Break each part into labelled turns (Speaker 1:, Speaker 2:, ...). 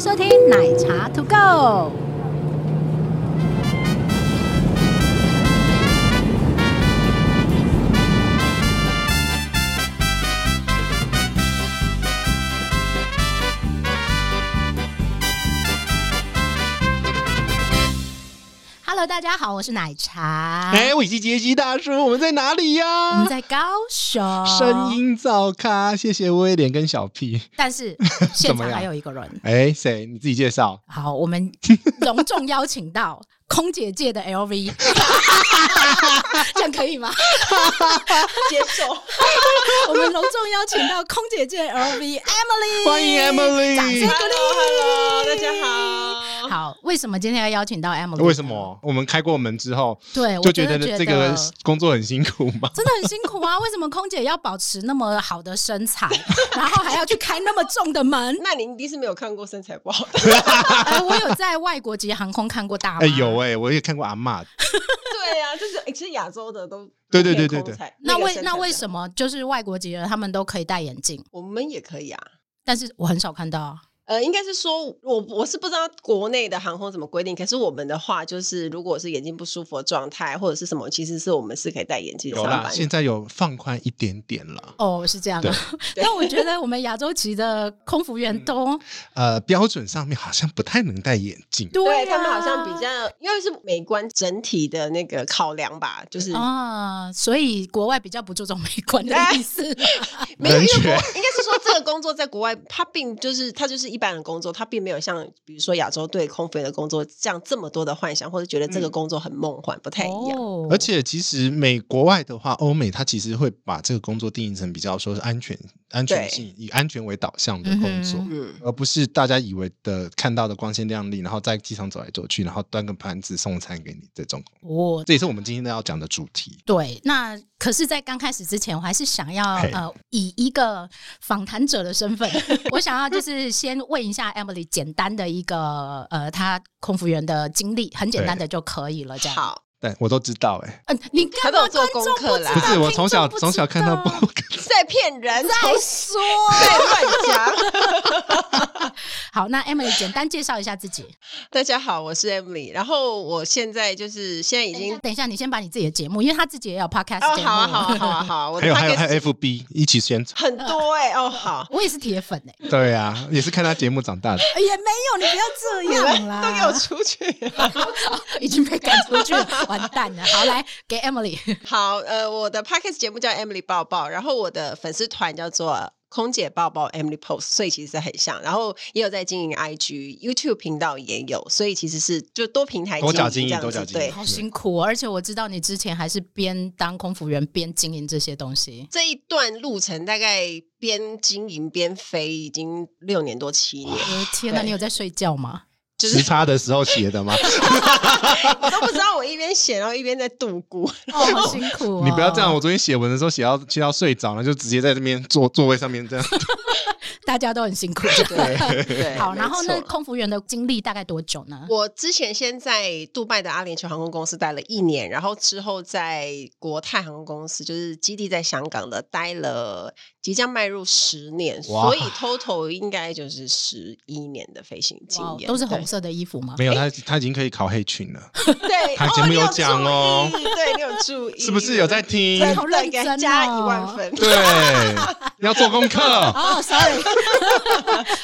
Speaker 1: 收听奶茶 To Go。Hello，大家好，我是奶茶。
Speaker 2: 哎，我是杰西大叔，我们在哪里
Speaker 1: 啊我们
Speaker 2: 呀？
Speaker 1: 在哦高雄，
Speaker 2: 声，音造咖，谢谢威廉跟小屁。
Speaker 1: 但 是现场还有一个人。
Speaker 2: 哎，谁？你自己介绍。
Speaker 1: 好，我 们隆重邀请到空姐界的 LV，这样可以吗？
Speaker 3: 接 受。
Speaker 1: 我们隆重邀请到空姐界的 LV Emily，
Speaker 2: 欢迎
Speaker 1: 掌声
Speaker 2: Emily。
Speaker 1: 鼓
Speaker 3: Hello，Hello，大家
Speaker 1: 励。
Speaker 3: 好。
Speaker 1: 好，为什么今天要邀请到 Emily？呢
Speaker 2: 为什？么我们开过门之后
Speaker 1: 对，哎我
Speaker 2: 就
Speaker 1: 真
Speaker 2: 觉
Speaker 1: 的
Speaker 2: 得
Speaker 1: 觉得
Speaker 2: 这个工作很辛苦吗？
Speaker 1: 真的很辛苦 啊！为什么空姐要保持那么好的身材，然后还要去开那么重的 门？
Speaker 3: 那你一定是没有看过身材不好的，
Speaker 1: 哎，我有在外国籍航空看过大妈，
Speaker 2: 哎，有哎，我也看过阿嬷。
Speaker 3: 对呀、就是、欸、其实亚洲的都
Speaker 2: 对对对
Speaker 3: 都偏
Speaker 2: 对对
Speaker 3: 空才
Speaker 1: 那为那为
Speaker 3: 么
Speaker 1: 什么就是外国籍的他们都可以戴眼镜，
Speaker 3: 我们也可以啊？
Speaker 1: 但是我很少看到啊。
Speaker 3: 呃，应该是说，我我是不知道国内的航空怎么规定，可是我们的话，就是如果是眼睛不舒服的状态或者是什么，其实是我们是可以戴眼镜
Speaker 2: 有
Speaker 3: 上
Speaker 2: 啦，
Speaker 3: 班。
Speaker 2: 现在有放宽一点点了。
Speaker 1: 哦，是这样啊。
Speaker 3: 对
Speaker 1: 但我觉得我们亚洲籍的空服员 都
Speaker 2: 呃，标准上面好像不太能戴眼镜。
Speaker 3: 对
Speaker 1: 啊
Speaker 3: 他们好像比较，因为是美观整体的那个考量吧，就是
Speaker 1: 啊，所以国外比较不注重美观的意 思。
Speaker 3: 没有，因
Speaker 2: 人
Speaker 3: 为国
Speaker 2: 权
Speaker 3: 应该是说这个工作在国外，它并就是它就是一般的工作，它并没有像比如说亚洲对空服员的工作这样这么多的幻想，或者觉得这个工作很梦幻，不太一
Speaker 1: 嗯
Speaker 3: 样。
Speaker 1: 哦
Speaker 2: 而且其实美国外的话，欧美它其实会把这个工作定义成比较说是安全、安全性以安全为导向的工作，
Speaker 1: 嗯
Speaker 3: 嗯，
Speaker 2: 而不是大家以为的看到的光鲜亮丽，然后在机场走来走去，然后端个盘子送餐给你这种。
Speaker 1: 哦我
Speaker 2: 这也是我们今天要讲的主题。
Speaker 1: 对，那可是，在刚开始之前，我还是想要
Speaker 2: 嘿
Speaker 1: 呃，以一个访谈者的身份， 我想要就是先问一下 Emily 简单的一个呃，她空服员的经历，很简单的就可以了。这样，
Speaker 3: 好，
Speaker 2: 但我都知道、欸，
Speaker 1: 嗯、你
Speaker 3: 他
Speaker 1: 干
Speaker 3: 都
Speaker 1: 嘛
Speaker 3: 有做
Speaker 1: 观
Speaker 3: 功
Speaker 1: 众
Speaker 3: 课
Speaker 1: 知
Speaker 3: 啦
Speaker 1: 道
Speaker 2: 不是我从小
Speaker 1: 啊听众不
Speaker 2: 从小
Speaker 1: 知
Speaker 2: 看到
Speaker 1: 道
Speaker 2: 不，
Speaker 3: 在骗人，
Speaker 1: 再说。
Speaker 3: 在乱讲。
Speaker 1: 好，那 Emily 简单介绍一下自己。
Speaker 3: 大家好，我是 Emily，然后我现在就是现在已经
Speaker 1: 等一下，你先把你自己的节目，因为他自己也有 podcast
Speaker 3: 哦，
Speaker 1: 节目。
Speaker 3: 好啊，好啊，好啊，好啊，我
Speaker 2: 还
Speaker 3: 的
Speaker 2: 有还有
Speaker 3: podcast
Speaker 2: 还有哎 FB 一起宣传，
Speaker 3: 很多哎、哦，好。
Speaker 1: 我也是铁粉哎、
Speaker 2: 对啊，也是看他节目长大的。
Speaker 1: 也没有，你不要这
Speaker 3: 你们
Speaker 1: 样
Speaker 3: 都给
Speaker 1: 啦
Speaker 3: 我，出去！
Speaker 1: 已经被赶出去了，完蛋了。好，来给 Emily，
Speaker 3: 好，呃，我的 podcast 节目叫 Emily 抱抱，然后我的粉丝团叫做空姐抱抱 Emily Post，所以其实很像。然后也有在经营 IG、YouTube 频道也有，所以其实是就多平台
Speaker 2: 多角
Speaker 3: 经营
Speaker 2: 经
Speaker 3: 这
Speaker 2: 营多
Speaker 3: 样
Speaker 2: 角
Speaker 3: 子。
Speaker 2: 经营
Speaker 3: 对，
Speaker 1: 好辛苦、哦，而且我知道你之前还是边当空服员边经营这些东西。
Speaker 3: 这一段路程大概边经营边飞，已经六年多七年，
Speaker 1: 我的哎天哪，
Speaker 3: 对
Speaker 1: 你有在睡觉吗？
Speaker 3: 就是
Speaker 2: 时差的时候 写的吗？
Speaker 3: 我都不知道我一边写，然后一边在度过。
Speaker 1: 哦，好辛苦、哦！
Speaker 2: 你不要这样，我昨天写文的时候写到写到睡着了，就直接在这边坐座位上 面这样。
Speaker 1: 大家都很辛苦。
Speaker 3: 对，对
Speaker 1: 好，然后
Speaker 3: 没
Speaker 1: 那
Speaker 3: 错
Speaker 1: 空服员的经历大概多久呢？
Speaker 3: 我之前先在杜拜的阿联酋航空公司待了一年，然后之后在国泰航空公司，就是基地在香港的，待了即将迈入十年，
Speaker 2: 哇
Speaker 3: 所以 total 应该就是十一年的飞行经
Speaker 1: 哇哦
Speaker 3: 验，
Speaker 1: 都是红色的衣服吗？
Speaker 2: 没有，他他已经可以考黑群了，
Speaker 3: 对。 对，
Speaker 2: 他
Speaker 3: 哦
Speaker 2: 节目
Speaker 3: 你
Speaker 2: 有
Speaker 3: 有
Speaker 2: 讲哦
Speaker 3: 注意对你有 注意，
Speaker 2: 是不是有在听？
Speaker 3: 真
Speaker 1: 好
Speaker 3: 的？
Speaker 1: 认
Speaker 3: 给
Speaker 1: 真哦
Speaker 3: 他加一万分。
Speaker 2: 对，要做功课。
Speaker 1: 哦、s o r r y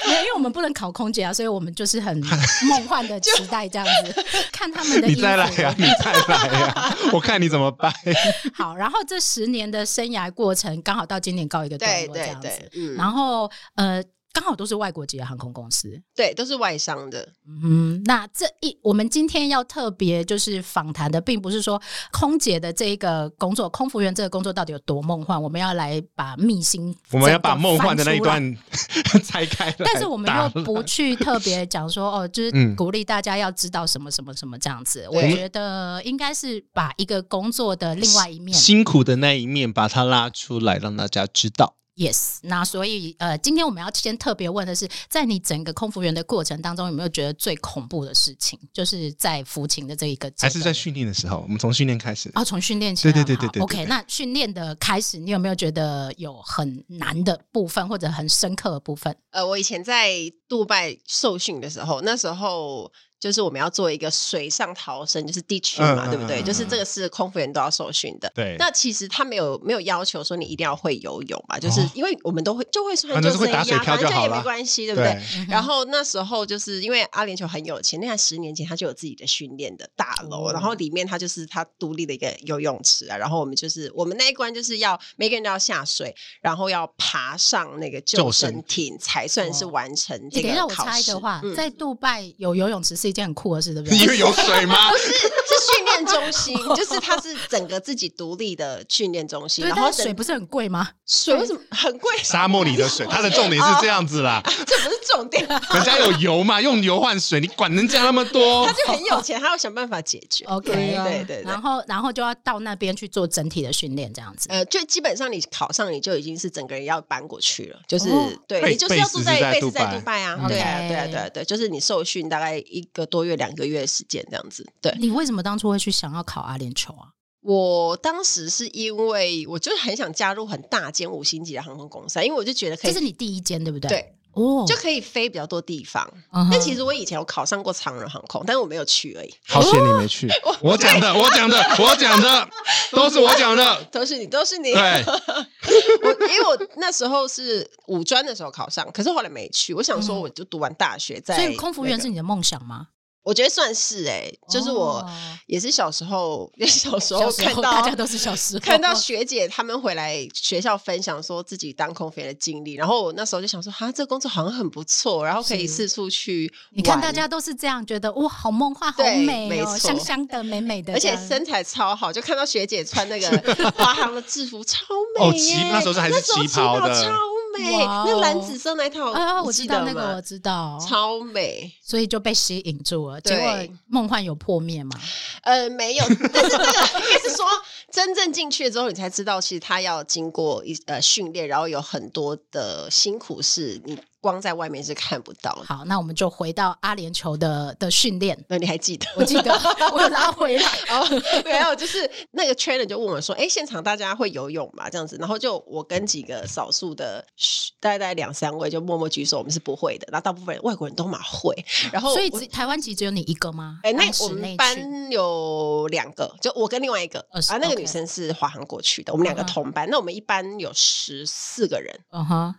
Speaker 1: 没有，因为我们不能考空姐啊，所以我们就是很梦幻的期待这样 子，看他们的衣
Speaker 2: 你
Speaker 1: 服。
Speaker 2: 再来呀、你再来呀、我看你怎么办。
Speaker 1: 好，然后这十年的生涯过程，刚好到今年告一个段
Speaker 3: 对
Speaker 1: 落这
Speaker 3: 对
Speaker 1: 样子。
Speaker 3: 对，嗯，
Speaker 1: 然后呃，刚好都是外国籍的航空公司。
Speaker 3: 对都是外商的，
Speaker 1: 嗯，那这一我们今天要特别就是访谈的，并不是说空姐的这一个工作，空服员这个工作到底有多梦幻，我们要来把秘辛，
Speaker 2: 我们要把梦幻的那一。段 拆开来，
Speaker 1: 但是我们又不
Speaker 2: 打
Speaker 1: 去特别讲说哦，就是
Speaker 2: 嗯
Speaker 1: 鼓励大家要知道什么什么什么这样子。我
Speaker 3: 对
Speaker 1: 觉得应该是把一个工作的另外一面
Speaker 2: 辛苦的那一面把它拉出来，让大家知道。
Speaker 1: Yes，那所以呃，今天我们要先特别问的是，在你整个空服员的过程当中，有没有觉得最恐怖的事情，就是在服勤的这一个阶
Speaker 2: 还是在
Speaker 1: 段
Speaker 2: 训练的时候，我们从训练开始。
Speaker 1: 哦，从训练起
Speaker 2: 对
Speaker 1: 来
Speaker 2: 对
Speaker 1: 嘛，
Speaker 2: 对对对对
Speaker 1: OK，
Speaker 2: 对
Speaker 1: 那训练的开始，你有没有觉得有很难的部分，或者很深刻的部分？
Speaker 3: 呃，我以前在杜拜受训的时候，那时候就是我们要做一个水上逃生，就是地区嘛，
Speaker 2: 嗯嗯
Speaker 3: 对不对？
Speaker 2: 嗯嗯
Speaker 3: 就是这个是空服员都要受训的。
Speaker 2: 对，
Speaker 3: 那其实他没有没有要求说你一定要会游泳嘛，就是
Speaker 2: 哦
Speaker 3: 因为我们都会就会穿
Speaker 2: 反
Speaker 3: 救
Speaker 2: 正是
Speaker 3: 生
Speaker 2: 会打
Speaker 3: 衣
Speaker 2: 水
Speaker 3: 啊，
Speaker 2: 漂
Speaker 3: 反正
Speaker 2: 就
Speaker 3: 这
Speaker 2: 好
Speaker 3: 样也没
Speaker 2: 啦
Speaker 3: 关系，对
Speaker 2: 对
Speaker 3: 不对？
Speaker 1: 嗯哼
Speaker 3: 然后那时候就是因为阿联酋很有钱，那他十年前他就有自己的训练的大楼，
Speaker 1: 哦
Speaker 3: 然后里面他就是他独立的一个游泳池啊，然后我们就是我们那一关就是要每个人都要下水，然后要爬上那个救
Speaker 2: 救生
Speaker 3: 生艇才算是
Speaker 1: 哇
Speaker 3: 完成
Speaker 1: 你
Speaker 3: 这
Speaker 1: 哦等一
Speaker 3: 个
Speaker 1: 下，我
Speaker 3: 考
Speaker 1: 插一
Speaker 3: 试
Speaker 1: 个话，
Speaker 3: 嗯
Speaker 1: 在杜拜有游泳池是一件很酷的事，对不
Speaker 2: 因
Speaker 1: 对？
Speaker 2: 为有水 吗？
Speaker 3: 是训练中心， 就是它是整个自己独立的训练中心，
Speaker 1: 因为
Speaker 3: 然
Speaker 1: 它的
Speaker 3: 后
Speaker 1: 水
Speaker 3: 整
Speaker 1: 不是很贵吗？
Speaker 3: 水为什么很贵？哦
Speaker 2: 沙漠里的水，它的重点是这样子啦，
Speaker 3: 这不是重 点，
Speaker 2: 人家有油嘛，用油换水，你管人家那么多
Speaker 3: 他？就很有钱，他要想办法解决。
Speaker 1: OK，
Speaker 3: 对啊对对对
Speaker 1: 然。后然后就要到那边去做整体的训练，这样子。
Speaker 3: 呃，就基本上你考上，你就已经是整个人要搬过去了，就是、
Speaker 1: 哦
Speaker 3: 对
Speaker 2: 贝
Speaker 3: 你就是要住在
Speaker 2: 贝
Speaker 3: 贝
Speaker 2: 斯
Speaker 3: 斯
Speaker 2: 是在
Speaker 3: 在
Speaker 2: 杜
Speaker 3: 杜拜啊，
Speaker 2: 拜
Speaker 3: 对啊，
Speaker 1: OK
Speaker 3: 对啊，对啊，对，就是你受训大概一个多月、两个月的时间这样子。对
Speaker 1: 你为什么当初会去想要考阿联酋啊？
Speaker 3: 我当时是因为我就是很想加入很大间五星级的航空公司啊，因为我就觉得可
Speaker 1: 这
Speaker 3: 以
Speaker 1: 是你第一间对不对？
Speaker 3: 对，
Speaker 1: 哦，
Speaker 3: 就可以飞比较多地方。
Speaker 1: 嗯哼
Speaker 3: 但其实我以前有考上过长荣航空，但是我没有去而已。
Speaker 2: 好险你没去，
Speaker 3: 哦
Speaker 2: 我讲的，我讲的，我讲 的，都是我讲的。
Speaker 3: 都是你，都是你。
Speaker 2: 对
Speaker 3: 我因为我那时候是五专的时候考上，可是后来没去。我想说，我就读完大学
Speaker 1: 嗯
Speaker 3: 再、
Speaker 1: 所以空服员
Speaker 3: 那
Speaker 1: 是
Speaker 3: 个
Speaker 1: 你的梦想吗？
Speaker 3: 我觉得算是哎、就是我
Speaker 1: 哦
Speaker 3: 也是小时候， 小时
Speaker 1: 小
Speaker 3: 候
Speaker 1: 时
Speaker 3: 看
Speaker 1: 候
Speaker 3: 到
Speaker 1: 大家都是哦小时候
Speaker 3: 看到学姐她们回来学校分享说自己当空服员的经历，然后我那时候就想说，哈，这工作好像很不错，然后可以
Speaker 1: 是
Speaker 3: 四处去玩。
Speaker 1: 你看大家都是这样觉得，哇，好梦幻，好
Speaker 3: 对
Speaker 1: 美
Speaker 3: 没
Speaker 1: 哦，
Speaker 3: 错
Speaker 1: 香香的、美美的
Speaker 3: 而
Speaker 1: 这
Speaker 3: 且
Speaker 1: 样，
Speaker 3: 身材超好，就看到学姐穿那个华航的制服，超美
Speaker 2: 哦
Speaker 3: 耶
Speaker 2: 旗那时候是还是
Speaker 3: 那时候
Speaker 2: 旗袍的
Speaker 3: 超美，
Speaker 1: 哇哦
Speaker 3: 那蓝紫色那套，
Speaker 1: 啊，我
Speaker 3: 你
Speaker 1: 知
Speaker 3: 记得
Speaker 1: 道那个，
Speaker 3: 吗
Speaker 1: 我知道，
Speaker 3: 超美。
Speaker 1: 所以就被吸引住了。结
Speaker 3: 对
Speaker 1: 果梦幻有破灭嘛？
Speaker 3: 呃，没有，但是这个应该是说，真正进去之后，你才知道，其实他要经过一呃训练，然后有很多的辛苦是你光在外面是看不到的。
Speaker 1: 好，那我们就回到阿联酋的的训练。
Speaker 3: 那你还记得？
Speaker 1: 我记得我有拉回来，
Speaker 3: 哦， 没有，就是那个 trainer 就问我说：“哎、现场大家会游泳嘛？”这样子，然后就我跟几个少数的，嘘大概大概两三位就默默举手，我们是不会的。然后大部分人外国人都蛮会，然后
Speaker 1: 所以
Speaker 3: 我
Speaker 1: 只台湾籍只有你一个吗？
Speaker 3: 哎、
Speaker 1: 当
Speaker 3: 那
Speaker 1: 时
Speaker 3: 我们
Speaker 1: 一群
Speaker 3: 班有两个，就我跟另外一个，
Speaker 1: 哦是
Speaker 3: 啊，那个
Speaker 1: OK
Speaker 3: 女生是华航过去的，我们两个
Speaker 1: 嗯哼
Speaker 3: 同班。那我们一班有十四个人，
Speaker 1: 嗯哼，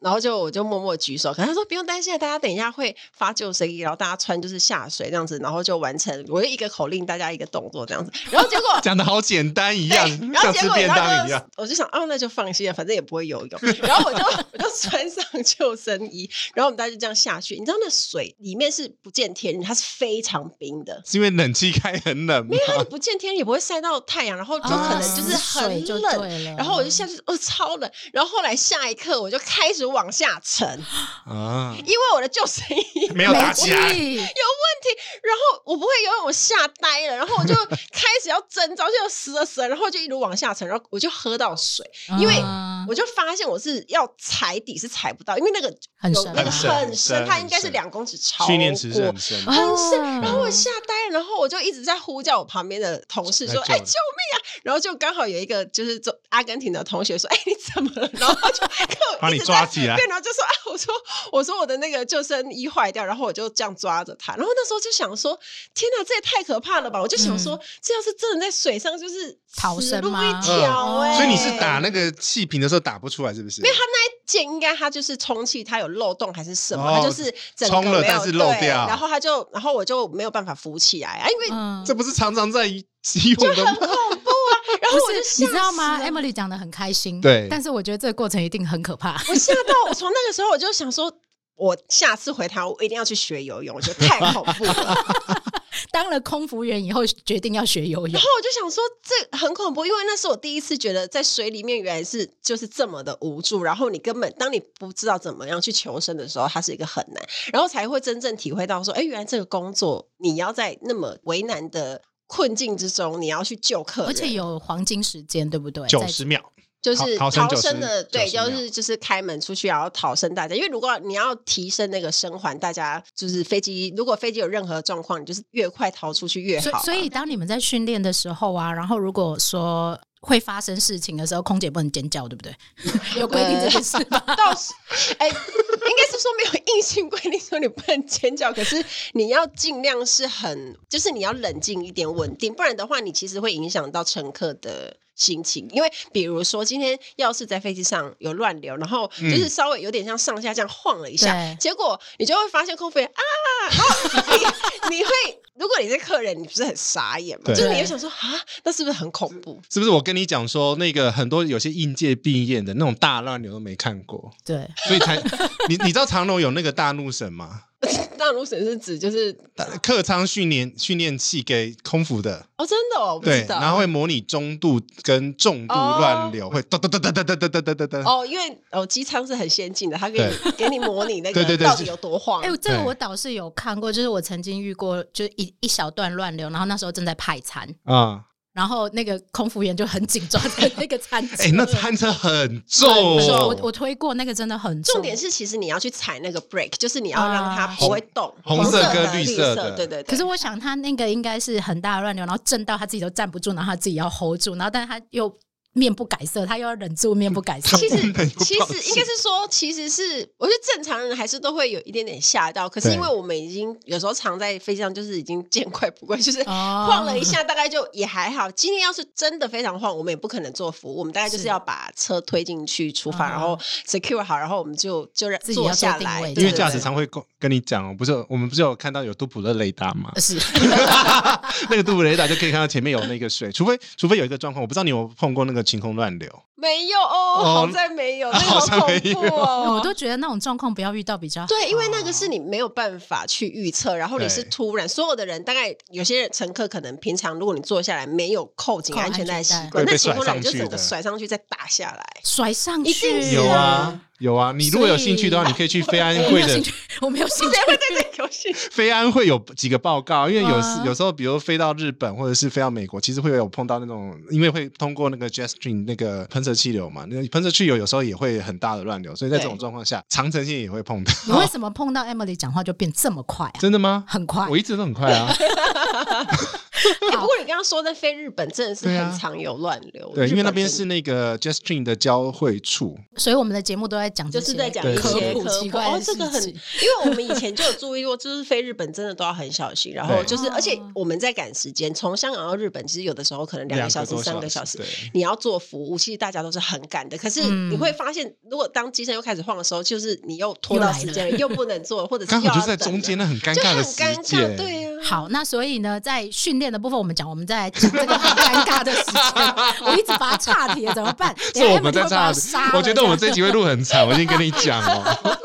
Speaker 3: 然后就我就默默举手，可他说不用担心，啊大家等一下会发救生衣，然后大家穿就是下水这样子，然后就完成，我就一个口令，大家一个动作这样子，然后结果
Speaker 2: 讲的好简单一样，
Speaker 3: 对然后
Speaker 2: 像
Speaker 3: 结
Speaker 2: 吃
Speaker 3: 果
Speaker 2: 便
Speaker 3: 然
Speaker 2: 当
Speaker 3: 后
Speaker 2: 一样。
Speaker 3: 我就想，哦，那就放心了，反正也不会游泳。然后我就我就穿上救生衣，然后我们大家就这样下去。你知道那水里面是不见天日，它是非常冰的。
Speaker 2: 是因为冷气开很冷吗
Speaker 3: 没？有，它不见天日也不会晒到太阳，然后就可能就是
Speaker 1: 啊死水
Speaker 3: 很
Speaker 1: 就
Speaker 3: 冷。
Speaker 1: 对了
Speaker 3: 然后我就下去，哦，超冷。然后后来下一刻我就开始往下沉，
Speaker 2: 啊，
Speaker 3: 因为我的救生衣
Speaker 2: 没有打起来，
Speaker 1: 没气
Speaker 3: 然后我不会游泳，我吓呆了，然后我 就开始要挣扎，就死了死了，然后就一路往下沉，然后我就喝到水，因为
Speaker 1: 嗯
Speaker 3: 我就发现我是要踩底是踩不到，因为那个
Speaker 1: 很
Speaker 3: 有
Speaker 1: 深
Speaker 3: 那个
Speaker 1: 很
Speaker 2: 深
Speaker 3: 很
Speaker 2: 很深
Speaker 3: 深，它应该是
Speaker 2: 很深
Speaker 3: 两公尺超
Speaker 2: 训练池是
Speaker 3: 过啊
Speaker 2: 很深的。
Speaker 1: 哦
Speaker 3: 很深，然后我吓呆了，然后我就一直在呼叫我旁边的同事说：“
Speaker 2: 来救
Speaker 3: 哎、
Speaker 2: 你
Speaker 3: 救命啊！”然后就刚好有一个就是做阿根廷的同学说：“哎、你怎么了？”然后他就 跟
Speaker 2: 把
Speaker 3: 我
Speaker 2: 你
Speaker 3: 一直
Speaker 2: 抓
Speaker 3: 在
Speaker 2: 起来
Speaker 3: 对，然后就说：“啊，我说我说我的那个救生衣坏掉，然后我就这样抓着他。”然后那时候就想说：“天哪，这也太可怕了吧！”我就想
Speaker 2: 嗯
Speaker 3: 说，这要是真的在水上就是
Speaker 1: 逃生
Speaker 3: 死路
Speaker 1: 吗
Speaker 3: 一条、
Speaker 1: 嗯
Speaker 3: 哎、
Speaker 2: 哦所以你是打那个气瓶的时候打不出来，是不是？
Speaker 3: 键应该它就是充气，它有漏洞还是什么？
Speaker 2: 哦
Speaker 3: 它就是整个
Speaker 2: 充了
Speaker 3: 没有
Speaker 2: 但是漏
Speaker 3: 对
Speaker 2: 掉
Speaker 3: 然后它就，然后我就没有办法浮起来啊，因为
Speaker 1: 嗯
Speaker 2: 这不是常常在用的 吗？
Speaker 3: 然后我就
Speaker 1: 不是你
Speaker 3: 吓
Speaker 1: 知道吗
Speaker 3: 死了
Speaker 1: ？Emily 讲的很开心，
Speaker 2: 对
Speaker 1: 但是我觉得这个过程一定很可怕。
Speaker 3: 我吓到，我从那个时候我就想说。我下次回台湾，我一定要去学游泳，我觉得太恐怖了。 然后
Speaker 1: 当了空服员以后，决定要学游泳，
Speaker 3: 我就想说，这很恐怖，因为那是我第一次觉得在水里面原来是就是这么的无助。然后你根本当你不知道怎么样去求生的时候，它是一个很难，然后才会真正体会到说，哎，原来这个工作你要在那么为难的困境之中，你要去救客人，
Speaker 1: 而且有黄金时间，对不对？
Speaker 2: 九
Speaker 1: 在
Speaker 2: 十秒，
Speaker 3: 就是
Speaker 2: 逃逃生
Speaker 3: 逃生的，
Speaker 2: 90
Speaker 3: 对，
Speaker 2: 90秒
Speaker 3: 就是就是开门出去，然后逃生大家。因为如果你要提升那个生还，大家就是飞机，如果飞机有任何状况，你就是越快逃出去越
Speaker 1: 所以
Speaker 3: 好啊。
Speaker 1: 所以当你们在训练的时候啊，然后如果说会发生事情的时候，空姐不能尖叫，对不 对？有规定这件事吧？
Speaker 3: 倒是， 哎、应该是说没有硬性规定说你不能尖叫，可是你要尽量是很，就是你要冷静一点、稳定，不然的话，你其实会影响到乘客的。心情，因为比如说今天要是在飞机上有乱流，然后
Speaker 2: 嗯
Speaker 3: 就是稍微有点像上下这样晃了一下，
Speaker 1: 对
Speaker 3: 结果你就会发现空服员啊，然后 你你会，如果你是客人，你不是很傻眼吗？
Speaker 2: 对
Speaker 3: 就是你会想说啊，那是不是很恐怖？
Speaker 2: 是不是我跟你讲说，那个很多有些应届毕业的那种大乱流都没看过，
Speaker 1: 对，
Speaker 2: 所 以才你你知道长龙有那个大怒神吗？
Speaker 3: 那如神是指就是
Speaker 2: 客舱训练训练器给空服的，
Speaker 3: 哦，真的哦，我不
Speaker 2: 对
Speaker 3: 知，道，
Speaker 2: 然后会模拟中度跟重度乱流，会哒哒哒哒哒哒哒哒哒哒 哒。
Speaker 3: 哦，因为哦，机舱是很先进的，它给你给你模拟那
Speaker 2: 对对
Speaker 3: 个
Speaker 2: 对
Speaker 3: 到底有多晃。
Speaker 1: 哎、这个
Speaker 2: 对
Speaker 1: 我倒是有看过，就是我曾经遇过，就一一小段乱流，然后那时候正在派餐，
Speaker 2: 啊，
Speaker 1: 然后那个空服员就很紧抓着那个餐车，
Speaker 2: 哎，那餐车很
Speaker 1: 很重
Speaker 2: 重
Speaker 1: 我，我推过那个真的很重，
Speaker 3: 重点。是，其实你要去踩那个 break，就是你要让它
Speaker 1: 啊
Speaker 3: 不会动，
Speaker 2: 红
Speaker 3: 色
Speaker 2: 红色
Speaker 3: 的
Speaker 2: 跟绿色
Speaker 3: 色
Speaker 2: 的
Speaker 3: 对对对。
Speaker 1: 可是我想他那个应该是很大的乱流，然后震到他自己都站不住，然后他自己要 hold 住，然后但是他又面不改色，他又要忍住面不改色。
Speaker 3: 其实
Speaker 2: 根本就
Speaker 3: 其
Speaker 2: 不好
Speaker 3: 实应该是说，其实是我觉得正常人还是都会有一点点吓到，可是
Speaker 2: 对
Speaker 3: 因为我们已经有时候常在飞机上，就是已经见怪不怪，就是
Speaker 1: 哦
Speaker 3: 晃了一下，大概就也还好。今天要是真的非常晃，我们也不可能做服务，我们大概就是是要把车推进去出发，
Speaker 1: 哦
Speaker 3: 然后 secure 好，然后我们就就让
Speaker 1: 自己要
Speaker 3: 坐
Speaker 1: 做
Speaker 3: 下
Speaker 1: 定
Speaker 3: 来，
Speaker 1: 位
Speaker 3: 对
Speaker 2: 因为
Speaker 3: 对
Speaker 2: 驾
Speaker 3: 对
Speaker 2: 驶舱会跟跟你讲哦，不是我们不是有看到有杜普勒雷达吗？
Speaker 1: 是哎
Speaker 2: 那个杜普雷达就可以看到前面有那个水，除非除非有一个状况，我不知道你有碰过那个晴空乱流，
Speaker 3: 没有哦，
Speaker 2: 哦
Speaker 3: 好在没 有，那个
Speaker 2: 好在
Speaker 3: 好恐
Speaker 2: 没有
Speaker 3: 怖 哦。
Speaker 1: 我都哦觉得那种状况不要遇到比较好。
Speaker 3: 对，因为那个是你没有办法去预测，然后你是
Speaker 2: 对
Speaker 3: 突然，所有的人大概有些人乘客可能平常如果你坐下来没有扣紧
Speaker 1: 扣
Speaker 3: 安全带的习
Speaker 1: 安全带
Speaker 3: 惯，
Speaker 2: 会
Speaker 3: 那
Speaker 2: 被
Speaker 3: 情况
Speaker 2: 甩
Speaker 3: 下你就
Speaker 2: 上去
Speaker 3: 整个
Speaker 2: 的
Speaker 3: 甩上去再打下 来。
Speaker 1: 甩上
Speaker 3: 一
Speaker 1: 去
Speaker 3: 定是
Speaker 2: 有
Speaker 3: 啊
Speaker 2: 啊，有啊。你如果有兴趣的话，
Speaker 1: 所以
Speaker 2: 你可以去飞安
Speaker 1: 我没
Speaker 2: 会
Speaker 1: 有
Speaker 2: 的
Speaker 1: 兴趣，我没有兴趣
Speaker 3: 谁。会在这游戏？
Speaker 2: 飞安会有几个报告，因为有时
Speaker 1: 啊
Speaker 2: 有时候，比如飞到日本或者是飞到美国，其实会有碰到那种，因为会通过那个 jetstream 那个喷射气流嘛，那个喷射气流有时候也会很大的乱流，所以在这种
Speaker 3: 对
Speaker 2: 状况下，长城线也会碰到。
Speaker 1: 你为什么碰到 Emily 讲话就变这么快啊？
Speaker 2: 真的吗？
Speaker 1: 很快
Speaker 2: 我一直都很快啊。
Speaker 3: 哎不过你刚刚说在飞日本真的是
Speaker 2: 对啊
Speaker 3: 很常有乱流，
Speaker 2: 对，因为那边
Speaker 3: 日
Speaker 2: 是那个 jetstream 的交汇处，
Speaker 1: 所以我们的节目都在讲这
Speaker 3: 本真的。
Speaker 1: 些，
Speaker 3: 就是在讲
Speaker 2: 对
Speaker 3: 一些
Speaker 1: 科普
Speaker 3: 科
Speaker 1: 奇
Speaker 3: 普
Speaker 1: 怪
Speaker 3: 哦
Speaker 1: 的，
Speaker 3: 这个
Speaker 1: 事
Speaker 3: 很，
Speaker 1: 情
Speaker 3: 因为我们以前就有注意过，就是飞日本真的都要很小心。然后
Speaker 2: 对
Speaker 3: 就是，而且
Speaker 1: 哦
Speaker 3: 我们在赶时间，从香港到日本，其实有的时候可能两个小时、
Speaker 2: 多
Speaker 3: 三个小时，
Speaker 2: 对，
Speaker 3: 你要做服务，其实大家都是很赶的。可是
Speaker 1: 嗯
Speaker 3: 你会发现，如果当机身又开始晃的时候，就是你又拖到时间了，又不能做，或者是
Speaker 2: 刚好
Speaker 3: 又
Speaker 2: 就
Speaker 3: 要
Speaker 2: 是在
Speaker 3: 等
Speaker 2: 中间
Speaker 3: 了，
Speaker 2: 那很尴
Speaker 3: 就
Speaker 2: 尬
Speaker 3: 很
Speaker 2: 的时
Speaker 3: 尴尬。
Speaker 2: 间。
Speaker 3: 对呀、啊，
Speaker 1: 好，那所以呢，在训练的部分我们讲，我们在讲这个很尴尬的时 间，我一直把它岔题了，怎么办？
Speaker 2: 是我们
Speaker 1: Emily 会不会
Speaker 2: 在
Speaker 1: 把
Speaker 2: 炸
Speaker 1: 我杀，了
Speaker 2: 我觉得我们
Speaker 1: 这
Speaker 2: 这
Speaker 1: 样
Speaker 2: 集会录很长，我先跟你讲 哦。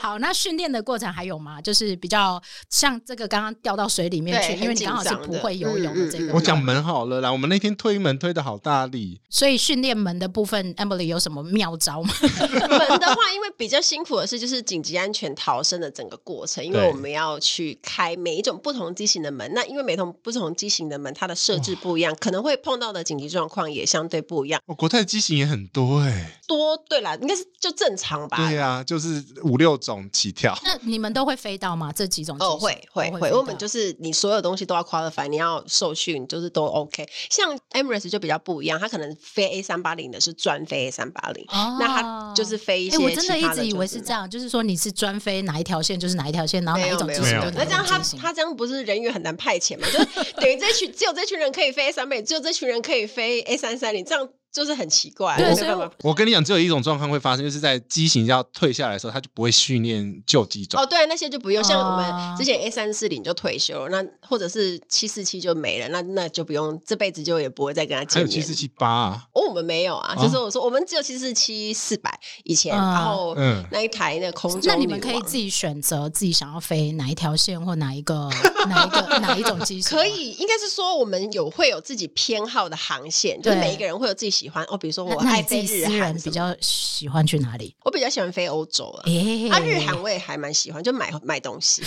Speaker 1: 好。那训练的过程还有吗？就是比较像这个刚刚掉到水里面
Speaker 3: 对
Speaker 1: 去，因为
Speaker 3: 很
Speaker 1: 你
Speaker 3: 紧
Speaker 1: 刚好
Speaker 3: 张
Speaker 1: 是
Speaker 3: 的
Speaker 1: 不会游泳的这
Speaker 3: 嗯嗯
Speaker 1: 个
Speaker 3: 嗯
Speaker 2: 我，讲门好了啦，我们那天推门推的好大力，
Speaker 1: 所以训练门的部分，Emily 有什么妙招吗？
Speaker 3: 门的话，因为比较辛苦的是，就是紧急安全逃生的整个过程，因为
Speaker 2: 对
Speaker 3: 我们要去开每一种不同机型的门。那因为每种不同机型的门，它的设置不一样，可能会碰到的紧急状况也相对不一样。
Speaker 2: 哦，国泰机型也很多哎、
Speaker 3: 多对啦，应该是就正常吧。
Speaker 2: 对呀、就是五六种起跳。
Speaker 1: 那你们都会飞到吗？这几种
Speaker 3: 哦，
Speaker 1: 机
Speaker 3: 会
Speaker 1: 型
Speaker 3: 会
Speaker 1: 都
Speaker 3: 会，
Speaker 1: 飞
Speaker 3: 因为我们
Speaker 1: 到
Speaker 3: 就是你所有东西都要 qualify，你要受训，就是都 OK。像 Emirates 就比较不一样，它可能飞 A 三八零的是专飞 A 三八零，
Speaker 1: 哦
Speaker 3: 那它就是飞一
Speaker 1: 哎、
Speaker 3: 些
Speaker 1: 我真的
Speaker 3: 其
Speaker 1: 一
Speaker 3: 他
Speaker 1: 直以
Speaker 3: 就
Speaker 1: 为是这样，就是说你是专飞哪一条线就是哪一条线，然后哪
Speaker 3: 没
Speaker 1: 一
Speaker 3: 有
Speaker 1: 种
Speaker 3: 没
Speaker 1: 机
Speaker 3: 有
Speaker 1: 型
Speaker 3: 没
Speaker 1: 就
Speaker 3: 有，
Speaker 1: 哪
Speaker 3: 那
Speaker 1: 一
Speaker 3: 这样
Speaker 1: 种
Speaker 3: 他
Speaker 1: 机型。
Speaker 3: 他这样不是人员很难派遣嘛？就是 等于这群只有这群人可以飞 A 三百，只有这群人可以飞 A 三三零，这样就是很奇怪，
Speaker 1: 对
Speaker 3: 没
Speaker 1: 所以
Speaker 3: 办
Speaker 1: 我
Speaker 3: 法。
Speaker 2: 我跟你讲，只有一种状况会发生，就是在机型要退下来的时候，它就不会训练旧机种。
Speaker 3: 哦，对，那些就不用，像我
Speaker 1: 哦
Speaker 3: 们之前 A 三四零就退休了，那或者是七四七就没了，那那就不用这辈子就也不会再跟他
Speaker 2: 还
Speaker 3: 见
Speaker 2: 有
Speaker 3: 面
Speaker 2: 七
Speaker 3: 了。
Speaker 2: 四七八啊，
Speaker 3: 哦，我们没有啊，
Speaker 2: 啊
Speaker 3: 就是我说我们只有七四七四百以前，
Speaker 1: 啊
Speaker 3: 然后
Speaker 2: 嗯
Speaker 3: 那一台那个空中
Speaker 1: 那你们可以
Speaker 3: 女王
Speaker 1: 自己选择自己想要飞哪一条线或哪一 个哪一个哪一种机型吗。
Speaker 3: 可以，应该是说我们有会有自己偏好的航线，就是
Speaker 1: 对
Speaker 3: 每一个人会有自己喜欢哦，比如说
Speaker 1: 那
Speaker 3: 我
Speaker 1: 那
Speaker 3: 爱
Speaker 1: 你自
Speaker 3: 飞
Speaker 1: 己
Speaker 3: 日
Speaker 1: 私
Speaker 3: 韩
Speaker 1: 人比
Speaker 3: 什么，
Speaker 1: 较喜欢去哪里？哎
Speaker 3: 我比较喜欢飞欧洲 啊。
Speaker 1: 诶、
Speaker 3: 啊，日韩我也还蛮喜欢，就买买东 西。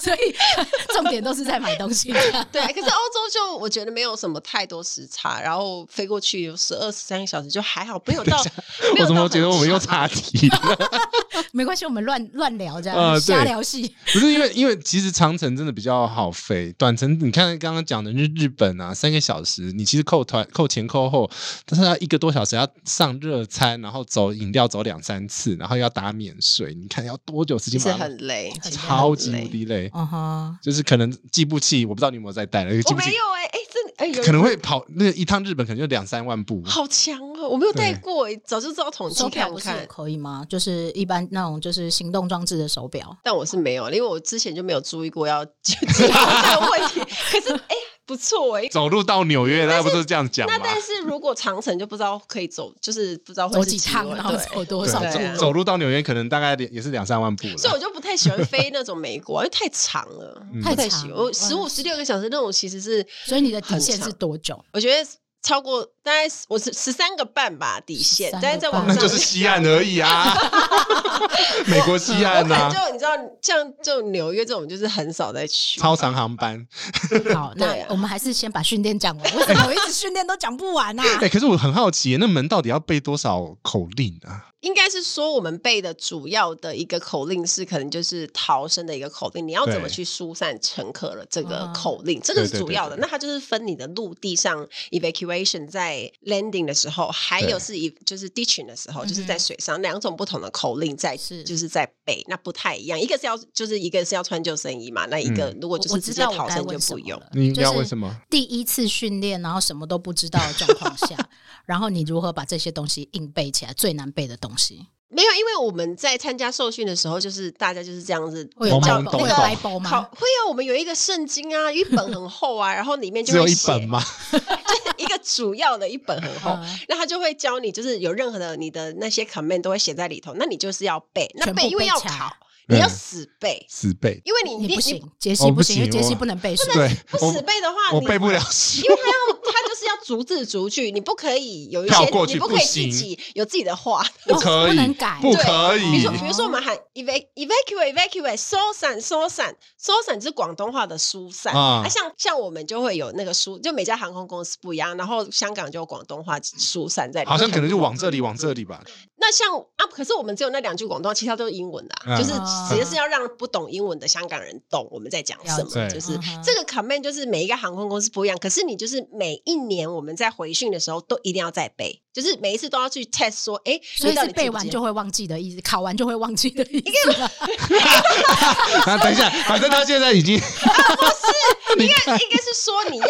Speaker 1: 所以 重点都是在买东西。
Speaker 3: 对，可是欧洲就我觉得没有什么太多时差，然后飞过去有十二十三个小时，就还好，没 有到。没有
Speaker 2: 我怎么
Speaker 3: 到
Speaker 2: 觉得
Speaker 3: 很
Speaker 2: 我们又岔
Speaker 3: 长
Speaker 2: 题了？
Speaker 1: 没关系，我们乱乱聊这样，
Speaker 2: 啊对
Speaker 1: 瞎聊戏。
Speaker 2: 不是因为，因为其实长城真的比较好飞，短程你看刚刚讲的日日本啊，三个小时，你其实扣团扣前扣后，但是要一个多小时要上热餐，然后走饮料走两三次，然后要打免税，你看要多久时
Speaker 3: 其
Speaker 2: 间
Speaker 3: 实
Speaker 2: 把它？
Speaker 3: 很累，其实很
Speaker 2: 超级
Speaker 3: 累
Speaker 2: 无敌累，
Speaker 1: 嗯哼，
Speaker 2: 就是可能计步器，我不知道你有没有在带了，
Speaker 3: 我
Speaker 2: 计步器
Speaker 3: 没有哎、哎、这哎、有
Speaker 2: 可能
Speaker 3: 人
Speaker 2: 会跑那一趟日本可能就两三万步，
Speaker 3: 好强哦，我没有带
Speaker 2: 对
Speaker 3: 过、哎早就知道统计
Speaker 1: 手表
Speaker 3: 看不
Speaker 1: 不是也
Speaker 3: 看，
Speaker 1: 可以吗？就是一般那种就是行动装置的手表。
Speaker 3: 但我是没有，因为我之前就没有注意过要去计划这个问 题。可是哎、不错哎、
Speaker 2: 走路到纽约，大家不都是这样讲吗
Speaker 3: 那？但是如果长城就不知道可以走，就是不知哦道会
Speaker 1: 走
Speaker 3: 是
Speaker 1: 几
Speaker 3: 几
Speaker 1: 趟，
Speaker 3: 万
Speaker 1: 然后
Speaker 3: 对
Speaker 1: 走多
Speaker 2: 对
Speaker 1: 少
Speaker 3: 对啊
Speaker 1: 步？
Speaker 2: 走走路到纽约可能大概也是两三万步了。
Speaker 3: 所以我就不太喜欢飞那种美国，啊因为太长了，
Speaker 2: 嗯
Speaker 3: 不
Speaker 1: 太
Speaker 3: 太
Speaker 1: 长
Speaker 3: 喜欢。我十五、十六个小时那种，其实是
Speaker 1: 所以你的底线
Speaker 3: 很
Speaker 1: 是
Speaker 3: 长
Speaker 1: 多久？
Speaker 3: 我觉得超过大概是我是十三个半吧底线，
Speaker 1: 13
Speaker 3: 但是在网
Speaker 1: 个 半
Speaker 2: 那
Speaker 3: 上
Speaker 2: 就是西岸而已 啊，美国西岸
Speaker 3: 我可能
Speaker 2: 啊，
Speaker 3: 就你知道，像这种纽约这种，就是很少再去。
Speaker 1: 哦
Speaker 2: 超长航班。
Speaker 1: 好，
Speaker 3: 对
Speaker 1: 那
Speaker 3: 啊
Speaker 1: 我们还是先把训练讲完。为什么我一直训练都讲不 完啊？
Speaker 2: 哎、可是我很好奇，那门到底要背多少口令啊？
Speaker 3: 应该是说我们背的主要的一个口令是，可能就是逃生的一个口令，你要怎么
Speaker 2: 对
Speaker 3: 去疏散乘客的这个
Speaker 1: 啊
Speaker 3: 口令，这个是
Speaker 2: 对对
Speaker 3: 主
Speaker 2: 对
Speaker 3: 要的。
Speaker 2: 对
Speaker 3: 那它就是分你的陆地上 evacuation 在 landing 的时候，还
Speaker 2: 对
Speaker 3: 有是以就是 ditching 的时候，就是
Speaker 1: 嗯哼
Speaker 3: 在水上两种不同的口令在
Speaker 1: 是
Speaker 3: 就是在背，那不太一样。一个是要就是一个是要穿救生衣嘛，那一
Speaker 2: 嗯
Speaker 3: 个如果就
Speaker 1: 我
Speaker 3: 是直
Speaker 1: 知
Speaker 3: 接
Speaker 1: 道我
Speaker 3: 逃
Speaker 1: 该
Speaker 3: 生就
Speaker 1: 问什
Speaker 3: 不
Speaker 1: 么
Speaker 3: 用。
Speaker 1: 了。
Speaker 2: 你
Speaker 1: 就
Speaker 2: 要
Speaker 1: 是
Speaker 2: 问什么？
Speaker 1: 第一次训练，然后什么都不知道的状况 下，然后你如何把这些东西硬背起来？最难背的东西
Speaker 3: 没有，因为我们在参加受训的时候，就是大家就是这样子
Speaker 1: 会有
Speaker 2: 懵
Speaker 1: 教
Speaker 2: 懵
Speaker 1: 会
Speaker 2: 懂
Speaker 1: 有
Speaker 2: 懂
Speaker 1: 白包
Speaker 3: 考
Speaker 1: 吗？
Speaker 3: 会啊，我们有一个圣经啊，一本很 厚啊，然后里面就
Speaker 2: 只有
Speaker 3: 会
Speaker 2: 一
Speaker 3: 写
Speaker 2: 本吗？
Speaker 3: 一个主要的一本很厚
Speaker 1: 嗯，
Speaker 3: 那他就会教你，就是有任何的你的那些 command 都会写在里头，那你就是要背，那
Speaker 1: 全部
Speaker 3: 背因为
Speaker 1: 背
Speaker 3: 要
Speaker 1: 起来嗯
Speaker 3: 考，
Speaker 2: 嗯
Speaker 3: 你要死背，
Speaker 2: 死背？
Speaker 3: 因为你
Speaker 1: 你不
Speaker 3: 你
Speaker 1: 行，杰
Speaker 2: 哦
Speaker 1: 西
Speaker 2: 不
Speaker 1: 不行，因为
Speaker 2: 行
Speaker 1: 杰西
Speaker 2: 我
Speaker 1: 不能背书。
Speaker 2: 对，
Speaker 3: 不死
Speaker 2: 我
Speaker 3: 背的话，
Speaker 2: 我
Speaker 3: 你
Speaker 2: 背不了书
Speaker 3: 因。为他要，他就是要逐字逐句，你不可以有一些
Speaker 2: 跳，过去
Speaker 3: 你不可以
Speaker 2: 不行
Speaker 3: 自己有自己的话。
Speaker 2: 不可以，
Speaker 1: 不能改
Speaker 2: 不可
Speaker 3: 比如
Speaker 2: 以
Speaker 3: 说，。比如说我们喊 evac evacuate evacuate 收伞收伞收伞，就是广东话的疏散
Speaker 2: 啊
Speaker 3: 啊。像像我们就会有那个疏，就每家航空公司不一样，然后香港就有广东话疏散在里面。
Speaker 2: 好像可能就往这里，往这里吧。
Speaker 3: 那像啊，可是我们只有那两句广东话，其他都是英文的、啊，
Speaker 2: 嗯
Speaker 3: 就是直接是要让不懂英文的香港人懂我们在讲什么。
Speaker 2: 了解
Speaker 3: 就是
Speaker 1: 嗯哼
Speaker 3: 这个 command 就是每一个航空公司不一样，可是你就是每一年我们在回训的时候都一定要再背，就是每一次都要去 test 说，哎，
Speaker 1: 所以
Speaker 3: 你到
Speaker 1: 是
Speaker 3: 底记不
Speaker 1: 背完
Speaker 3: 记得
Speaker 1: 就会忘记的意思，考完就会忘记的意思吗。
Speaker 2: 那等一下，反正他现在已 经
Speaker 3: 应该 应该是说你要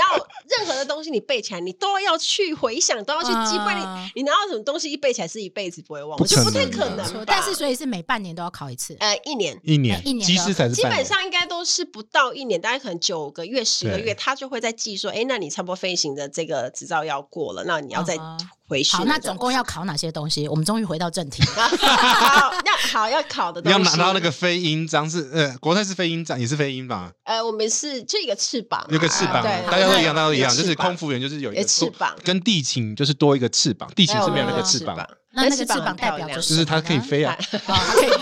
Speaker 3: 任何的东西你背起来，你都要去回想，都要去记，不然
Speaker 1: 啊
Speaker 3: 你你拿到什么东西一背起来是一辈子不会忘，
Speaker 2: 不
Speaker 3: 我觉得不
Speaker 2: 可
Speaker 3: 太
Speaker 2: 能
Speaker 3: 可
Speaker 2: 啊
Speaker 3: 能吧
Speaker 1: 错。但是所以是每半年都要考一次。
Speaker 3: 呃一年。
Speaker 2: 一年
Speaker 1: 哎一，年
Speaker 2: 机师才是
Speaker 3: 基
Speaker 2: 半年
Speaker 3: 本上应该都是不到一年，大概可能九个月、十个
Speaker 2: 对
Speaker 3: 月，他就会在记说，哎、那你差不多飞行的这个执照要过了，那你要再
Speaker 1: 嗯哼
Speaker 3: 回去。
Speaker 1: 好，那总共要考哪些东西？我们终于回到正题。
Speaker 3: 好，那好要考的东西，
Speaker 2: 要拿到那个飞鹰章是呃，国泰是飞鹰章，也是飞鹰吧？
Speaker 3: 呃，我们是就一个翅膀嘛，
Speaker 2: 有个翅膀
Speaker 3: 对
Speaker 2: 啊，，
Speaker 3: 对
Speaker 2: 大家都一样，大
Speaker 3: 对
Speaker 2: 家都一样，
Speaker 3: 有
Speaker 2: 就是
Speaker 3: 翅膀
Speaker 2: 空服员就是有一个
Speaker 3: 有翅膀
Speaker 2: 跟地勤就是多一个翅膀，地勤是没有那
Speaker 1: 哦
Speaker 2: 个翅膀，
Speaker 1: 那那个翅膀
Speaker 3: 很
Speaker 1: 代
Speaker 3: 漂
Speaker 1: 表
Speaker 3: 亮
Speaker 1: 着什
Speaker 2: 就
Speaker 1: 么呢
Speaker 2: 是它可以。飞啊，
Speaker 1: 哦它可以飞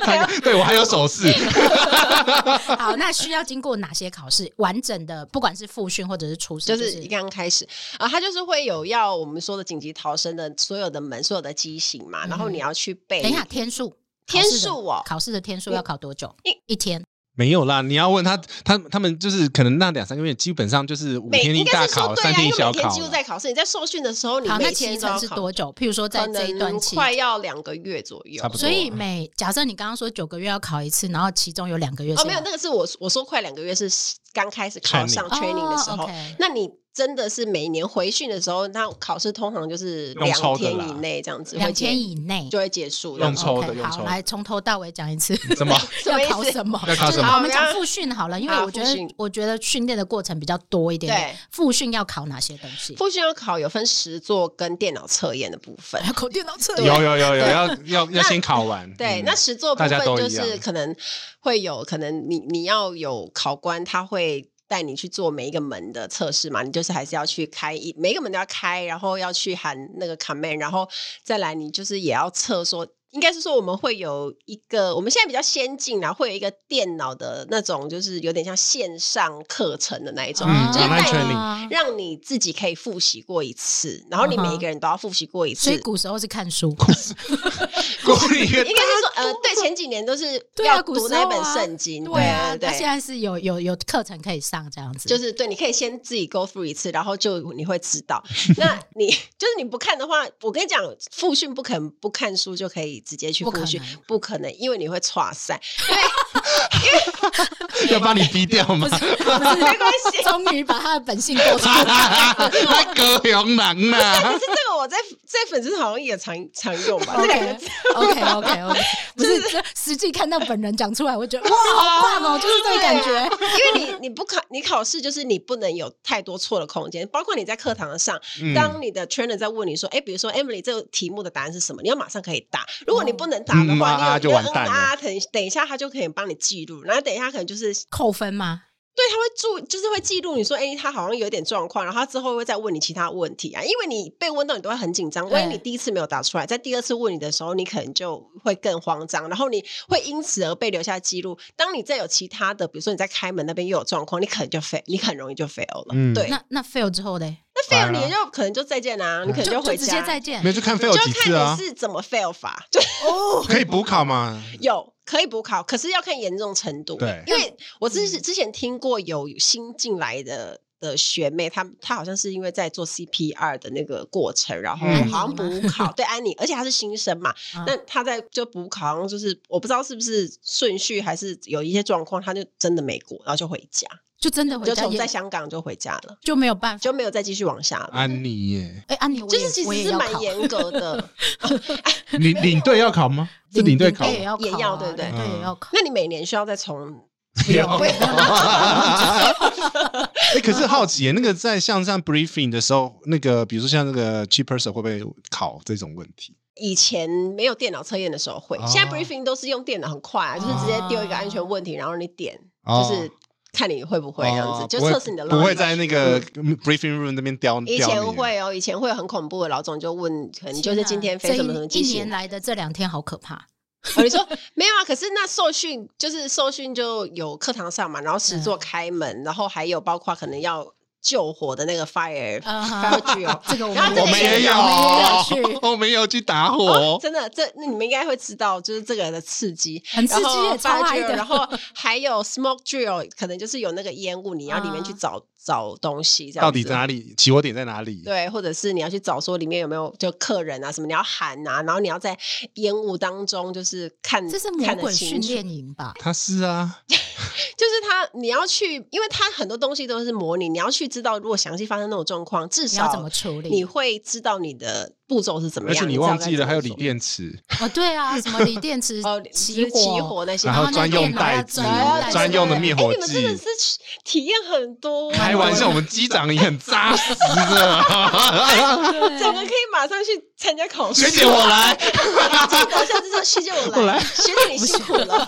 Speaker 2: 它 对我还有手势，
Speaker 1: 好，那需要经过哪些考试？完整的，不管是复训或者是初试，
Speaker 3: 就
Speaker 1: 就是是
Speaker 3: 刚开始啊，它就是会有要我们说的紧急逃生的所有的门、所有的机型嘛，然后你要去背。
Speaker 1: 嗯等一下，天数，
Speaker 3: 天
Speaker 1: 考试的
Speaker 3: 数哦
Speaker 1: 考试的天数要考多久
Speaker 3: 一？
Speaker 1: 一天，
Speaker 2: 没有啦，你要问他，他他们就是可能那两三个月基本上就是五
Speaker 3: 每
Speaker 2: 天一
Speaker 3: 应
Speaker 2: 大
Speaker 3: 该是说
Speaker 2: 考，
Speaker 3: 对啊，
Speaker 2: 三
Speaker 3: 因
Speaker 2: 一
Speaker 3: 为
Speaker 2: 小
Speaker 3: 每
Speaker 2: 考
Speaker 3: 天几乎
Speaker 2: 啦。
Speaker 3: 在考试。你在受训的时候，你
Speaker 1: 好，那
Speaker 3: 每
Speaker 1: 期
Speaker 3: 天都
Speaker 1: 程
Speaker 3: 要
Speaker 1: 是
Speaker 3: 考，
Speaker 1: 多久？譬如说在
Speaker 3: 可
Speaker 1: 这一段
Speaker 3: 能
Speaker 1: 期，
Speaker 3: 快要两个月左右
Speaker 2: 差。不多
Speaker 1: 所以每假设你刚刚说九个月要考一次，然后其中有两个月是
Speaker 3: 哦，没有，那个是我我说快两个月是刚开始考
Speaker 2: Training
Speaker 3: 上
Speaker 1: 哦
Speaker 3: training 的时候
Speaker 1: OK
Speaker 3: 那你真的是每年回训的时候，那考试通常就是
Speaker 2: 用抽
Speaker 3: 两
Speaker 2: 的
Speaker 3: 天
Speaker 2: 啦
Speaker 3: 以内这样子，
Speaker 1: 两天
Speaker 3: 会结
Speaker 1: 以内
Speaker 3: 就会结束这
Speaker 2: 用
Speaker 3: 样子。
Speaker 2: 抽的
Speaker 1: OK，
Speaker 2: 用抽
Speaker 1: 好，
Speaker 2: 的
Speaker 1: 来从头到尾讲一次，
Speaker 2: 怎么
Speaker 3: 什么
Speaker 1: 要
Speaker 3: 意
Speaker 1: 考
Speaker 3: 思
Speaker 1: 什么？
Speaker 2: 要考什
Speaker 1: 好
Speaker 2: 么？
Speaker 1: 我们
Speaker 3: 好
Speaker 1: 讲
Speaker 3: 那
Speaker 1: 复训好了，因为
Speaker 3: 啊
Speaker 1: 我觉
Speaker 3: 复
Speaker 1: 得
Speaker 3: 训
Speaker 1: 我觉得训练的过程比较多一点点
Speaker 3: 对。
Speaker 1: 复训要考哪些东西？
Speaker 3: 复训要考有分实作跟电脑测验的部分。
Speaker 1: 要考电脑测
Speaker 2: 有有有有要要要先考完。
Speaker 3: 对，
Speaker 2: 嗯
Speaker 3: 那实作部
Speaker 2: 大
Speaker 3: 分
Speaker 2: 家都
Speaker 3: 就
Speaker 2: 一样
Speaker 3: 是可能会有可能你你要有考官，他会带你去做每一个门的测试嘛，你就是还是要去开一每一个门都要开，然后要去喊那个 command，然后再来你就是也要测说。应该是说我们会有一个，我们现在比较先进啦，会有一个电脑的那种，就是有点像线上课程的那一种，
Speaker 1: 啊
Speaker 2: 嗯
Speaker 3: 就是
Speaker 2: ，online
Speaker 3: 带你
Speaker 2: training
Speaker 3: 让你自己可以复习过一次，然后你
Speaker 2: 嗯
Speaker 3: 每一个人都要复习过一次。
Speaker 1: 所以古时候是看书，
Speaker 2: 鼓励
Speaker 3: 应 该是说，呃，对，前几年都是
Speaker 1: 对啊
Speaker 3: 要
Speaker 1: 古
Speaker 3: 读
Speaker 1: 时
Speaker 3: 那
Speaker 1: 候
Speaker 3: 本
Speaker 1: 啊
Speaker 3: 圣经，
Speaker 1: 对啊，
Speaker 3: 对
Speaker 1: 他
Speaker 3: 对
Speaker 1: 现在是有有有课程可以上这样子，
Speaker 3: 就是对，你可以先自己 go through 一次，然后就你会知道。 那你就是你不看的话，我跟你讲，复训不可能不看书就可以直接去
Speaker 1: 不可
Speaker 3: 复训
Speaker 1: 能，
Speaker 3: 不可能，因为你会 岔散。
Speaker 2: 要把你逼掉吗？
Speaker 3: 没关系，
Speaker 1: 终于把他的本性勾 出来。
Speaker 2: 他高雄人
Speaker 3: 可
Speaker 2: 啦，
Speaker 3: 是这个我在在粉丝好像也常常用吧，这两个
Speaker 1: OK
Speaker 3: 字。
Speaker 1: OK OK OK，不是这实际看到本人讲出来，我觉得哇，好棒 哦，就是这个感觉。
Speaker 3: 因为你你不考你考试就是你不能有太多错的空间，包括你在课堂上，
Speaker 2: 嗯
Speaker 3: 当你的 trainer 在问你说，哎、比如说 Emily 这个题目的答案是什么，你要马上可以答。如果你不能答的
Speaker 2: 嗯
Speaker 3: 话，
Speaker 2: 啊啊
Speaker 3: 你有
Speaker 2: 就完蛋了
Speaker 3: 啊，等等一下他就可以帮你记录，然后等一下可能就是
Speaker 1: 扣分吗？
Speaker 3: 对他会注就是会记录你说，哎、他好像有点状况，然后他之后会再问你其他问题啊，因为你被问到你都会很紧张，
Speaker 1: 对
Speaker 3: 万一你第一次没有答出来，在第二次问你的时候，你可能就会更慌张，然后你会因此而被留下记录。当你再有其他的，比如说你在开门那边又有状况，你可能就 fail，你很容易就 fail 了。
Speaker 2: 嗯
Speaker 3: 对，
Speaker 1: 那那 fail 之后嘞，
Speaker 3: 那 fail
Speaker 2: 完了
Speaker 3: 你就可能就再见啊啦、你可能
Speaker 1: 就
Speaker 3: 回
Speaker 1: 就直接
Speaker 3: 家，
Speaker 1: 再见
Speaker 2: 没有就看飞有
Speaker 3: 就
Speaker 2: 几次啊
Speaker 3: 看你？是怎么 fail 法， 就
Speaker 1: 哦。
Speaker 2: 可以补考嘛？
Speaker 3: 有可以补考，可是要看严重程度。
Speaker 2: 对
Speaker 3: 因为我之之前听过有新进来的。的学妹，她她好像是因为在做 CPR 的那个过程，然后
Speaker 2: 嗯
Speaker 3: 好
Speaker 1: 安
Speaker 3: 像
Speaker 1: 妮
Speaker 3: 补 考，对安妮，而且她是新生嘛，
Speaker 1: 嗯
Speaker 3: 那她在就补考，好像就是我不知道是不是顺序还是有一些状况，她就真的没过，然后就回家，
Speaker 1: 就真的回
Speaker 3: 就
Speaker 1: 家
Speaker 3: 从
Speaker 1: 也
Speaker 3: 在香港就回家了，
Speaker 1: 就没有办法。
Speaker 3: 就没有再继续往下了。
Speaker 2: 安妮耶，
Speaker 1: 哎，安妮，我
Speaker 3: 就
Speaker 1: 也
Speaker 3: 是其
Speaker 1: 我
Speaker 3: 实
Speaker 1: 也
Speaker 3: 是
Speaker 1: 要
Speaker 3: 蛮
Speaker 1: 考
Speaker 3: 严格的，
Speaker 2: 领领队要考吗？是领队考
Speaker 1: 也
Speaker 2: 吗？嗯
Speaker 1: 要考啊
Speaker 3: 也要对不对
Speaker 1: 领队也要考。
Speaker 3: 那你每年需要再从
Speaker 2: 有。 哎，可是好奇耶，那个在像这样 briefing 的时候，那个比如说像那个 cheap person 会不会考这种问题？
Speaker 3: 以前没有电脑测验的时候会，
Speaker 2: 哦
Speaker 3: 现在 briefing 都是用电脑，很快、啊，就是直接丢一个安全问题，然后你点，
Speaker 2: 哦
Speaker 3: 就是看你会不会这样子，
Speaker 2: 哦
Speaker 3: 就
Speaker 2: 不会
Speaker 3: 测试你的 knowledge
Speaker 2: 不会在那个 briefing room 那边雕。
Speaker 3: 以
Speaker 2: 刁
Speaker 3: 前
Speaker 2: 你
Speaker 3: 会哦，以前会有很恐怖的，老总就问，可能就是今天
Speaker 1: 这
Speaker 3: 飞
Speaker 1: 一
Speaker 3: 什么什么
Speaker 1: 一
Speaker 3: 机型
Speaker 1: 年。啊来的这两天好可 怕。
Speaker 3: 哦你说没有啊？可是那受训就是受训就有课堂上嘛，然后实
Speaker 1: 嗯
Speaker 3: 作开门，然后还有包括可能要救火的那个 fire
Speaker 1: 嗯哼
Speaker 3: fire drill，
Speaker 1: 这个我
Speaker 3: 哦然后这
Speaker 1: 们
Speaker 2: 我
Speaker 3: 个
Speaker 2: 们也 有，
Speaker 1: 我们也有去，
Speaker 2: 我们也有去打
Speaker 3: 哦
Speaker 2: 火，
Speaker 3: 真的，这那你们应该会知道，就是这个的刺激，
Speaker 1: 很刺
Speaker 3: 然
Speaker 1: 激
Speaker 3: 后
Speaker 1: 耶，超
Speaker 3: fire
Speaker 1: 爱
Speaker 3: drill，
Speaker 1: 的。
Speaker 3: 然后还有 smoke drill，可能就是有那个烟雾，你要里面
Speaker 1: 啊
Speaker 3: 去找、找东西，这样
Speaker 2: 到
Speaker 3: 子
Speaker 2: 底在哪里？起火点在哪里？
Speaker 3: 对，或者是你要去找说里面有没有就客人啊什么，你要喊啊，然后你要在烟雾当中就是看，
Speaker 1: 这是魔
Speaker 3: 看得
Speaker 1: 鬼训
Speaker 3: 清楚，
Speaker 1: 练营吧？
Speaker 2: 他是啊，
Speaker 3: 就是他你要去，因为他很多东西都是模拟，你要去知道如果详细发生那种状况，至
Speaker 1: 你要
Speaker 3: 少
Speaker 1: 怎么处理？
Speaker 3: 你会知道你的步骤是怎么
Speaker 2: 而
Speaker 3: 样，
Speaker 2: 且你
Speaker 3: 知道
Speaker 2: 忘
Speaker 3: 该
Speaker 2: 记
Speaker 3: 怎
Speaker 2: 了
Speaker 3: 么
Speaker 2: 还有
Speaker 3: 做
Speaker 2: 锂电池，
Speaker 1: 哦，对 啊，什么锂电池
Speaker 3: 哦，
Speaker 1: 起
Speaker 3: 就是起火那些，
Speaker 2: 然
Speaker 1: 后
Speaker 2: 后专用袋子
Speaker 1: 然后那个电脑要转
Speaker 3: 专，
Speaker 2: 专用的灭火
Speaker 3: 哎你们真
Speaker 2: 剂
Speaker 3: 的哎是。体验很多，啊
Speaker 2: 开玩笑，我们机长也很扎实 的。
Speaker 3: 怎么可以马上去参加考试？
Speaker 2: 学姐，我来。
Speaker 3: 我下次说学姐我来，
Speaker 2: 我 来
Speaker 3: 学姐你辛苦了。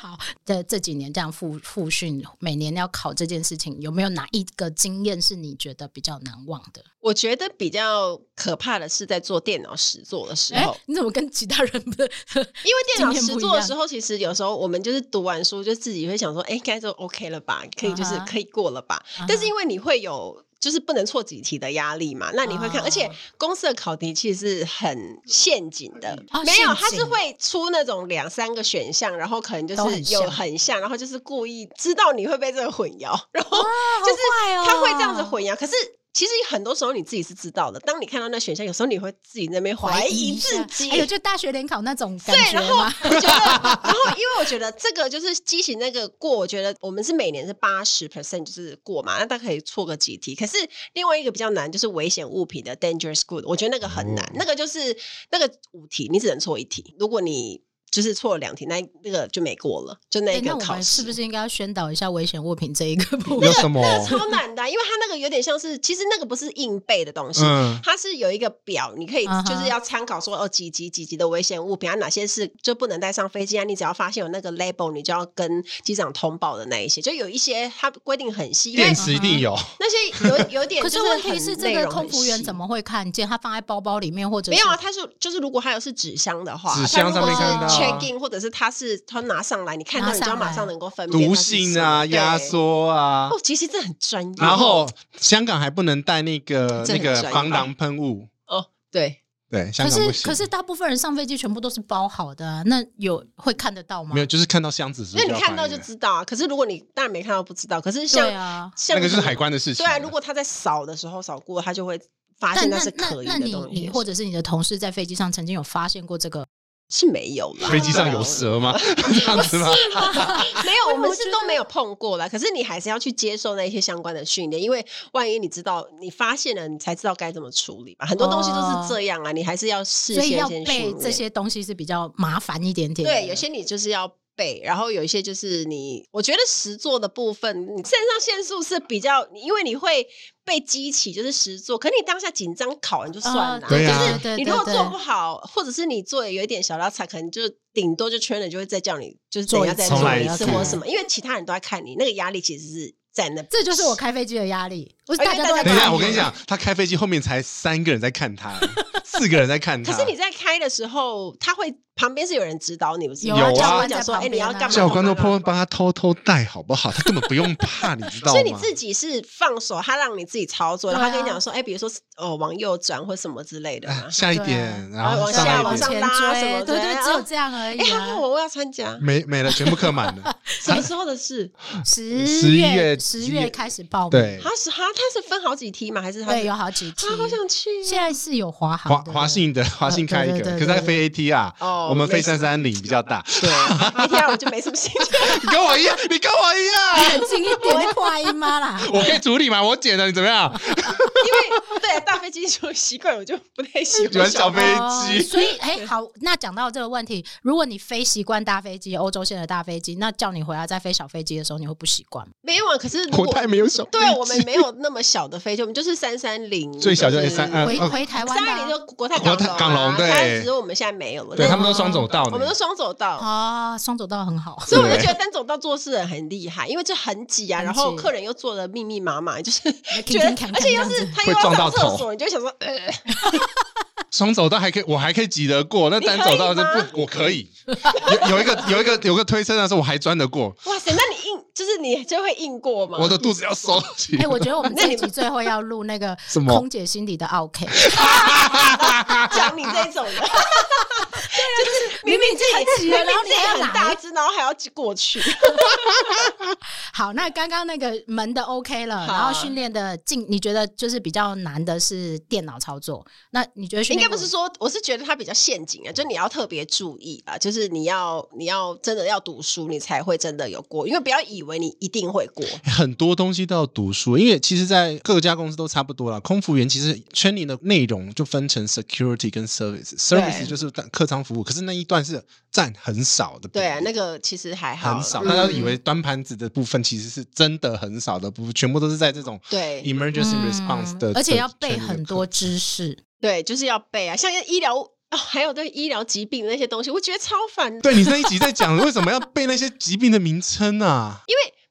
Speaker 1: 好，这这几年这样复复训，每年要考这件事情，有没有哪一个经验是你觉得比较难忘的？
Speaker 3: 我觉得比较可怕的是在做电脑实作的时
Speaker 1: 哎、
Speaker 3: 候，
Speaker 1: 你怎么跟其他人不？
Speaker 3: 因为电
Speaker 1: 经
Speaker 3: 脑
Speaker 1: 验
Speaker 3: 实
Speaker 1: 不一
Speaker 3: 作的
Speaker 1: 样
Speaker 3: 时候，其实有时候我们就是读完书，就自己会想说，哎，应该就 OK 了吧，可以就是
Speaker 1: 啊哈
Speaker 3: 可以过了吧。但
Speaker 1: 啊
Speaker 3: 是因为你会有。就是不能错几题的压力嘛，那你会看，
Speaker 1: 啊
Speaker 3: 而且公司的考题其实是很陷阱的，
Speaker 1: 啊
Speaker 3: 没有，
Speaker 1: 陷
Speaker 3: 它是
Speaker 1: 阱
Speaker 3: 会出那种两三个选项，然后可能就
Speaker 1: 都
Speaker 3: 是
Speaker 1: 很
Speaker 3: 有
Speaker 1: 像
Speaker 3: 很像，然后就是故意知道你会被这个混淆， 然后
Speaker 1: 就是
Speaker 3: 他会这样子混淆。可是其实很多时候你自己是知道的，当你看到那选项，有时候你会自己在那边怀疑自己。
Speaker 1: 还有哎就大学联考那种感
Speaker 3: 对，
Speaker 1: 觉
Speaker 3: 然后
Speaker 1: 吗？哎
Speaker 3: 我觉得，然后因为我觉得这个就是激起那个过，我觉得我们是每年是八十 percent 就是过嘛，那大概可以错个几题。可是另外一个比较难就是危险物品的 dangerous good，我觉得那个很难，
Speaker 2: 哦
Speaker 3: 那个就是那个五题你只能错一题，如果你。就是错了两题，那那个就没过了，就那
Speaker 1: 哎那
Speaker 3: 个
Speaker 1: 我
Speaker 3: 考
Speaker 1: 们是
Speaker 3: 试。
Speaker 1: 不是应该要宣导一下危险物品这一个部分
Speaker 2: 有？什么？
Speaker 3: 超难的啊、因为它那个有点像是，其实那个不是硬背的东西，
Speaker 2: 嗯，
Speaker 3: 它是有一个表，你可以
Speaker 1: 嗯哼
Speaker 3: 就是要参考说哦几级几级的危险物品啊，哪些是就不能带上飞机啊？你只要发现有那个 label，你就要跟机长通报的那一些，就有一些它规定很细，因为
Speaker 2: 电池一定有，
Speaker 3: 那些有有 点
Speaker 1: 可
Speaker 3: 就是是
Speaker 1: 问题是，
Speaker 3: 很
Speaker 1: 这
Speaker 3: 内
Speaker 1: 个
Speaker 3: 容
Speaker 1: 空
Speaker 3: 很
Speaker 1: 服员
Speaker 3: 细
Speaker 1: 怎么会看见？他放在包包里面，或者
Speaker 3: 没有啊，
Speaker 1: 是？
Speaker 3: 它是就是如果它有是纸箱的话，
Speaker 2: 纸箱
Speaker 3: 它如果
Speaker 1: 上面看
Speaker 3: 是
Speaker 1: 到啊
Speaker 3: check in，或者是它是它拿上来，你看到
Speaker 1: 拿
Speaker 3: 你就要
Speaker 1: 上来
Speaker 3: 马上能够分辨
Speaker 2: 毒
Speaker 3: 它是
Speaker 2: 性
Speaker 3: 什么
Speaker 2: 嗯啊、
Speaker 3: 对
Speaker 2: 压缩啊
Speaker 3: 哦，，其实这很专业。哦
Speaker 2: 然后香港还不能带那个
Speaker 3: 这
Speaker 2: 那
Speaker 3: 很
Speaker 2: 个
Speaker 3: 专业
Speaker 2: 防狼喷雾，
Speaker 3: 哦，对，
Speaker 2: 对，香
Speaker 1: 可
Speaker 2: 港不
Speaker 1: 是
Speaker 2: 行。
Speaker 1: 可是大部分人上飞机全部都是包好的啊、那有会看得到吗？
Speaker 2: 没有，就是看到箱子的时
Speaker 3: 那
Speaker 2: 候
Speaker 3: 你
Speaker 2: 要
Speaker 3: 看到
Speaker 2: 翻
Speaker 3: 就
Speaker 2: 阅
Speaker 3: 知道啊。可是如果你当然没看到不知道，可是像、
Speaker 1: 对啊。
Speaker 3: 像
Speaker 2: 那个就是海关的事情
Speaker 3: 对
Speaker 2: 了。
Speaker 3: 啊，如果他在扫的时候扫过，他就会发
Speaker 1: 但
Speaker 3: 现
Speaker 1: 那
Speaker 3: 是
Speaker 1: 那
Speaker 3: 可疑
Speaker 1: 那
Speaker 3: 的
Speaker 1: 你
Speaker 3: 东西
Speaker 1: 你，或者是你的同事在飞机上曾经有发现过这个？
Speaker 3: 是没有啦。
Speaker 2: 飞机上有蛇吗？ 这样子吗？
Speaker 3: 没有，我们
Speaker 1: 我
Speaker 3: 是
Speaker 1: 觉
Speaker 3: 都
Speaker 1: 得
Speaker 3: 没有碰过啦。可是你还是要去接受那一些相关的训练，因为万一你知道你发现了，你才知道该怎么处理吧。很多东西都是这样啊，你还是要事
Speaker 1: 哦所以
Speaker 3: 先
Speaker 1: 要
Speaker 3: 先
Speaker 1: 背
Speaker 3: 训
Speaker 1: 这
Speaker 3: 练。
Speaker 1: 些东西是比较麻烦一点点的。
Speaker 3: 对，有些你就是要背，然后有一些就是你，我觉得实做的部分，你肾上腺素是比较，因为你会被激起，就是实做。可你当下紧张考完就算了、
Speaker 1: 啊
Speaker 2: 对啊
Speaker 3: 就是
Speaker 1: 对对
Speaker 3: 你
Speaker 1: 对
Speaker 3: 如果
Speaker 1: 对
Speaker 3: 做不好，或者是你做得有一点小拉差，可能就顶多就圈了，就会再叫你就是等
Speaker 1: 做
Speaker 3: 一下
Speaker 1: 一
Speaker 3: 再
Speaker 1: 次
Speaker 3: 做
Speaker 2: 重来
Speaker 3: 一
Speaker 2: 一次
Speaker 3: 次或者什么，因为其他人都在看你，那个压力其实是在那。
Speaker 1: 这就是我开飞机的压力，我
Speaker 3: 而且
Speaker 1: 大家都在
Speaker 2: 等
Speaker 3: 大
Speaker 2: 一
Speaker 3: 家
Speaker 2: 下，
Speaker 1: 看
Speaker 2: 我跟你讲，他开飞机后面才三个人在看 他，四个人在看
Speaker 3: 可
Speaker 2: 他。
Speaker 3: 是你在开的时候，他会旁边是有人指导你，不是
Speaker 1: 有
Speaker 3: 吗
Speaker 2: 啊有啊
Speaker 3: 教官
Speaker 1: 教官在
Speaker 3: 讲说，哎、
Speaker 1: 旁
Speaker 3: 你
Speaker 1: 边
Speaker 3: 要
Speaker 1: 啊
Speaker 3: 干嘛？
Speaker 2: 教官都
Speaker 3: 干嘛
Speaker 2: 帮帮他偷偷带好不好？他根本不用怕，你知道吗？
Speaker 3: 所以你自己是放手，他让你自己操作，
Speaker 1: 对
Speaker 3: 然
Speaker 1: 啊哎
Speaker 3: 后他跟你讲说，哎、比如说哦往右转或什么之类的嘛
Speaker 2: 啊。下一点，
Speaker 1: 对
Speaker 2: 然后
Speaker 3: 哎往下
Speaker 2: 来一
Speaker 3: 往
Speaker 2: 点
Speaker 3: 上
Speaker 1: 前
Speaker 3: 拉什么
Speaker 1: 追，对
Speaker 3: 之类的
Speaker 1: 对，只有这样而
Speaker 3: 哎、
Speaker 1: 已
Speaker 3: 他
Speaker 1: 啊
Speaker 3: 问。我我要参加，
Speaker 2: 没没了，全部刻满 了。
Speaker 3: 什么时候的事？
Speaker 1: 十
Speaker 2: 11月
Speaker 1: 月十
Speaker 2: 11月
Speaker 1: 月开始报名，
Speaker 2: 对，
Speaker 3: 他是他他是分好几梯吗？还是他
Speaker 1: 对，
Speaker 3: 是
Speaker 1: 有
Speaker 3: 啊，
Speaker 1: 好几题。
Speaker 3: 好想去哦。
Speaker 1: 现在是有华
Speaker 2: 华
Speaker 1: 航的、
Speaker 2: 华信的华信开一个，
Speaker 1: 对对对对
Speaker 2: 可是他飞 AT 啊，
Speaker 3: 哦
Speaker 2: 我们飞
Speaker 3: 没事
Speaker 2: 三啊三零比较大。
Speaker 3: 对 ATR 我就没什么兴趣。
Speaker 2: 你 跟我一样，你跟我一 样，
Speaker 1: 冷静一点，会破音吗啦？
Speaker 2: 我可以处理吗？我姐的，你怎么样？
Speaker 3: 因为对啊大飞机就习惯，我就不太喜
Speaker 2: 喜欢
Speaker 3: 欢
Speaker 2: 小 飞机
Speaker 1: 哦所以，哎、好，那讲到这个问题，如果你飞习惯大飞机，欧洲线的大飞机，那叫你回来再飞小飞机的时候，你会不习惯吗？
Speaker 3: 没有啊，可是如
Speaker 2: 我
Speaker 3: 果
Speaker 2: 太没有手。
Speaker 3: 对啊我们没有那么小的飞机，我们就是三三零，
Speaker 2: 最小就
Speaker 3: 就是
Speaker 2: A3 嗯
Speaker 1: 回
Speaker 2: 哦
Speaker 1: 回台湾
Speaker 3: 三
Speaker 1: 的啊、
Speaker 3: 三零就国泰
Speaker 2: 国泰
Speaker 3: 港
Speaker 2: 港龙
Speaker 3: 龙啊，
Speaker 2: 对
Speaker 3: 但只是我们现在没有了。
Speaker 2: 对
Speaker 3: 但
Speaker 2: 他们都双走道呢，
Speaker 3: 我们都双走道，
Speaker 1: 啊，双走道很好，
Speaker 3: 所以我就
Speaker 2: 对
Speaker 3: 觉得单走道做事人很厉害，因为这很挤啊，
Speaker 1: 很
Speaker 3: 然后
Speaker 1: 挤
Speaker 3: 客人又坐的密密麻 麻，就是觉
Speaker 1: 叮
Speaker 3: 得
Speaker 1: 叮锵，锵
Speaker 3: 而且
Speaker 1: 这
Speaker 3: 要
Speaker 1: 样
Speaker 3: 是
Speaker 1: 子
Speaker 3: 他又要
Speaker 2: 会撞到
Speaker 3: 上厕
Speaker 2: 头
Speaker 3: 所，你就想说，呃，
Speaker 2: 双走道还可以，我还可以挤得过，那单走道就
Speaker 3: 你可以吗
Speaker 2: 不，我可以。有有一个有一个有个推车的时候，我还钻得过，
Speaker 3: 哇塞，那你硬就是你就会硬过吗？
Speaker 2: 我的肚子要收起
Speaker 1: 哎、。我觉得我们
Speaker 3: 那
Speaker 1: 这
Speaker 3: 你
Speaker 1: 一集最后要录那个
Speaker 2: 什么
Speaker 1: 空姐心里的 OK，
Speaker 3: 讲你这 种的， 就是明明自己
Speaker 1: 啊明明自己很挤了
Speaker 3: 明明
Speaker 1: 然后
Speaker 3: 自
Speaker 1: 你
Speaker 3: 己
Speaker 1: 还要
Speaker 3: 很
Speaker 1: 来
Speaker 3: 大只，然后还要过去，
Speaker 1: 好，那刚刚那个门的 OK 了，
Speaker 3: 好
Speaker 1: 然后训练的进，你觉得就是比较难的是电脑操作？那你觉得训
Speaker 3: 应
Speaker 1: 练
Speaker 3: 该不是说，我是觉得它比较陷阱啊，就你要特别注意啊，就是你要你要真的要读书，你才会真的有过，因为不要以为你一定会过，
Speaker 2: 很多东西都要读书，因为其实，在各家公司都差不多啦。空服员其实 training 的内容就分成 security 跟 service。service 就是客舱服务，可是那一段是占很少的比例。
Speaker 3: 对啊，那个其实还好，
Speaker 2: 嗯很少，
Speaker 3: 嗯
Speaker 2: 大家以为端盘子的部分其实是真的很少的部分，全部都是在这种
Speaker 3: 对
Speaker 2: emergency
Speaker 3: 嗯
Speaker 2: response 的，
Speaker 1: 嗯而且要
Speaker 2: 的
Speaker 1: 背很多
Speaker 2: 的
Speaker 1: 知识。
Speaker 3: 对，就是要背啊，像医疗哦，还有对医疗疾病那些东西，我觉得超烦的。
Speaker 2: 对你这一集在讲为什么要背那些疾病的名称啊？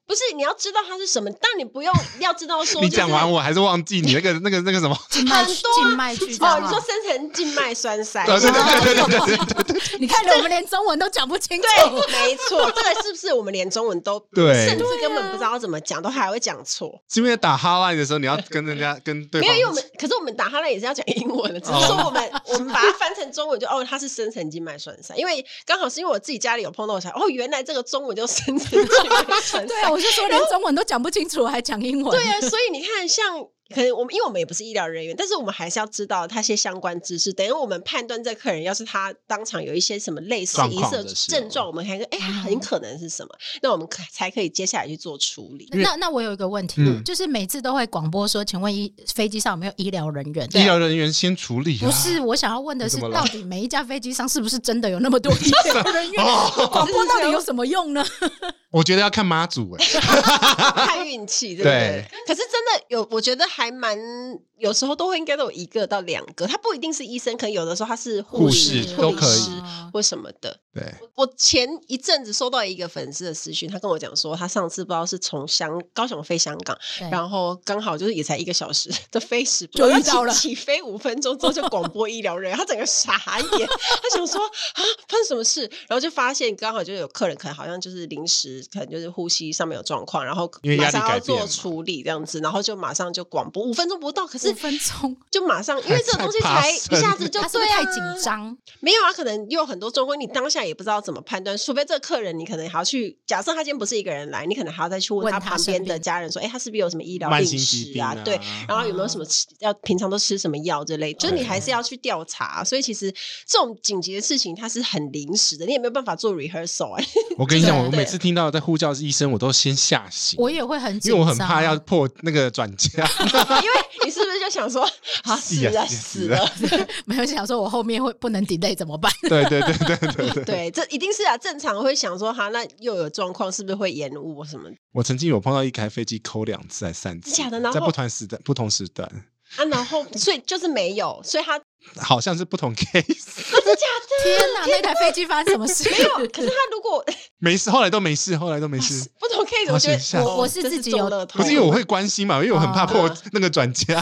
Speaker 3: 不是你要知道它是什么，但你不用要知道说、
Speaker 2: 你
Speaker 3: 就是
Speaker 2: 讲完我还是忘记你那个那个那个什么，
Speaker 1: 静脉曲
Speaker 3: 很多啊
Speaker 1: 静脉曲
Speaker 3: 哦，
Speaker 1: 张
Speaker 3: 你
Speaker 1: 啊
Speaker 3: 说深层静脉栓塞，
Speaker 2: 对对啊对对对对对对，
Speaker 1: 你看我们连中文都讲不清楚，
Speaker 3: 对没错，这个是不是我们连中文都
Speaker 2: 对
Speaker 3: 甚至
Speaker 1: 啊
Speaker 3: 根本不知道怎么讲，都还会讲错？
Speaker 2: 是因为打哈赖的时候你要跟人家跟对哦
Speaker 3: 没
Speaker 2: 方
Speaker 3: 有，因为我们可是我们打哈赖也是要讲英文的，只是说我们、我们把它翻成中文就哦，它是深层静脉栓塞，因为刚好是因为我自己家里有碰到，我才哦，原来这个中文叫深层静脉栓 塞。
Speaker 1: 啊对啊，我就说连中文都讲不清楚，还讲英文。
Speaker 3: 对啊，所以你看，像可能我们因为我们也不是医疗人员，但是我们还是要知道他一些相关知识。等于我们判断这客人要是他当场有一些什么类似
Speaker 2: 状
Speaker 3: 疑
Speaker 2: 况
Speaker 3: 色
Speaker 2: 的时
Speaker 3: 症
Speaker 2: 候
Speaker 3: 状，我们还说哎，他很可能是什么，
Speaker 2: 嗯
Speaker 3: 那我们可才可以接下来去做处 理。
Speaker 1: 那那我有一个问题，
Speaker 2: 嗯
Speaker 1: 就是每次都会广播说，请问医飞机上有没有医疗人员？
Speaker 2: 医疗人员先处理、
Speaker 1: 啊
Speaker 2: 啊，
Speaker 1: 不是，我想要问的是，
Speaker 2: 你怎么了
Speaker 1: 到底每一架飞机上是不是真的有那么 多医疗人员？
Speaker 2: 哦
Speaker 1: 广播到底有什么用呢？
Speaker 2: 我觉得要看妈祖哎、
Speaker 3: 看运气，对不
Speaker 2: 对
Speaker 3: 对？可是真的有，我觉得还蛮有时候都会应该都有一个到两个，他不一定是医生，可能有的时候他是护
Speaker 2: 护
Speaker 3: 理
Speaker 2: 士
Speaker 3: 护
Speaker 2: 都
Speaker 3: 理
Speaker 2: 可以
Speaker 3: 师或什么的。
Speaker 2: 对，
Speaker 3: 我前一阵子收到一个粉丝的私讯，他跟我讲说，他上次不知道是从香高雄飞香港，
Speaker 1: 对
Speaker 3: 然后刚好就是也才一个小时的 飞时，
Speaker 1: 哎就遇到了
Speaker 3: 起起飞五分钟之后就广播医疗人员，他整个傻眼， 他想说啊发生什么事，然后就发现刚好就有客人可能好像就是临时可能就是呼吸上面有状况，然后
Speaker 2: 因为压
Speaker 3: 马
Speaker 2: 力
Speaker 3: 上要
Speaker 2: 改变
Speaker 3: 做
Speaker 2: 嘛
Speaker 3: 处理这样子，然后就马上就广播五分钟不到，
Speaker 1: 五
Speaker 3: 可是。
Speaker 1: 分钟，
Speaker 3: 就马上，因为这个
Speaker 2: 还
Speaker 3: 东西
Speaker 2: 怕
Speaker 3: 才一下子 就
Speaker 1: 他是不
Speaker 3: 对
Speaker 1: 是
Speaker 3: 啊，
Speaker 1: 太紧张？
Speaker 3: 没有啊，可能又有很多状况，你当下也不知道怎么判断，除非这个客人你可能还要去，假设他今天不是一个人来，你可能还要再去问
Speaker 1: 问
Speaker 3: 他
Speaker 1: 他
Speaker 3: 旁
Speaker 1: 身
Speaker 3: 边的
Speaker 1: 边
Speaker 3: 家人说，哎，他是不是有什么医疗
Speaker 2: 慢
Speaker 3: 病
Speaker 2: 性疾
Speaker 3: 史
Speaker 2: 病
Speaker 3: 啊？对，然后有没有什么吃要平常都吃什么药之类，就是你还是要去调查。所以其实这种紧急的事情它是很临时的，你也没有办法做 rehearsal 哎、
Speaker 2: 我跟你讲，
Speaker 1: 对
Speaker 2: 我每次听到在呼叫医生，我都先吓醒，
Speaker 1: 啊我也会很紧
Speaker 2: 因
Speaker 1: 张，
Speaker 2: 为我很怕要破那个转嫁。
Speaker 3: 因为你是不是就想说啊
Speaker 2: 是
Speaker 3: 死
Speaker 2: 啊
Speaker 3: 了
Speaker 2: 是
Speaker 3: 死
Speaker 2: 啊
Speaker 3: 了？
Speaker 1: 没有想说我后面会不能 delay 怎么办？
Speaker 2: 对对对对对对。
Speaker 3: 对，这一定是啊，正常会想说哈，那又有状况，是不是会延误什么的
Speaker 2: 我曾经有碰到一台飞机扣两次还三次，
Speaker 3: 假的然后
Speaker 2: 在不同时段不同时段，
Speaker 3: 啊？然后所以就是没有，所以他
Speaker 2: 好像是不同 case，
Speaker 1: 天哪， 那台飞机发生什么事？
Speaker 3: 没有，可是他如 果
Speaker 2: 没事，后来都没事，后来都没事。
Speaker 3: 不同 case，
Speaker 2: 好
Speaker 3: 我觉
Speaker 2: 形象
Speaker 3: 得
Speaker 1: 我我是自己有
Speaker 3: 中乐透，
Speaker 2: 不是因为我会关心嘛，因为我很怕破那个转嫁，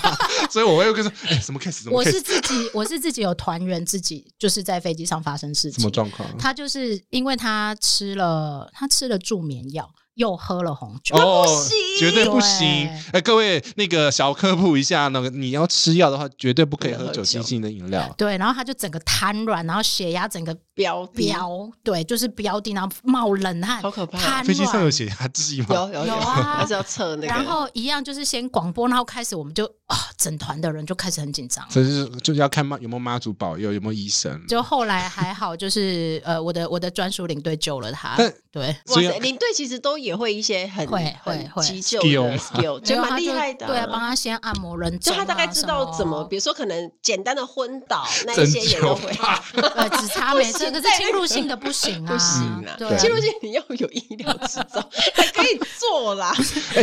Speaker 2: 所以我会跟说，哎，什么 case 什么
Speaker 1: 我
Speaker 2: case
Speaker 1: 是自己，我是自己有团员自己就是在飞机上发生事
Speaker 2: 什么
Speaker 1: 情，
Speaker 2: 状况？
Speaker 1: 他就是因为他吃了他吃了助眠药，又喝了红酒，
Speaker 2: 哦
Speaker 3: 行，
Speaker 2: 绝对不行！哎、各位那个小科普一下，那个你要吃药的话，绝对不可以
Speaker 3: 不能
Speaker 2: 喝
Speaker 3: 喝
Speaker 2: 酒精
Speaker 3: 酒
Speaker 2: 性的饮 料。
Speaker 1: 对，然后他就整个瘫软，然后血压整个
Speaker 3: 标低，
Speaker 1: 飙，对，就是飙低，然后冒冷汗，
Speaker 3: 好可怕
Speaker 1: 瘫，
Speaker 2: 飞机上有
Speaker 1: 软。
Speaker 2: 血压计
Speaker 3: 有
Speaker 2: 吗？
Speaker 3: 有
Speaker 1: 哦有啊
Speaker 3: 他是要测那个，
Speaker 1: 然后一样就是先广播，然后开始我们就啊，整团的人就开始很紧张。
Speaker 2: 这就是就是要看妈有没有妈祖保佑，有没有医生。
Speaker 1: 就后来还好，就是 呃，我的我的专属领队救了他
Speaker 2: 但，
Speaker 1: 对，
Speaker 2: 所
Speaker 3: 哇
Speaker 2: 以
Speaker 3: 塞，领队其实都也会一些很
Speaker 1: 会
Speaker 3: 很
Speaker 1: 会会
Speaker 3: 急救
Speaker 2: skill
Speaker 3: 的
Speaker 2: 嘛
Speaker 3: skill，
Speaker 1: 没
Speaker 3: 就
Speaker 1: 有
Speaker 3: 蛮
Speaker 1: 他
Speaker 3: 厉
Speaker 1: 就
Speaker 3: 害的，
Speaker 1: 对啊，帮。他先按摩人
Speaker 3: 就
Speaker 1: 中啊，
Speaker 3: 他大概知道怎么，
Speaker 1: 什
Speaker 3: 比如说可能简单的昏 倒那
Speaker 2: 针
Speaker 3: 一些也都
Speaker 2: 灸
Speaker 3: 会，
Speaker 2: 吧，
Speaker 1: 呃，只 差没这
Speaker 3: 不
Speaker 1: 个
Speaker 3: 行欸
Speaker 1: 是侵入性的不行啊，
Speaker 3: 不行
Speaker 1: 啊
Speaker 3: 啊，
Speaker 1: 对，
Speaker 3: 切入性你要有医疗执照还可以做啦，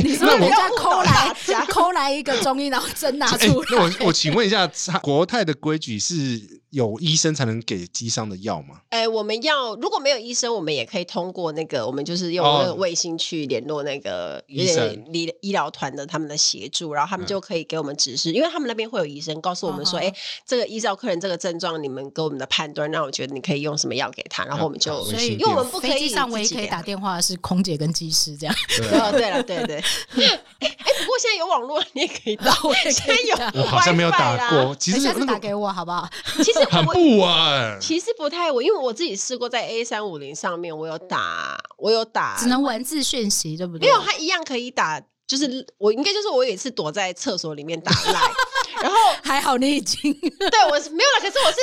Speaker 1: 你说
Speaker 2: 哎那
Speaker 1: 人
Speaker 2: 我
Speaker 1: 家抠来
Speaker 3: 不要误导大家
Speaker 1: 抠来一个中医，然后针拿
Speaker 2: 哎
Speaker 1: 出
Speaker 2: 那
Speaker 1: 来，
Speaker 2: 我我请问一下，他国泰的规矩是有医生才能给机上的药吗？
Speaker 3: 哎，我们要如果没有医生，我们也可以通过那个，我们就是用
Speaker 2: 哦
Speaker 3: 那个卫星去联络那个
Speaker 2: 医生嗯
Speaker 3: 医医疗团的他们的协助，然后他们就可以给我们指示，因为他们那边会有医生告诉我们说，
Speaker 1: 嗯
Speaker 3: 哎、这个依照客人这个症状，你们给我们的判断，那我觉得你可以用什么药给他，然后我们就
Speaker 2: 要打
Speaker 1: 所
Speaker 2: 微
Speaker 1: 以
Speaker 2: 信
Speaker 3: 因为我们不可以
Speaker 1: 飞机上唯一
Speaker 3: 自己
Speaker 1: 可以
Speaker 3: 给他
Speaker 1: 打电话的是空姐跟技师这样，
Speaker 3: 哦，对了，对对，哎、不过现在有网络，你也可以打，
Speaker 1: 啊我也
Speaker 3: 现
Speaker 1: 可
Speaker 3: 在
Speaker 1: 以啊
Speaker 3: 有
Speaker 1: 打，
Speaker 2: 我好像没有
Speaker 3: WiFi 啦
Speaker 2: 打过，其
Speaker 1: 哎
Speaker 2: 实
Speaker 1: 下次
Speaker 2: 那
Speaker 1: 打
Speaker 2: 个啊
Speaker 1: 给我好不好？
Speaker 3: 其实
Speaker 2: 很
Speaker 3: 我
Speaker 2: 不稳。
Speaker 3: 其实不太我，因为我自己试过在 A 三五零上面，我有打，我有打，
Speaker 1: 只能文字讯息，对不
Speaker 3: 没
Speaker 1: 对？
Speaker 3: 有，他一样可以打。就是我应该就是我有一次躲在厕所 里面打赖，然后
Speaker 1: 还好你已经
Speaker 3: 对我是没有了。可是我是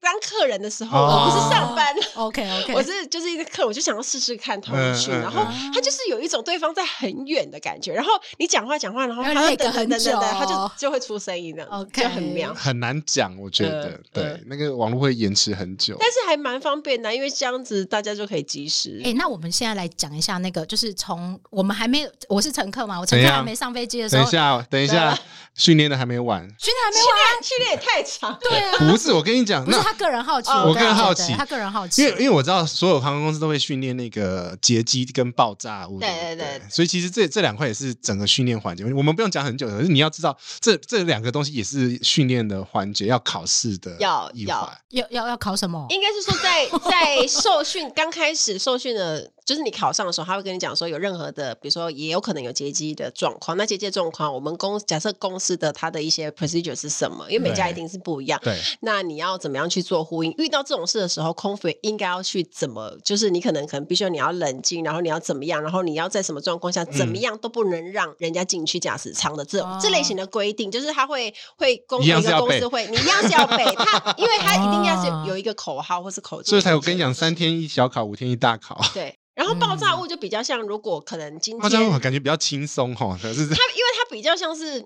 Speaker 3: 当客人的时候，
Speaker 2: 哦
Speaker 3: 我不是上班，
Speaker 1: OK OK，
Speaker 3: 我是就是一个客人，我就想要试试看通讯。
Speaker 2: 嗯嗯
Speaker 3: 然后
Speaker 1: 嗯
Speaker 3: 他就是有一种对方在很远的感觉，然后你讲话讲话，然后
Speaker 1: 要
Speaker 3: 他就
Speaker 1: 累个
Speaker 3: 等等
Speaker 1: 很
Speaker 3: 等等等，
Speaker 1: 久
Speaker 3: 他就就会出声音这样子，
Speaker 1: OK
Speaker 3: 就很妙。
Speaker 2: 很难讲，我觉得
Speaker 3: 嗯，
Speaker 2: 对
Speaker 3: 嗯，
Speaker 2: 那个网络会延迟很久。
Speaker 3: 但是还蛮方便的，因为这样子大家就可以及时。
Speaker 1: 哎、那我们现在来讲一下那个，就是从我们还没有，我是乘客嘛，我乘
Speaker 2: 怎
Speaker 1: 客
Speaker 2: 样
Speaker 1: 还没上飞机的时
Speaker 2: 等
Speaker 1: 候，
Speaker 2: 一下，哦等一下，训练的还没完。
Speaker 1: 训练还没
Speaker 3: 训
Speaker 1: 有，啊
Speaker 3: 练训啊练也太长，对，
Speaker 2: 不是，我跟你讲，
Speaker 1: 不是
Speaker 2: 那
Speaker 1: 他个人好奇，
Speaker 3: 哦
Speaker 2: 我
Speaker 1: 个人
Speaker 2: 个人好
Speaker 1: 觉得
Speaker 2: 奇
Speaker 1: 他个人好奇，
Speaker 2: 因为因为我知道所有航空公司都会训练那个劫机跟爆炸物，
Speaker 3: 对
Speaker 2: 对
Speaker 3: 对
Speaker 2: 不
Speaker 3: 对
Speaker 2: 所以其实这这两块也是整个训练环节。我们不用讲很久，可是你要知道，这这两个东西也是训练的环节，要考试的
Speaker 3: 要
Speaker 2: 一
Speaker 3: 要
Speaker 2: 环。
Speaker 1: 要要要考什么？
Speaker 3: 应该是说在在受训刚开始受训的就是你考上的时候，他会跟你讲说有任何的，比如说也有可能有结机的状况。那结机的状况，我们公假设公司的它的一些 procedure 是什么？因为每家
Speaker 2: 对
Speaker 3: 一定是不一样。
Speaker 2: 对，
Speaker 3: 那你要怎么样去做呼应？遇到这种事的时候，空服员应该要去怎么？就是你可能可能必须要你要冷静，然后你要怎么样，然后你要在什么状况下怎
Speaker 2: 嗯
Speaker 3: 么样都不能让人家进去驾驶舱的这、
Speaker 1: 哦
Speaker 3: 这类型的规定，就是他会会公
Speaker 2: 一样
Speaker 3: 一
Speaker 2: 是
Speaker 3: 个
Speaker 2: 要
Speaker 3: 公
Speaker 2: 背
Speaker 3: 司会，你一样是要 背他，因为他一定要
Speaker 1: 哦
Speaker 3: 是有一个口号或是口诀，
Speaker 2: 所以才我跟你讲，三天一小考，五天一大考，
Speaker 3: 对。然后爆炸物
Speaker 1: 嗯
Speaker 3: 就比较像，如果可能今
Speaker 2: 那
Speaker 3: 天
Speaker 2: 这样我感觉比较轻松哈，可是
Speaker 3: 它，因为它比较像是，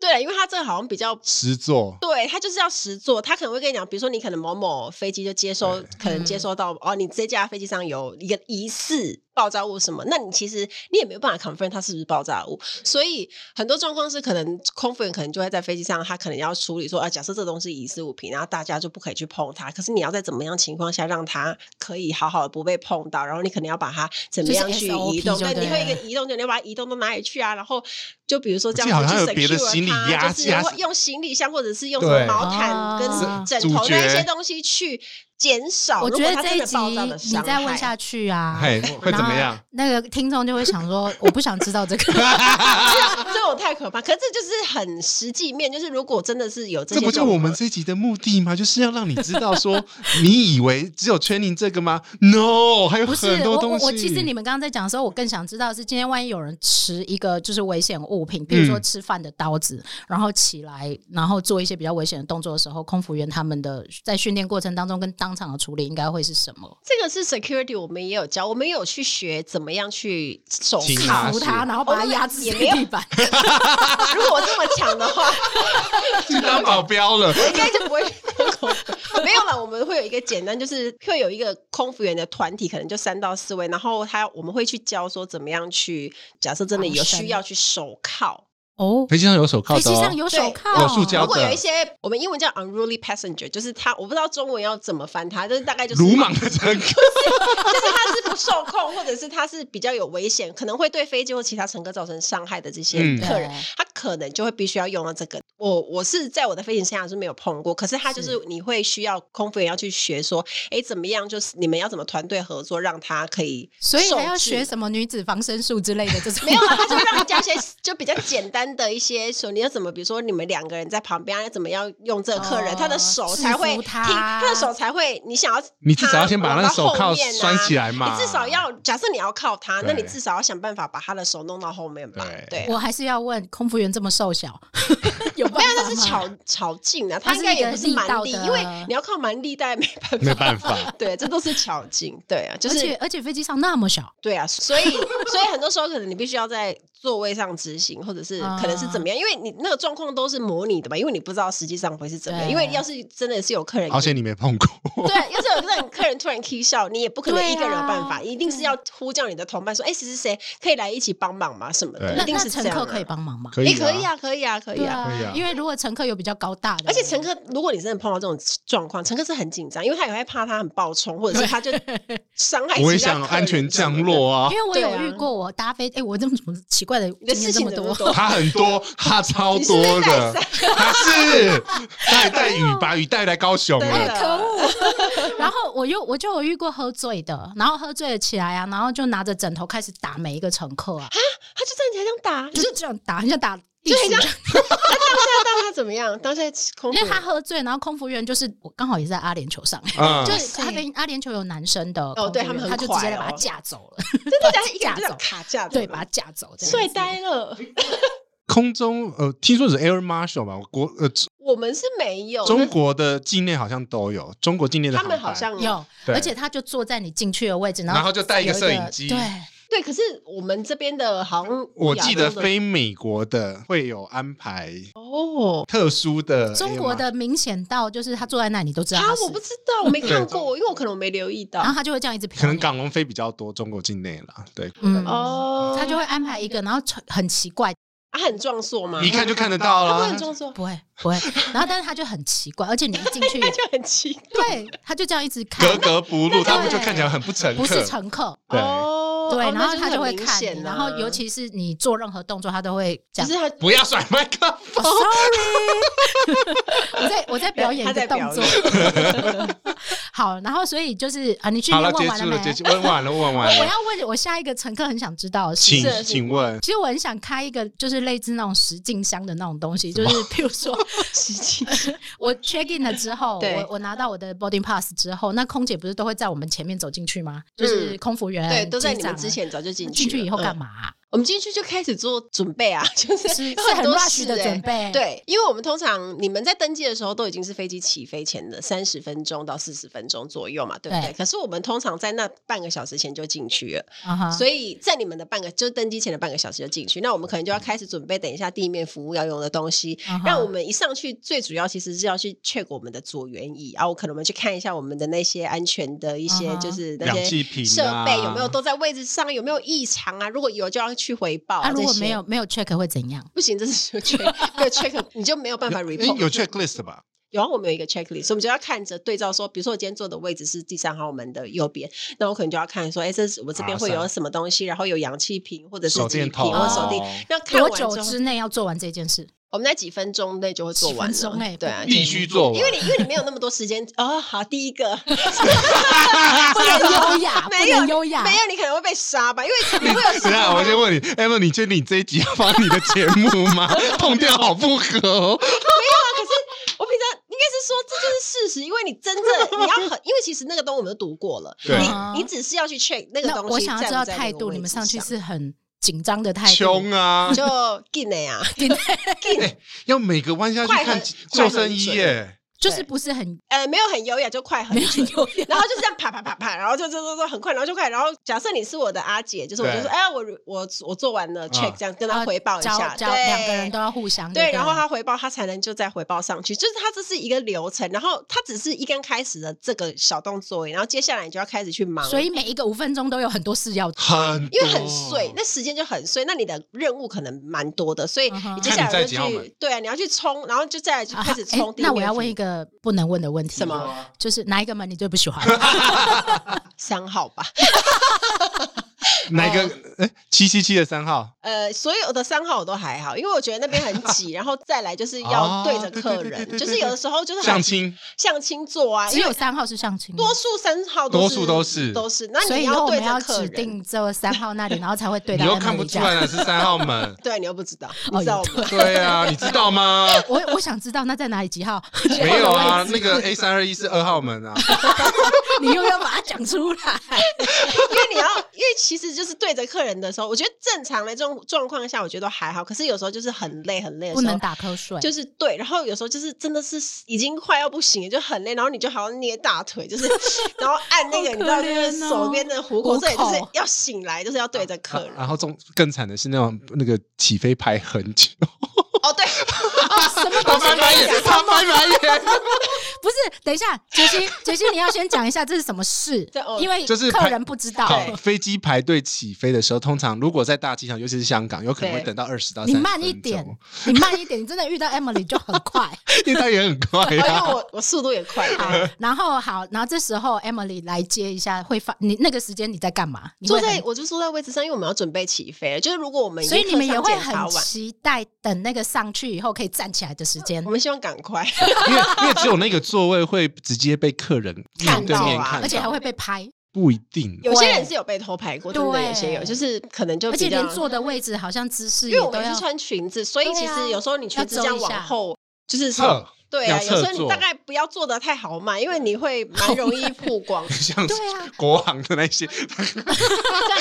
Speaker 3: 对了，因为它这个好像比较
Speaker 2: 实做。
Speaker 3: 对他就是要实做，他可能会跟你讲，比如说你可能某某飞机就接收
Speaker 2: 对，
Speaker 3: 可能
Speaker 1: 嗯
Speaker 3: 接收到、哦，你这架飞机上有一个疑似爆炸物什么，那你其实你也没有办法 confirm 它是不是爆炸物，所以很多状况是可能空服员可能就会在飞机上，他可能要处理说啊，假设这东西疑似物品，然后大家就不可以去碰它，可是你要在怎么样情况下让它可以好好的不被碰到，然后你可能要把它怎么样
Speaker 1: 就是
Speaker 3: 去
Speaker 1: SOP
Speaker 3: 移动，
Speaker 1: 就
Speaker 3: 对，你
Speaker 1: 对
Speaker 3: 会有一
Speaker 1: 了
Speaker 3: 个移动，就你要把它移动到哪里去啊，然后就比如说这
Speaker 2: 我记得
Speaker 3: 样
Speaker 2: 好
Speaker 3: 子
Speaker 2: 像
Speaker 3: 去
Speaker 2: 有别的
Speaker 3: secure
Speaker 2: 行李
Speaker 3: 它
Speaker 2: 压
Speaker 3: 就是
Speaker 2: 压
Speaker 3: 会用行李箱或者是用什
Speaker 2: 对
Speaker 3: 么毛毯
Speaker 1: 啊
Speaker 3: 跟枕
Speaker 2: 主
Speaker 3: 头那一
Speaker 2: 角
Speaker 3: 些东西去减少。
Speaker 1: 我
Speaker 3: 如
Speaker 1: 觉
Speaker 3: 果
Speaker 1: 得
Speaker 3: 它
Speaker 1: 这
Speaker 3: 真
Speaker 1: 一
Speaker 3: 的
Speaker 1: 集
Speaker 3: 爆炸的
Speaker 1: 你
Speaker 3: 伤
Speaker 1: 再问
Speaker 3: 害
Speaker 1: 下去啊，
Speaker 2: 嘿，会怎么样？？
Speaker 1: 那个听众就会想说，我不想知道这 个。
Speaker 3: 这种太可怕。可是这就是很实际面，就是如果真的是有这
Speaker 2: 这
Speaker 3: 些
Speaker 2: 不
Speaker 3: 状况，
Speaker 2: 就我们这一集的目的吗？就是要让你知道说，你以为只有 training 这个吗？No，还有
Speaker 1: 不是
Speaker 2: 很多
Speaker 1: 我
Speaker 2: 东
Speaker 1: 我
Speaker 2: 西。
Speaker 1: 我其实你们刚刚在讲的时候，我更想知道是今天万一有人持一个就是危险物品，比如说
Speaker 2: 嗯
Speaker 1: 吃饭的刀子，然后起来，然后做一些比较危险的动作的时候，空服员他们的在训练过程当中跟当场的处理应该会是什么？
Speaker 3: 这个是 security，我们也有教，我们也有去学怎么样去手
Speaker 2: 擒
Speaker 3: 铐。
Speaker 2: 拿
Speaker 1: 卡住他，然后把他压制
Speaker 3: 哦也
Speaker 1: 在
Speaker 3: 没有
Speaker 1: 地 板。
Speaker 3: 如果我这么强的话，
Speaker 2: 就当保镖了。
Speaker 3: 应该就不会 当空服。没有了，我们会有一个简单，就是会有一个空服员的团体，可能就三到四位，然后他我们会去教说怎么样去，假设真的有
Speaker 2: 哦
Speaker 3: 需要去手铐。
Speaker 1: 哦，
Speaker 2: 飞机上有手铐
Speaker 1: 飞
Speaker 2: 的
Speaker 1: 机
Speaker 2: 哦，
Speaker 1: 上有手铐，哦
Speaker 2: 对有塑胶
Speaker 3: 如果有一些我们英文叫 unruly passenger，就是他，我不知道中文要怎么翻它，就是大概就是
Speaker 2: 鲁莽的乘客。
Speaker 3: 就是他是不受控，或者是他是比较有危险，可能会对飞机或其他乘客造成伤害的这些
Speaker 2: 嗯
Speaker 3: 客人，
Speaker 1: 对
Speaker 3: 他可能就会必须要用到这个。我我是在我的飞行生涯是没有碰过，可是他就是
Speaker 1: 是
Speaker 3: 你会需要空服员要去学说，哎，怎么样？就是你们要怎么团队合作，让他可以
Speaker 1: 所以还要
Speaker 3: 受制
Speaker 1: 学什么女子防身术之类的这种。
Speaker 3: 没有 啊，他就会让你加一些就比较简单的一些手，你要怎么，比如说你们两个人在旁边，要怎么样用这个客人，
Speaker 1: 哦
Speaker 3: 他的手才会
Speaker 1: 制服
Speaker 3: 听，
Speaker 1: 他
Speaker 3: 他的手才会，你想要
Speaker 2: 你至少要先把那个
Speaker 3: 他
Speaker 2: 手铐
Speaker 3: 往到后面啊
Speaker 2: 拴起来嘛
Speaker 3: 你至少要假设你要靠他，
Speaker 2: 对
Speaker 3: 那你至少要想办法把他的手弄到后面吧，
Speaker 2: 对
Speaker 3: 对啊。
Speaker 1: 我还是要问，空服员这么瘦小， 有办
Speaker 3: 没有，
Speaker 1: 法
Speaker 3: 那是
Speaker 1: 吗
Speaker 3: 巧巧劲啊，
Speaker 1: 它
Speaker 3: 他
Speaker 1: 是
Speaker 3: 应
Speaker 1: 一
Speaker 3: 该
Speaker 1: 个
Speaker 3: 也不是
Speaker 1: 力道
Speaker 3: 蛮力，
Speaker 1: 的
Speaker 3: 因为你要靠蛮力，但没办
Speaker 2: 没
Speaker 3: 法。
Speaker 2: 办法，
Speaker 3: 对，这都是巧劲，对啊，就
Speaker 1: 而且
Speaker 3: 是
Speaker 1: 而且飞机上那么小，
Speaker 3: 对啊，所以所以很多时候可能你必须要在座位上执行，或者是可能是
Speaker 1: 啊
Speaker 3: 怎么样，因为你那个状况都是模拟的嘛，因为你不知道实际上会是怎么样。
Speaker 1: 对
Speaker 3: 因为要是真的是有客人，
Speaker 2: 好险你没碰过。
Speaker 3: 对，要是有客人客人突然 k 笑，你也不可能
Speaker 1: 对啊
Speaker 3: 一个人有办法，一定是
Speaker 1: 对
Speaker 3: 要呼叫你的同伴说，哎，谁谁谁可以来一起帮忙吗？什么的，
Speaker 2: 对
Speaker 3: 一
Speaker 1: 那
Speaker 3: 定
Speaker 1: 那
Speaker 3: 是这
Speaker 1: 乘
Speaker 3: 样啊。
Speaker 1: 客可以帮忙吗？
Speaker 2: 可
Speaker 3: 哎，
Speaker 2: 以，
Speaker 3: 可以。啊，可以啊，可以
Speaker 1: 对
Speaker 3: 啊。
Speaker 2: 可以啊
Speaker 1: 因为如果乘客有比较高大的，
Speaker 3: 而且乘客，如果你真的碰到这种状况，乘客是很紧张，因为他也会怕他很暴冲，或者是他就伤害。
Speaker 2: 我也想安全降。落啊
Speaker 1: 因，为我有
Speaker 3: 对啊
Speaker 1: 遇过，我搭飞，哎，我这么怎么奇怪的
Speaker 3: 你的
Speaker 1: 经
Speaker 3: 事
Speaker 1: 验这
Speaker 3: 情
Speaker 1: 么
Speaker 3: 怎么
Speaker 1: 多，
Speaker 3: 多？
Speaker 2: 他很多，他超多的，他是，他还带雨把雨带来高雄
Speaker 3: 对啊
Speaker 2: 了
Speaker 3: 的，
Speaker 1: 可恶！ 然后我又我就有遇过喝醉的，然后喝醉了起来啊，然后就拿着枕头开始打每一个乘客啊，
Speaker 3: 他就站起来这 样打，
Speaker 1: 就
Speaker 3: 就是
Speaker 1: 这样打，像打地
Speaker 3: 就很
Speaker 1: 鼠
Speaker 3: 像嗯
Speaker 1: 这样
Speaker 3: 他当下当下怎么样？当下空
Speaker 1: 因
Speaker 3: 服
Speaker 1: 为他喝醉，然后空服员就是我刚好也是在阿联酋上，
Speaker 2: 嗯
Speaker 1: 就，
Speaker 3: 塞
Speaker 1: 阿联阿联酋有男生的空服员，
Speaker 3: 对他们很
Speaker 1: 他就直接
Speaker 3: 快哦
Speaker 1: 把他架走了，
Speaker 3: 真的假的？一个
Speaker 1: 架
Speaker 3: 人就
Speaker 1: 走
Speaker 3: 这样，卡架
Speaker 1: 对，把他架走，这样
Speaker 3: 帅
Speaker 1: 子
Speaker 3: 呆了。
Speaker 2: 空中呃，听说是 Air Marshal 吧，国呃
Speaker 3: 我们是没有
Speaker 2: 中，国的境内好像都有，中国境内的
Speaker 3: 哦他们
Speaker 2: 航班
Speaker 3: 好像
Speaker 1: 有，
Speaker 2: 对
Speaker 1: 而且他就坐在你进去的位置，然后
Speaker 2: 然后就带一个摄影机
Speaker 1: 有一个
Speaker 3: 对，可是我们这边的好像
Speaker 2: 我记得
Speaker 3: 亚洲的
Speaker 2: 飞美国的会有安排
Speaker 3: 哦。
Speaker 2: 特殊的
Speaker 1: 对，中国
Speaker 2: AMR
Speaker 1: 的明显到就是他坐在那里，你都知道
Speaker 3: 啊
Speaker 1: 他，是
Speaker 3: 我不知道，我没看
Speaker 2: 对
Speaker 3: 过，因为我可能我没留意到
Speaker 1: 然后。他就会这样一直飘，
Speaker 2: 可能港龙飞比较多，中国境内啦，对，
Speaker 1: 嗯，
Speaker 3: 哦，
Speaker 1: 他就会安排一个，然后很奇怪，
Speaker 3: 啊很壮硕吗？
Speaker 2: 一看就看得到
Speaker 3: 他不会
Speaker 2: 啦
Speaker 3: 很。壮硕，，
Speaker 1: 不会不会，然后但是他就很奇怪，而且你一进去
Speaker 3: 就很奇怪。
Speaker 1: 对，他就这样一直看，
Speaker 2: 格格不入，
Speaker 1: 那
Speaker 2: 他们就看起来很不诚
Speaker 1: 不是
Speaker 2: 恳。
Speaker 1: 乘客，
Speaker 2: 对，
Speaker 3: 哦哦，
Speaker 1: 对，
Speaker 3: 哦
Speaker 1: 然
Speaker 3: 那
Speaker 1: 后
Speaker 3: 是
Speaker 1: 他就
Speaker 3: 很
Speaker 1: 会
Speaker 3: 明
Speaker 1: 看
Speaker 3: 显
Speaker 1: 你，
Speaker 3: 啊
Speaker 1: 然后尤其是你做任何动作，他都会
Speaker 3: 就
Speaker 1: 讲
Speaker 3: 是。他
Speaker 2: 不要甩麦克
Speaker 1: 哦
Speaker 2: 风。
Speaker 1: ，sorry，我在 我在表演
Speaker 3: 他
Speaker 1: 一个
Speaker 3: 在
Speaker 1: 动
Speaker 3: 表
Speaker 1: 作。 好，然后所以就是啊，你去
Speaker 2: 好
Speaker 1: 年
Speaker 2: 了，
Speaker 1: 问
Speaker 2: 结
Speaker 1: 完
Speaker 2: 束
Speaker 1: 没
Speaker 2: 了，？结束，问完了，问
Speaker 1: 我
Speaker 2: 完
Speaker 1: 我
Speaker 2: 了，
Speaker 1: 要问我下一个乘客很想知道的是
Speaker 2: 请
Speaker 3: 是
Speaker 2: 请问，
Speaker 1: 其实我很想开一个，就是类似那种实境箱的那种东西，就是譬如 说，
Speaker 3: 奇迹，
Speaker 1: 我 check in 了之后，
Speaker 3: 对
Speaker 1: 我我拿到我的 boarding pass 之后，那空姐不是都会在我们前面走进去吗？就是空服员、
Speaker 3: 嗯对，都在你
Speaker 1: 呃机长
Speaker 3: 们之。前早就进
Speaker 1: 那
Speaker 3: 去
Speaker 1: 进去以后
Speaker 3: 了
Speaker 1: 干？
Speaker 3: 嗯
Speaker 1: 嘛、啊
Speaker 3: 我们进去就开始做准备啊，就是
Speaker 1: 是
Speaker 3: 有
Speaker 1: 是很
Speaker 3: 多
Speaker 1: rush
Speaker 3: 事
Speaker 1: 的
Speaker 3: 欸
Speaker 1: 准备，，
Speaker 3: 对，因为我们通常你们在登记的时候都已经是飞机起飞前的三十分钟到四十分钟左右嘛，对不对？
Speaker 1: 对
Speaker 3: 可是我们通常在那半个小时前就进去了，
Speaker 1: 啊哈，
Speaker 3: 所以在你们的半个就是登机前的半个小时就进去，那我们可能就要开始准备，等一下地面服务要用的东西。
Speaker 1: 以
Speaker 3: 让我们一上去，最主要其实是要去 check 我们的左辕椅，然后可能我们去看一下我们的那些安全的一
Speaker 1: 嗯
Speaker 3: 些
Speaker 1: 哼
Speaker 3: 就是那
Speaker 2: 氧
Speaker 3: 些
Speaker 2: 气瓶
Speaker 3: 设
Speaker 2: 啊
Speaker 3: 备有没有都在位置上，有没有异常啊？如果有就要去回报、
Speaker 1: 啊，如果
Speaker 3: 这些
Speaker 1: 没有没有 check 会怎样？
Speaker 3: 不行，这是有 check 没有 check，你 就没有办法
Speaker 4: 有
Speaker 3: report。
Speaker 4: 有 checklist 吧？
Speaker 3: 有啊，我们有一个 checklist，所以我们就要看着对照说，比如说我今天坐的位置是第三号门的右边，那我可能就要看说，哎，这是我这边会
Speaker 2: 啊
Speaker 3: 有
Speaker 2: 是
Speaker 3: 什么东西，然后有氧气瓶或者是
Speaker 2: 手
Speaker 3: 几
Speaker 2: 电
Speaker 3: 瓶
Speaker 2: 筒啊
Speaker 3: 或手
Speaker 1: 地
Speaker 3: 电。那看
Speaker 1: 哦多
Speaker 3: 完之
Speaker 1: 久
Speaker 3: 后，
Speaker 1: 之内要做完这 件事？
Speaker 3: 我们在几分钟内就会做完
Speaker 1: 几分钟
Speaker 3: 了
Speaker 1: 哎。
Speaker 3: 对啊，
Speaker 2: 必须做完
Speaker 3: 因为你因为你没有那么多时间哦。好，第 一个
Speaker 1: 不能优雅，不
Speaker 3: 啊没有
Speaker 1: 能优雅，
Speaker 3: 没有，你可能会被杀 吧，因为你会有
Speaker 2: 等一啊下，我先问你，Emma，你确定你这一集要放你的节目吗？痛掉好不合哦。
Speaker 3: 我平常应该是说这就是事实，因为你真正你要很，因为其实那个东西我们都读过了，
Speaker 2: 对
Speaker 1: 啊
Speaker 3: 你你只是要去 check 那个
Speaker 1: 那
Speaker 3: 东西。
Speaker 1: 我想要知道态度，你们上去。是很紧张的态度
Speaker 2: 凶，啊！
Speaker 3: 就进来啊，
Speaker 2: 要每个弯下去
Speaker 3: 快
Speaker 2: 看
Speaker 3: 很
Speaker 2: 救生衣耶，
Speaker 1: 就是不是很
Speaker 3: 呃，没有很优雅，就快很
Speaker 1: 没有
Speaker 3: 准
Speaker 1: 很，优雅。
Speaker 3: 然后就这样啪啪啪啪，然后就就就就很快，然后就快，然后假设你是我的阿姐，就是我就说，
Speaker 2: 对嗯
Speaker 3: 哎呀，我我我做完了 check，这样跟她
Speaker 1: 啊
Speaker 3: 回报一
Speaker 1: 交
Speaker 3: 下，
Speaker 1: 交
Speaker 3: 对
Speaker 1: 两个人都要互相
Speaker 3: 对，
Speaker 1: 不
Speaker 3: 然后他回报，他才能就再回报上去，就是他这是一个流程，然后他只是一刚开始的这个小动作而已，然后接下来你就要开始去忙，
Speaker 1: 所以每一个五分钟都有很多事要做。
Speaker 2: 很
Speaker 3: 因
Speaker 2: 多
Speaker 3: 为很碎，那时间就很碎，那你的任务可能蛮多的，所以
Speaker 1: 嗯哼
Speaker 3: 你接下
Speaker 2: 看
Speaker 3: 来
Speaker 2: 你在
Speaker 3: 就
Speaker 2: 几号
Speaker 3: 去
Speaker 2: 门
Speaker 3: 对啊，你要去冲，然后就再来就开始
Speaker 1: 啊
Speaker 3: 冲
Speaker 1: 诶
Speaker 3: 地面
Speaker 1: 那
Speaker 3: 服务。
Speaker 1: 我要问一个不能问的问题，
Speaker 3: 什么？
Speaker 1: 就是哪一个门你最不 喜欢？
Speaker 3: 三号吧？
Speaker 2: 哪一
Speaker 1: 哦
Speaker 2: 个？哎，七七七的三号，
Speaker 3: 呃，所有的三号我都还好，因为我觉得那边很 挤，然后再来就是要
Speaker 2: 哦
Speaker 3: 对着
Speaker 2: 对对
Speaker 3: 客
Speaker 2: 对对
Speaker 3: 人，
Speaker 2: 对
Speaker 3: 就是
Speaker 2: 对
Speaker 3: 有的时候就是很
Speaker 2: 相亲
Speaker 3: 相亲做啊，
Speaker 1: 只
Speaker 3: 因
Speaker 1: 有
Speaker 3: 为
Speaker 1: 三号是相亲吗，
Speaker 3: 多数三号
Speaker 2: 多
Speaker 3: 是
Speaker 2: 数都是
Speaker 3: 都是，那
Speaker 1: 所以
Speaker 3: 你
Speaker 1: 以后我
Speaker 3: 对
Speaker 1: 们
Speaker 3: 着
Speaker 1: 要
Speaker 3: 客
Speaker 1: 指
Speaker 3: 人。？
Speaker 1: 定这三号那里，然后才会对
Speaker 2: 你
Speaker 1: 到
Speaker 2: 又
Speaker 1: Emily
Speaker 2: 看不出
Speaker 1: 这
Speaker 2: 来
Speaker 1: 样。
Speaker 2: 哪是三 号门
Speaker 3: 对，你又不知道，你
Speaker 1: 哦
Speaker 3: 知道
Speaker 1: 也
Speaker 3: 吗？
Speaker 2: 对啊，你知 道吗？
Speaker 1: 我我想知道那在哪里几号？
Speaker 2: 没有啊，那个 A 三二一是二号门啊。
Speaker 1: 你又要把它讲出 来。
Speaker 3: 因为你要，因为其实就是对着客人的时候，我觉得正常的这种状况下，我觉得都还好。可是有时候就是很累很累的时
Speaker 1: 不
Speaker 3: 候，
Speaker 1: 能打瞌睡，
Speaker 3: 就是对，然后有时候就是真的是已经快要不行了，就很累，然后你就好像捏大腿，就是 然后按那个，
Speaker 1: 好
Speaker 3: 你知道，
Speaker 1: 可
Speaker 3: 就是
Speaker 1: 怜哦
Speaker 3: 手边的虎
Speaker 1: 虎
Speaker 3: 口，这里就是
Speaker 1: 口
Speaker 3: 要醒来，就是要对着客 人。
Speaker 2: 然后中更惨的是那种那个起飞排很 久，
Speaker 3: 哦，对，
Speaker 1: 什么
Speaker 2: 他翻白眼，他翻白眼。
Speaker 1: 不是？等一下，杰西，杰西，你要先讲一下这是什么 事
Speaker 3: 这哦，
Speaker 1: 因为
Speaker 2: 就是
Speaker 1: 客
Speaker 2: 拍
Speaker 1: 人不知道。欸
Speaker 2: 好，飞机排队起飞的时候，通常如果在大机场，尤其是香港，有可能会
Speaker 3: 对
Speaker 2: 等到二十到
Speaker 1: 你
Speaker 2: 30
Speaker 1: 慢一
Speaker 2: 分
Speaker 1: 点
Speaker 2: 钟，
Speaker 1: 你慢一点，你真的遇到 Emily 就很快。
Speaker 2: 因为它也很快
Speaker 3: 哦因为
Speaker 1: 哎
Speaker 2: 啊。
Speaker 3: 我我速度也快，
Speaker 1: 好
Speaker 3: 对，
Speaker 1: 然后好，然后这时候 Emily 来接一下，会发你那个时间你在干嘛？你
Speaker 3: 坐
Speaker 1: 会
Speaker 3: 在
Speaker 1: 很
Speaker 3: 我就坐在位置上，因为我们要准备起飞了。就是如果我们已
Speaker 1: 所以
Speaker 3: 经
Speaker 1: 你们
Speaker 3: 客
Speaker 1: 也
Speaker 3: 舱
Speaker 1: 会
Speaker 3: 检查
Speaker 1: 很
Speaker 3: 完，
Speaker 1: 期待等那个上去以后可以站起来的时间
Speaker 3: 我，们希望赶快。
Speaker 2: 因为因为只有那个座位会直接被客人面
Speaker 3: 看
Speaker 2: 对
Speaker 3: 到
Speaker 2: 面
Speaker 3: 啊
Speaker 2: 看到，
Speaker 1: 而且还会被拍，
Speaker 2: 不一定。
Speaker 3: 有些人
Speaker 1: 会
Speaker 3: 是有被偷拍过，真的有些有，
Speaker 1: 对
Speaker 3: 就是可能就
Speaker 1: 而且
Speaker 3: 比较
Speaker 1: 连坐的位置好像姿势
Speaker 3: 因
Speaker 1: 也
Speaker 3: 为我
Speaker 1: 都
Speaker 3: 们
Speaker 1: 要
Speaker 3: 是穿裙子，所以其
Speaker 1: 对啊
Speaker 3: 实有时候你裙子
Speaker 1: 要
Speaker 3: 这
Speaker 1: 遮
Speaker 3: 样
Speaker 1: 一下
Speaker 3: 往后，就是
Speaker 2: 侧
Speaker 3: 对
Speaker 2: 要
Speaker 3: 啊，有时候
Speaker 2: 侧
Speaker 3: 你
Speaker 2: 坐
Speaker 3: 大概不要做的太豪迈，因 为你会蛮容易曝光，
Speaker 2: 像是
Speaker 1: 对啊
Speaker 2: 国航的那些，
Speaker 3: 这样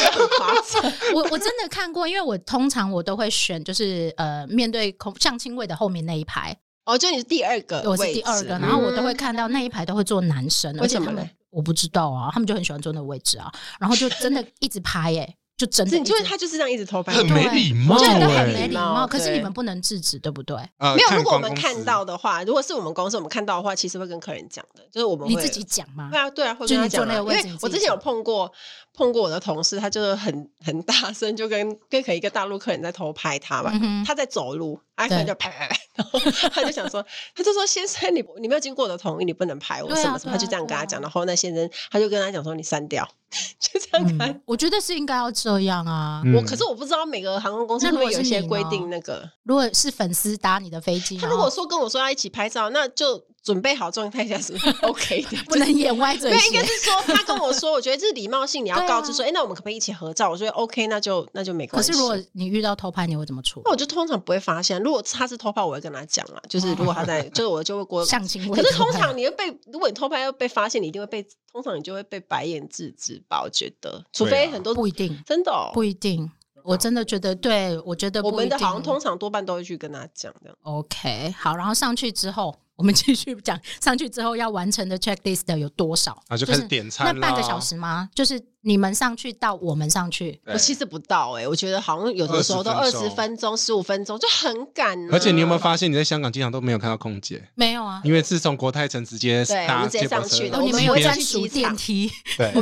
Speaker 3: 也很夸张。
Speaker 1: 我我真的看过，因为我通常我都会选，就是呃，面对空相亲位的后面那一排，
Speaker 3: 哦，就你是第二个，
Speaker 1: 我是第二个，然后我都会看到那一排都会坐男生，
Speaker 3: 嗯为
Speaker 1: 而且
Speaker 3: 什么
Speaker 1: 他们
Speaker 3: 嘞
Speaker 1: 我不知道啊，他们就很喜欢坐那个位置啊，然后就真的一直拍耶、就真的
Speaker 3: 是
Speaker 1: 一
Speaker 3: 你
Speaker 1: 直，
Speaker 3: 就是他就是这样一直偷拍，
Speaker 2: 嗯很没礼貌
Speaker 1: 我觉得
Speaker 2: 哎
Speaker 1: 很没礼貌，
Speaker 3: 对
Speaker 1: 可是你们不能制止，对不对？
Speaker 2: 呃
Speaker 3: 没有。
Speaker 2: 看
Speaker 3: 如果我
Speaker 2: 光
Speaker 3: 们
Speaker 2: 公
Speaker 3: 看
Speaker 2: 司
Speaker 3: 到的话，如果是我们公司我们看到的话，其实会跟客人讲的，就是我们
Speaker 1: 你
Speaker 3: 会
Speaker 1: 自己讲吗
Speaker 3: 对？啊对啊，会
Speaker 1: 就
Speaker 3: 跟他
Speaker 1: 你坐
Speaker 3: 讲啊。
Speaker 1: 那个
Speaker 3: 因
Speaker 1: 位置
Speaker 3: 为
Speaker 1: 你自
Speaker 3: 我
Speaker 1: 己
Speaker 3: 之前有
Speaker 1: 讲
Speaker 3: 碰过碰过我的同事，他就是很很大声，就跟跟可能一个大陆客人在偷拍他嘛，
Speaker 1: 嗯哼
Speaker 3: 他在走路，iPhone 就拍拍拍，然后他就想说，他就说先生你你没有经过我的同意，你不能拍我
Speaker 1: 对啊
Speaker 3: 什么什
Speaker 1: 对
Speaker 3: 么，
Speaker 1: 啊
Speaker 3: 他就这样跟他讲，
Speaker 1: 对啊
Speaker 3: 然后那先生他就跟他讲说你删掉， 就这样跟他。
Speaker 1: 嗯，我觉得是应该要这样啊。
Speaker 2: 嗯
Speaker 3: 我可是我不知道每个航空公司
Speaker 1: 那如
Speaker 3: 会
Speaker 1: 果
Speaker 3: 不会有一
Speaker 1: 是
Speaker 3: 些
Speaker 1: 你
Speaker 3: 规
Speaker 1: 呢
Speaker 3: 定那个。
Speaker 1: 如果是粉丝搭你的飞机，
Speaker 3: 他
Speaker 1: 然
Speaker 3: 如果
Speaker 1: 后
Speaker 3: 说跟我说要一起拍照，那就准备好状态下是 OK 的，
Speaker 1: 不能演歪嘴
Speaker 3: 对，应
Speaker 1: 斜
Speaker 3: 该，是说他跟我说，我觉得这是礼貌性，你要
Speaker 1: 对啊
Speaker 3: 告知说，哎、那我们可不可以一起合照？我觉得 OK，那就那就没
Speaker 1: 可
Speaker 3: 关系。
Speaker 1: 是如果你遇到偷拍，你会怎么处
Speaker 3: 那
Speaker 1: 理？
Speaker 3: 我就通常不会发现，如果他是偷拍，我会跟他讲啦，就是如果他 在，就是我就会过。
Speaker 1: 相亲会
Speaker 3: 可是
Speaker 1: 偷
Speaker 3: 通
Speaker 1: 拍
Speaker 3: 常你会被，如果你偷拍要被发现，你一定会被，通常你就会被白眼制止吧？我觉得，除非很多、
Speaker 1: 不一定，
Speaker 3: 真的、哦、
Speaker 1: 不一定。我真的觉得，对我觉得
Speaker 3: 我
Speaker 1: 不一
Speaker 3: 们的
Speaker 1: 定。哦
Speaker 3: 好像通常多半都会去跟他讲这样。
Speaker 1: OK 好，然后上去之后，我们继续讲上去之后要完成的 checklist 有多少？
Speaker 2: 啊就开
Speaker 1: 是
Speaker 2: 始点餐
Speaker 1: 那
Speaker 2: 了，
Speaker 1: 半个小时吗？就是你们上去到我们上去，
Speaker 2: 对。
Speaker 3: 我其实不到哎、我觉得好像有的时候都二
Speaker 2: 20分
Speaker 3: 十
Speaker 2: 钟
Speaker 3: 分钟、十五分钟就很赶、啊。
Speaker 2: 而且你有没有发现，你在香港经常都没有看到空姐，
Speaker 1: 没有啊？
Speaker 2: 因为是从国泰城直接
Speaker 3: 对我
Speaker 2: 搭
Speaker 3: 们直接
Speaker 2: 接驳
Speaker 3: 上去
Speaker 2: 车，
Speaker 3: 的
Speaker 1: 哦，你们有
Speaker 3: 我们
Speaker 1: 专
Speaker 3: 去
Speaker 1: 属
Speaker 3: 机
Speaker 1: 电
Speaker 3: 场
Speaker 1: 梯
Speaker 3: 我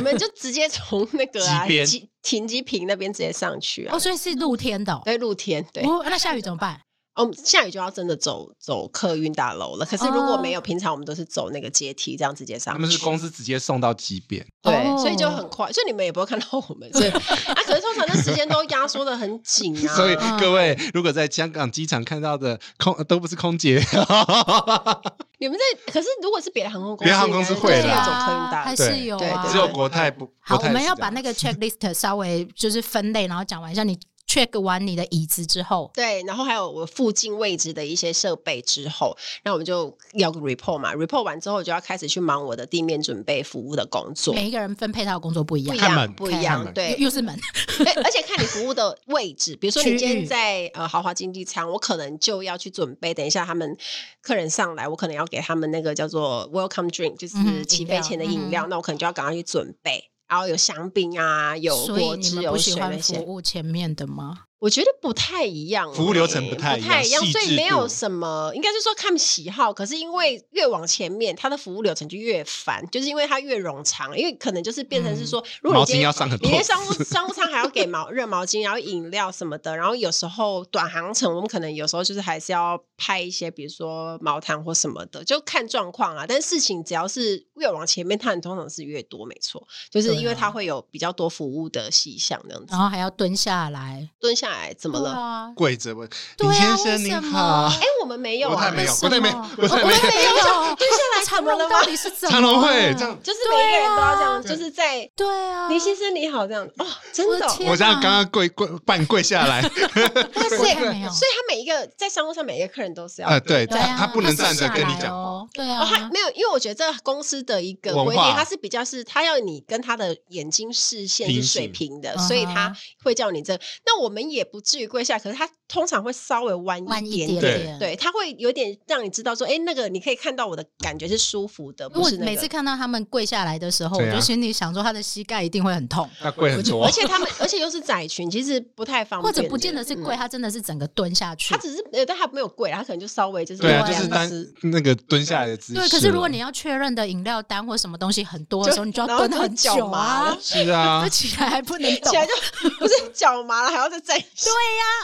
Speaker 2: 对，
Speaker 3: 们就直接从那个啊
Speaker 2: 机边
Speaker 3: 机停机坪那边直接上去啊
Speaker 1: 哦，，所以是露天的哦。
Speaker 3: 对，露天对。
Speaker 1: 哦，那下雨怎么办？
Speaker 3: 哦，下雨就要真的走走客运大楼了。可是如果没
Speaker 1: 哦
Speaker 3: 有，平常我们都是走那个阶梯，这样直接上
Speaker 2: 他
Speaker 3: 去。
Speaker 2: 们是公司直接送到机边，
Speaker 3: 对，
Speaker 1: 哦
Speaker 3: 所以就很快，所以你们也不会看到我们。所 以啊，可是通常那时间都压缩的很紧 啊。
Speaker 2: 所以
Speaker 1: 嗯
Speaker 2: 各位如果在香港机场看到的空呃都不是 空姐，
Speaker 3: 你们在，可是如果是别的航空公司，
Speaker 2: 别的航空公司会
Speaker 3: 应
Speaker 2: 对
Speaker 3: 该就是
Speaker 2: 啦
Speaker 3: 要
Speaker 2: 那
Speaker 3: 走客运大
Speaker 1: 啊还
Speaker 3: 楼。
Speaker 1: 是有啊
Speaker 3: 对。
Speaker 2: 只有国泰不。
Speaker 1: 好，
Speaker 2: 国
Speaker 1: 我
Speaker 2: 泰
Speaker 1: 们
Speaker 2: 是
Speaker 1: 要
Speaker 2: 这
Speaker 1: 把
Speaker 2: 样
Speaker 1: 那个 checklist 稍微就是分类，然后讲完一下。你 check 完你的椅子之后，
Speaker 3: 对，然后还有我附近位置的一些设备之后，那我们就要个 report 嘛，report 完之后就要开始去忙我的地面准备服务的工作。
Speaker 1: 每一个人分配到的工作不一
Speaker 3: 不
Speaker 1: 样
Speaker 3: 一，
Speaker 2: 看
Speaker 3: 样，
Speaker 2: 门
Speaker 3: 不一
Speaker 1: 看
Speaker 3: 样，
Speaker 2: 门
Speaker 1: 又
Speaker 3: 对，
Speaker 1: 又是门，
Speaker 3: 对哎而且看你服务的位置，比如说
Speaker 1: 区
Speaker 3: 你
Speaker 1: 域
Speaker 3: 今天在呃豪华经济舱，我可能就要去准备，等一下他们客人上来，我可能要给他们那个叫做 welcome drink，就
Speaker 1: 嗯
Speaker 3: 是起飞前的饮
Speaker 1: 饮
Speaker 3: 料
Speaker 1: 料，
Speaker 3: 那我可能就要赶快去准备。然后有香槟啊，有
Speaker 1: 所以
Speaker 3: 果
Speaker 1: 你
Speaker 3: 汁、
Speaker 1: 们
Speaker 3: 有
Speaker 1: 不喜
Speaker 3: 水那
Speaker 1: 欢服
Speaker 3: 些，
Speaker 1: 务前面的吗？
Speaker 3: 我觉得不太一样欸、
Speaker 2: 服务流程
Speaker 3: 不
Speaker 2: 不太一样
Speaker 3: 一样，
Speaker 2: 细
Speaker 3: 所以
Speaker 2: 致
Speaker 3: 没有
Speaker 2: 度
Speaker 3: 什么，应该是说看喜好。可是因为越往前面，它的服务流程就越烦，就是因为它越冗长，因为可能就是变成是说，如果你
Speaker 2: 嗯毛
Speaker 3: 今
Speaker 2: 巾
Speaker 3: 天
Speaker 2: 要上很
Speaker 3: 你
Speaker 2: 多
Speaker 3: 连商务商务舱还要给毛热毛巾，然后饮料什么的，然后有时候短航程我们可能有时候就是还是要拍一些，比如说毛毯或什么的，就看状况啊。但事情只要是越往前面，它很通常是越多，没错，就是
Speaker 1: 对
Speaker 3: 因为
Speaker 1: 啊
Speaker 3: 它会有比较多服务的细项这样子
Speaker 1: 然。后还要蹲下来，
Speaker 3: 蹲下来怎么
Speaker 1: 对
Speaker 3: 了？
Speaker 1: 啊，
Speaker 2: 跪着问
Speaker 1: 对
Speaker 2: 李
Speaker 1: 啊
Speaker 2: 先
Speaker 1: 为
Speaker 2: 生
Speaker 1: 什
Speaker 2: 您
Speaker 1: 么
Speaker 2: 好，
Speaker 3: 哎，我们没有
Speaker 2: 国泰
Speaker 3: 啊，
Speaker 2: 没有，
Speaker 1: 为
Speaker 2: 国泰没
Speaker 1: 什
Speaker 2: 有
Speaker 1: 么，
Speaker 2: 国泰没 有，
Speaker 1: 有，
Speaker 3: 蹲下来
Speaker 1: 长
Speaker 3: 怎么
Speaker 1: 隆
Speaker 3: 了
Speaker 1: 到
Speaker 3: 吗？
Speaker 1: 底是怎么？
Speaker 2: 长隆会这样。
Speaker 3: 就是每一个人都要这样，
Speaker 2: 对啊
Speaker 3: 就是在
Speaker 1: 对啊，
Speaker 3: 林先生你好这样。哦，真的哦，
Speaker 1: 我天
Speaker 2: 我这样
Speaker 1: 哪
Speaker 2: 刚刚跪跪半跪下来，
Speaker 3: 那所
Speaker 1: 我
Speaker 3: 以
Speaker 1: 看没有
Speaker 3: 所以他每一个在商务上每一个客人都是要。
Speaker 2: 呃，对
Speaker 1: 对
Speaker 2: 他
Speaker 1: 啊，
Speaker 2: 他不能
Speaker 1: 他
Speaker 2: 站
Speaker 1: 是
Speaker 2: 着跟你
Speaker 1: 下来
Speaker 2: 讲话，
Speaker 1: 哦，对
Speaker 3: 哦，他
Speaker 1: 啊，
Speaker 3: 没有，因为我觉得这公司的一个
Speaker 2: 文
Speaker 3: 规定，
Speaker 2: 化
Speaker 3: 它是比较是，它要你跟他的眼睛视线是
Speaker 2: 平行
Speaker 3: 水平的，
Speaker 1: 嗯哼
Speaker 3: 所以他会叫你这。那我们也不至于跪下，可是他通常会稍微弯
Speaker 1: 弯一
Speaker 3: 点
Speaker 1: 点
Speaker 2: 对
Speaker 1: 点，
Speaker 3: 对，他会有点让你知道说，哎，那个你可以看到我的感觉是舒服的，
Speaker 1: 因
Speaker 3: 不
Speaker 1: 为
Speaker 3: 是
Speaker 1: 我
Speaker 3: 那
Speaker 1: 每次
Speaker 3: 个。
Speaker 1: 看到他们跪下来的时候，
Speaker 2: 对
Speaker 1: 我
Speaker 2: 啊
Speaker 1: 就心里想说，他的膝盖一定会很痛，
Speaker 2: 他跪很多
Speaker 3: 而，且他们，而且又是窄裙，其实不太方便
Speaker 1: 或
Speaker 3: 的，
Speaker 1: 者不见得是跪，
Speaker 3: 嗯
Speaker 1: 他真的是整个蹲下去
Speaker 3: 他。只是，呃但他没有跪啦，他可能就稍微就是
Speaker 2: 对啊，
Speaker 3: 这
Speaker 2: 就
Speaker 3: 样
Speaker 2: 是
Speaker 3: 子
Speaker 2: 单那个蹲下来的姿势
Speaker 1: 对，
Speaker 2: 了。
Speaker 1: 可是如果你要确认的饮料单或什么东西很多的时候，你就要
Speaker 3: 然后
Speaker 1: 蹲很
Speaker 3: 脚
Speaker 1: 久
Speaker 3: 麻
Speaker 1: 啊
Speaker 3: 了，
Speaker 2: 是 啊
Speaker 1: 蹲，起来还不能动，啊
Speaker 3: 起来就不是脚麻了，还要再站一下。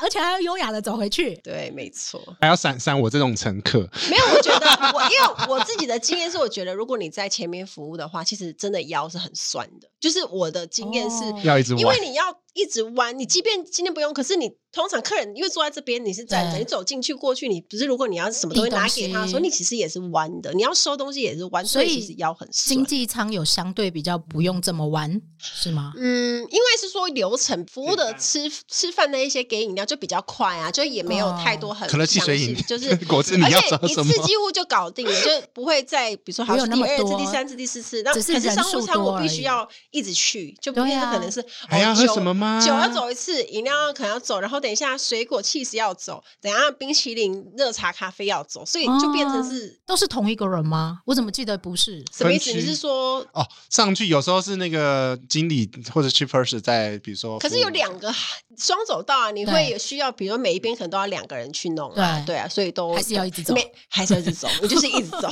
Speaker 1: 而且还要优雅的走回去。
Speaker 3: 对，没错。
Speaker 2: 还要闪闪我这种乘客，
Speaker 3: 没有，我觉得我因为我自己的经验是，我觉得如果你在前面服务的话，其实真的腰是很酸的。就是我的经验是，
Speaker 1: 哦
Speaker 2: 要一直
Speaker 3: 因
Speaker 2: 玩
Speaker 3: 为。你要一直弯，你即便今天不用，可是你通常客人因为坐在这边，你是站着，
Speaker 1: 对
Speaker 3: 你走进去过去，你不是如果你要什么东西
Speaker 1: 递东
Speaker 3: 拿
Speaker 1: 西
Speaker 3: 给他的时候，你其实也是弯的，你要收东西也是弯，
Speaker 1: 所
Speaker 3: 所
Speaker 1: 以
Speaker 3: 以其实腰很酸
Speaker 1: 经。济舱有相对比较不用这么弯，是吗？
Speaker 3: 嗯，因为是说流程服务
Speaker 1: 啊
Speaker 3: 的吃吃饭那一些给饮料就比较快啊，就也没有太
Speaker 1: 哦
Speaker 3: 多很
Speaker 2: 可乐汽水
Speaker 3: 详细
Speaker 2: 饮
Speaker 3: 就是
Speaker 2: 果汁你要找
Speaker 3: 而且
Speaker 2: 什
Speaker 3: 一
Speaker 2: 么
Speaker 3: 次几乎就搞定了，就不会再比如说好
Speaker 1: 不用
Speaker 3: 像是
Speaker 1: 那
Speaker 3: 第
Speaker 1: 么
Speaker 3: 二次、
Speaker 1: 多
Speaker 3: 第三次、第四次，那可
Speaker 1: 只是
Speaker 3: 是
Speaker 1: 人
Speaker 3: 商务
Speaker 1: 数
Speaker 3: 舱我
Speaker 1: 多
Speaker 3: 必
Speaker 1: 而
Speaker 3: 须
Speaker 1: 已
Speaker 3: 要一直去，就不
Speaker 1: 对
Speaker 3: 变成
Speaker 1: 啊
Speaker 3: 可能是
Speaker 2: 还要
Speaker 3: 哦
Speaker 2: 喝
Speaker 3: 酒
Speaker 2: 什么吗
Speaker 3: 酒要走一次，饮料可能要走，然后等一下水果、气 h 要走，等一下冰淇淋、热茶、咖啡要走，所以就变成
Speaker 1: 哦
Speaker 3: 是
Speaker 1: 都是同一个人吗？我怎么记得不是？
Speaker 3: 什么意
Speaker 2: 分
Speaker 3: 思？你
Speaker 2: 区
Speaker 3: 是说
Speaker 2: 哦，上去有时候是那个经理或者 chief person 在，比如说服务，
Speaker 3: 可是有两个双走道啊，你
Speaker 1: 对
Speaker 3: 会有需要，比如说每一边可能都要两个人去弄啊，
Speaker 1: 对
Speaker 3: 对啊，所以都
Speaker 1: 还是要一直走
Speaker 3: 没还是要一直走，我就是一直 走，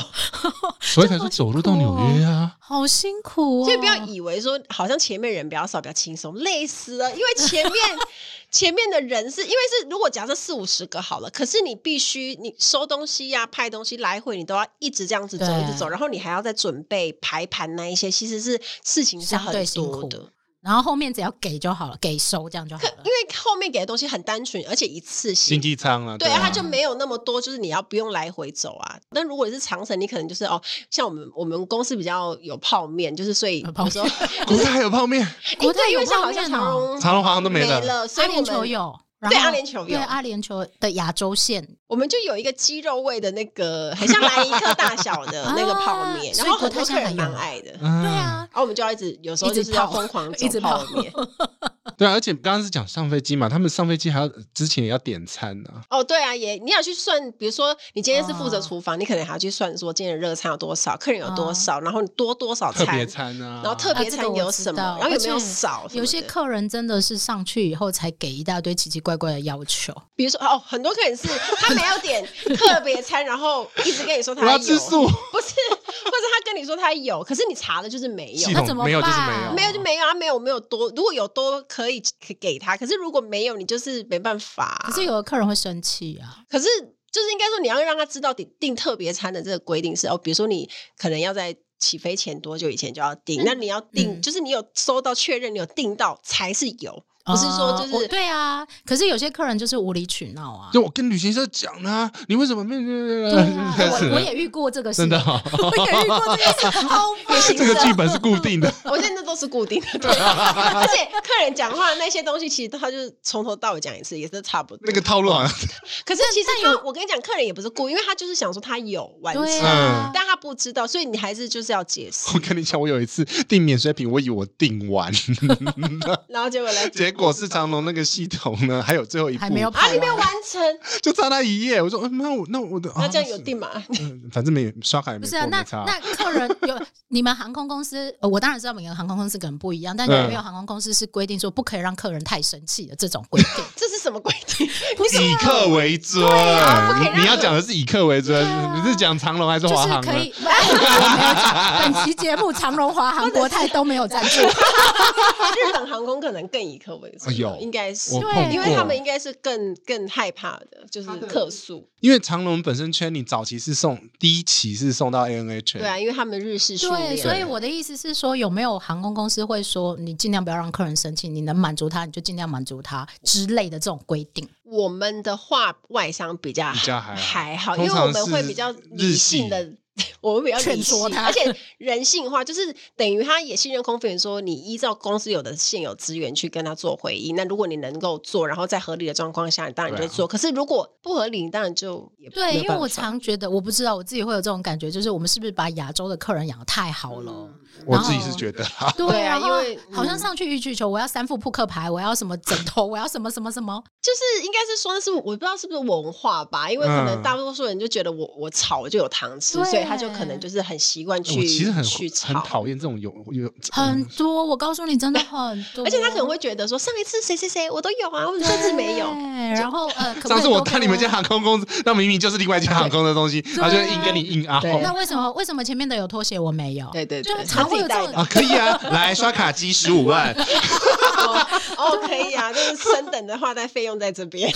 Speaker 2: 所以才是走路到纽约啊。
Speaker 1: 好辛苦哦，
Speaker 3: 所以不要以为说好像前面人比较少，比较轻松，累死了。因为前 面前面的人是因为是如果假设四五十个好了，可是你必须你收东西呀、派东西来回，你都要一直这样子走，
Speaker 1: 对
Speaker 3: 一直走，然后你还要再准备排盘那一些，其实是事情是
Speaker 1: 相
Speaker 3: 很
Speaker 1: 对辛
Speaker 3: 多
Speaker 1: 苦
Speaker 3: 的。
Speaker 1: 然后后面只要给就好了，给收这样就好了
Speaker 3: 因。为后面给的东西很单纯，而且一次性
Speaker 2: 经。济舱啊，
Speaker 3: 对
Speaker 2: 啊，
Speaker 3: 啊，它就没有那么多，就是你要不用来回走啊。但如果你是长城，你可能就是哦，像我们我们公司比较有泡面，就是所以
Speaker 1: 有呃泡面
Speaker 3: 有时 候
Speaker 2: 国泰还有泡面，
Speaker 1: 国泰
Speaker 3: 对因为
Speaker 1: 有
Speaker 3: 像
Speaker 1: 泡
Speaker 3: 好像
Speaker 1: 面
Speaker 3: 长
Speaker 1: 哦
Speaker 3: 荣
Speaker 2: 长隆好像都没了
Speaker 3: 了，所
Speaker 1: 阿
Speaker 3: 以我
Speaker 1: 联酋
Speaker 3: 们
Speaker 1: 有，
Speaker 3: 对
Speaker 1: 然后
Speaker 3: 阿联酋有
Speaker 1: 对啊阿联酋的亚洲线
Speaker 3: 我们就有一个鸡肉味的那个，很像莱伊克大小的 那个泡面，
Speaker 1: 啊所
Speaker 3: 然
Speaker 1: 以
Speaker 3: 后
Speaker 1: 国
Speaker 3: 很
Speaker 1: 泰
Speaker 3: 多
Speaker 1: 现
Speaker 3: 客
Speaker 1: 在
Speaker 3: 人
Speaker 1: 还有
Speaker 3: 蛮爱的。然
Speaker 2: 嗯，
Speaker 1: 对啊，
Speaker 3: 后我们就要一直，有时候
Speaker 1: 一直
Speaker 3: 就是要
Speaker 1: 泡
Speaker 3: 疯狂
Speaker 1: 一直
Speaker 3: 走泡
Speaker 1: 泡
Speaker 3: 面。
Speaker 2: 对啊，而且刚刚是讲上飞机嘛，他们上飞机还要之前也要点餐啊，
Speaker 3: 哦，对啊，也你要去算，比如说你今天是负责
Speaker 1: 哦
Speaker 3: 厨房，你可能还要去算说今天的热餐有多少，客人有多少，然后你多多少
Speaker 2: 特别
Speaker 3: 餐，
Speaker 2: 餐啊，
Speaker 3: 然后特
Speaker 1: 啊
Speaker 3: 别
Speaker 1: 这个
Speaker 3: 餐
Speaker 1: 我
Speaker 3: 有
Speaker 1: 知
Speaker 3: 什么，
Speaker 1: 道
Speaker 3: 然后有没
Speaker 1: 而
Speaker 3: 有
Speaker 1: 且
Speaker 3: 少什么的，
Speaker 1: 有些客人真的是上去以后才给一大堆奇奇怪怪的要求，
Speaker 3: 比如说哦，很多 客人是他没有点特别餐，然后一直跟你说他
Speaker 2: 我要
Speaker 3: 有
Speaker 2: 吃素，
Speaker 3: 不是， 或者他跟你说他有，可是你查了就是没有
Speaker 2: 系。
Speaker 1: 那怎
Speaker 2: 统
Speaker 1: 么
Speaker 2: 没有就是
Speaker 1: 办
Speaker 2: 没有，
Speaker 3: 没有就没有啊，没有没有多，如果有多可以给他，可是如果没有，你就是没办法啊、
Speaker 1: 可是有的客人会生气啊，
Speaker 3: 可是就是应该说，你要让他知道订订特别餐的这个规定是哦，比如说你可能要在起飞前多久以前就要订，那你要订，
Speaker 1: 嗯
Speaker 3: 就是你有收到确认，你有订到才是有，不是说就
Speaker 1: 哦我
Speaker 3: 是。
Speaker 1: 对啊。可是有些客人就是无理取闹啊，
Speaker 2: 就我跟旅行社讲啊，你为什么没？
Speaker 1: 对 啊，
Speaker 2: 开始
Speaker 1: 我我也遇过这个事，
Speaker 2: 真的哦
Speaker 1: 我也遇过这个事，好烦哦
Speaker 3: 旅行
Speaker 2: 这个
Speaker 3: 社
Speaker 2: 剧本是固定的，
Speaker 3: 我现在那都是固定的，对。 而且客人讲话那些东西，其实他就是从头到尾讲一次，也是差不多。
Speaker 2: 那个套路好像。
Speaker 3: 可是其实他，我跟你讲，客人也不是故意，因为他就是想说他有完成，
Speaker 1: 对啊，
Speaker 3: 但他不知道，所以你还是就是要解释
Speaker 2: 我跟你讲，我有一次订免税品，我以为我订完，
Speaker 3: 然后结果来
Speaker 2: 结果是长隆那个系统呢，还有最后一步，
Speaker 1: 还没有
Speaker 3: 啊，你没有
Speaker 1: 完，
Speaker 3: 完成，
Speaker 2: 就差那一页。我说，嗯那我那我的，
Speaker 3: 那
Speaker 2: 啊
Speaker 3: 这样有定吗？
Speaker 2: 嗯，反正没刷卡也
Speaker 1: 不
Speaker 2: 没
Speaker 1: 是
Speaker 2: 过，
Speaker 1: 啊？那
Speaker 2: 没差。
Speaker 1: 那客人有你们航空公司，呃我当然知道每个航空公司可能不一样，但有没有航空公司是规定说不可以让客人太生气的这种规 定？
Speaker 3: 这是什么规定？ 你是
Speaker 2: 以客为尊，
Speaker 3: 啊不可以让
Speaker 2: 你你要讲的是以客为尊，
Speaker 1: 对啊
Speaker 2: 你是讲长隆还是
Speaker 1: 就
Speaker 2: 华
Speaker 1: 是
Speaker 2: 航呢
Speaker 1: 可？以， 没有讲本期节目长荣、华 航、国泰都没有赞 助。
Speaker 3: 日本航空可能更以客为主，
Speaker 2: 哎呦
Speaker 3: 应该是
Speaker 2: 我
Speaker 1: 对
Speaker 2: 碰过，
Speaker 3: 因为他们应该是更更害怕的，就是客诉，
Speaker 2: 因为长隆本身圈，你早期是送第一期是送到 ANA 圈，
Speaker 3: 对啊，因为他们日式训
Speaker 1: 对，
Speaker 3: 练，
Speaker 1: 所以我的意思是说，有没有航空公司会说你尽量不要让客人生气，你能满足他你就尽量满足他之类的这种规定？
Speaker 3: 我们的话外商比较
Speaker 2: 比较还好
Speaker 3: 还好，因
Speaker 2: 通
Speaker 3: 为
Speaker 2: 常
Speaker 3: 我们
Speaker 2: 是
Speaker 3: 会比较理性的。 我们比较理性
Speaker 1: 劝说他
Speaker 3: 而 且人性化，就是等于他也信任空服员说，你依照公司有的现有资源去跟他做回应。那如果你能够做，然后在合理的状况下，你当然就
Speaker 2: 对啊
Speaker 3: 做。可是如果不合理，你当然就也
Speaker 1: 对，
Speaker 3: 没
Speaker 1: 因为
Speaker 3: 办
Speaker 1: 我
Speaker 3: 法
Speaker 1: 常觉得，我不知道我自己会有这种感觉，就是我们是不是把亚洲的客人养得太好了？
Speaker 2: 我自己是觉得 啊，
Speaker 1: 对
Speaker 3: 对
Speaker 1: 啊，
Speaker 3: 啊
Speaker 1: 然后
Speaker 3: 因为
Speaker 1: 好像
Speaker 3: 嗯
Speaker 1: 上去欲拒球，我要三副扑克牌，我要什么枕头，我要什么什么什么，
Speaker 3: 就是应该是说，那是我不知道是不是文化吧，因为可
Speaker 2: 嗯
Speaker 3: 能大多数人就觉得我我炒就有糖吃，
Speaker 1: 对
Speaker 3: 所以他就可能就是很习惯
Speaker 2: 哎我
Speaker 3: 去
Speaker 2: 其实很
Speaker 3: 去
Speaker 2: 很
Speaker 3: 炒。
Speaker 2: 讨厌这种有有
Speaker 1: 很多。我告诉你，真的很多。
Speaker 3: 嗯而且他可能会觉得说，上一次谁谁谁我都有啊，我们这次没有
Speaker 1: 对。然后 呃，可不可以
Speaker 2: 上次我
Speaker 1: 多给
Speaker 2: 看你们家
Speaker 1: 我
Speaker 2: 航空公司，那明明就是另外一家航空的东西，他就硬跟你硬啊凹。
Speaker 3: 对
Speaker 1: 那为什么为什么前面的有拖鞋我没有？
Speaker 3: 对对
Speaker 1: 就是
Speaker 3: 对，
Speaker 1: 常会有这种
Speaker 2: 啊，可以啊，来刷卡机十五万，
Speaker 3: 哦，可以啊，就是升等的话，但费用在这 边。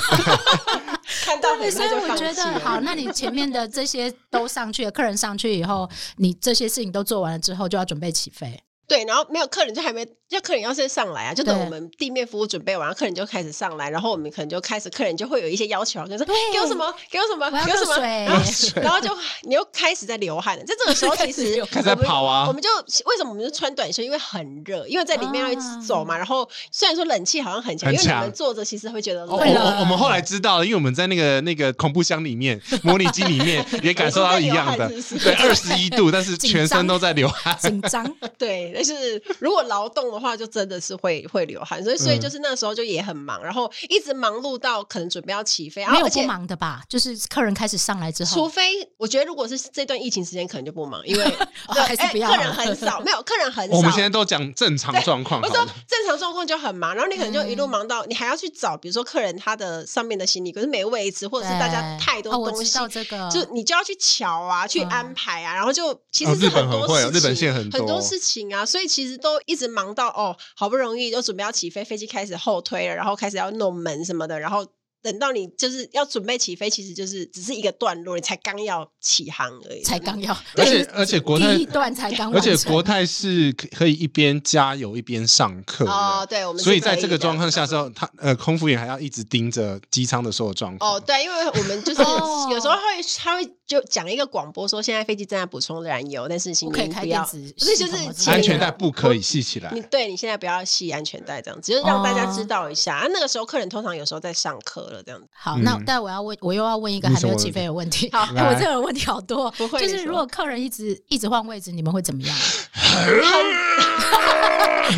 Speaker 3: 看到
Speaker 1: 对，
Speaker 3: 很
Speaker 1: 所
Speaker 3: 多
Speaker 1: 以
Speaker 3: 就
Speaker 1: 我
Speaker 3: 放弃
Speaker 1: 觉得
Speaker 3: 了
Speaker 1: 好，那你前面的这些都上去了，客人上去以后，你这些事情都做完了之后，就要准备起 飞。
Speaker 3: 对，然后没有客人就还没，要客人要先上来啊，就等
Speaker 1: 对
Speaker 3: 我们地面服务准备完，客人就开始上来，然后我们可能就开始，客人就会有一些要求，可能说
Speaker 1: 对
Speaker 3: 给我什么，给我什么，
Speaker 1: 我要
Speaker 3: 给我什么，
Speaker 1: 热水
Speaker 3: 然后
Speaker 1: 热
Speaker 2: 水
Speaker 3: 然后就 你又开始在流汗了。在这个 时候，其实
Speaker 2: 开始在
Speaker 3: 我们
Speaker 2: 跑啊
Speaker 3: 我们就为什么我们就穿短袖？因为很热，因为在里面要一直走嘛。然后虽然说冷气好像很
Speaker 2: 啊
Speaker 3: 强，
Speaker 2: 很
Speaker 3: 因为你们
Speaker 2: 强
Speaker 3: 坐着其实会觉得
Speaker 2: 哦
Speaker 3: 哎
Speaker 1: 会
Speaker 2: 我
Speaker 3: 冷。
Speaker 1: 啦
Speaker 2: 我我们后来知道了，因为我们在那个那个恐怖箱里面，模拟机里面也感受到一样的
Speaker 3: 你是在流汗是不，是
Speaker 2: 对，二十一度，但是全身都在流汗。
Speaker 1: 紧张，
Speaker 3: 对，但是如果劳动的话，就真的是会会流汗，所以所以
Speaker 2: 嗯
Speaker 3: 就是那时候就也很忙，然后一直忙碌到可能准备要起飞，然
Speaker 1: 没
Speaker 3: 后
Speaker 1: 有
Speaker 3: 而
Speaker 1: 不
Speaker 3: 且。
Speaker 1: 忙的吧？就是客人开始上来之
Speaker 3: 除
Speaker 1: 后，
Speaker 3: 非我觉得，如果是这段疫情时间，可能就不忙， 因为
Speaker 1: 哦
Speaker 3: 对
Speaker 1: 还是
Speaker 3: 哎
Speaker 1: 不要
Speaker 3: 客
Speaker 1: 了
Speaker 3: 人很少，没有客人很少。
Speaker 2: 我们现在都讲正常状况
Speaker 3: 我
Speaker 2: 好
Speaker 3: 说
Speaker 2: 了，
Speaker 3: 正常状况就很忙，然后你可能就
Speaker 1: 嗯
Speaker 3: 一路忙到、你还要去找，比如说客人他的上面的行李可是没位置，或者是大家
Speaker 1: 对
Speaker 3: 太多
Speaker 1: 哦我
Speaker 3: 东
Speaker 1: 知
Speaker 3: 西，
Speaker 1: 道这个，
Speaker 3: 就你就要去瞧啊，去
Speaker 1: 嗯
Speaker 3: 安排啊，然后就其
Speaker 2: 哦
Speaker 3: 实是
Speaker 2: 日本
Speaker 3: 多
Speaker 2: 很会
Speaker 3: 事
Speaker 2: 哦
Speaker 3: 情，
Speaker 2: 日本线很
Speaker 3: 很
Speaker 2: 多
Speaker 3: 事情啊，所以其实都一直忙到哦，好不容易就准备要起飞，飞机开始后推了，然后开始要弄门什么的，然后等到你就是要准备起飞，其实就是只是一个段落，你才刚要起航而已。
Speaker 1: 才刚要，
Speaker 2: 而且
Speaker 1: 对
Speaker 2: 而且国泰
Speaker 1: 第一段才刚
Speaker 2: 而
Speaker 1: 完成，
Speaker 2: 且国泰是可可以一边加油一边上课的
Speaker 3: 哦，对，我们是
Speaker 2: 所以在这
Speaker 3: 可
Speaker 2: 个
Speaker 3: 的
Speaker 2: 状况下之后，他呃，空服员还要一直盯着机舱的所有状况。
Speaker 3: 哦，对，因为我们就是
Speaker 1: 哦
Speaker 3: 有时候会，他会就讲一个广播说，现在飞机正在补充燃油，但是请
Speaker 1: 不
Speaker 3: 您
Speaker 1: 可以开
Speaker 3: 不
Speaker 1: 电
Speaker 3: 要，
Speaker 1: 子系统了之
Speaker 3: 不是就
Speaker 1: 类的，
Speaker 3: 是
Speaker 2: 安全带不可以系起来
Speaker 3: 你。对你现在不要系安全带，这样子就是让大家
Speaker 1: 哦
Speaker 3: 知道一下。啊，那个时候客人通常有时候在上课了，这样子。
Speaker 1: 好，那
Speaker 2: 嗯
Speaker 1: 但我要问，我又要问一个
Speaker 2: 你
Speaker 1: 还没
Speaker 2: 什
Speaker 1: 有
Speaker 2: 么
Speaker 1: 起
Speaker 2: 问
Speaker 1: 飞的问题。
Speaker 3: 好
Speaker 1: 哎 我
Speaker 2: 来
Speaker 1: 这个问题好多，
Speaker 3: 不会
Speaker 1: 就
Speaker 3: 你
Speaker 1: 是
Speaker 3: 说
Speaker 1: 如果客人一直一直换位置，你们会怎么 样？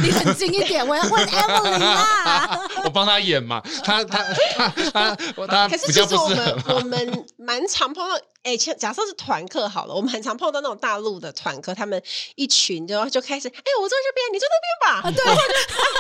Speaker 1: 你冷静一点，我要问 Emily 啦。
Speaker 2: 我帮他演嘛，他他他他我他
Speaker 3: 可是
Speaker 2: 比
Speaker 3: 其
Speaker 2: 较
Speaker 3: 实
Speaker 2: 不
Speaker 3: 我
Speaker 2: 适
Speaker 3: 们
Speaker 2: 合。
Speaker 3: 我们蛮常碰到，哎、像假设是团课好了，我们很常碰到那种大陆的团课，他们一群就就开始，哎、我坐这边，你坐那
Speaker 1: 啊
Speaker 3: 边吧，对，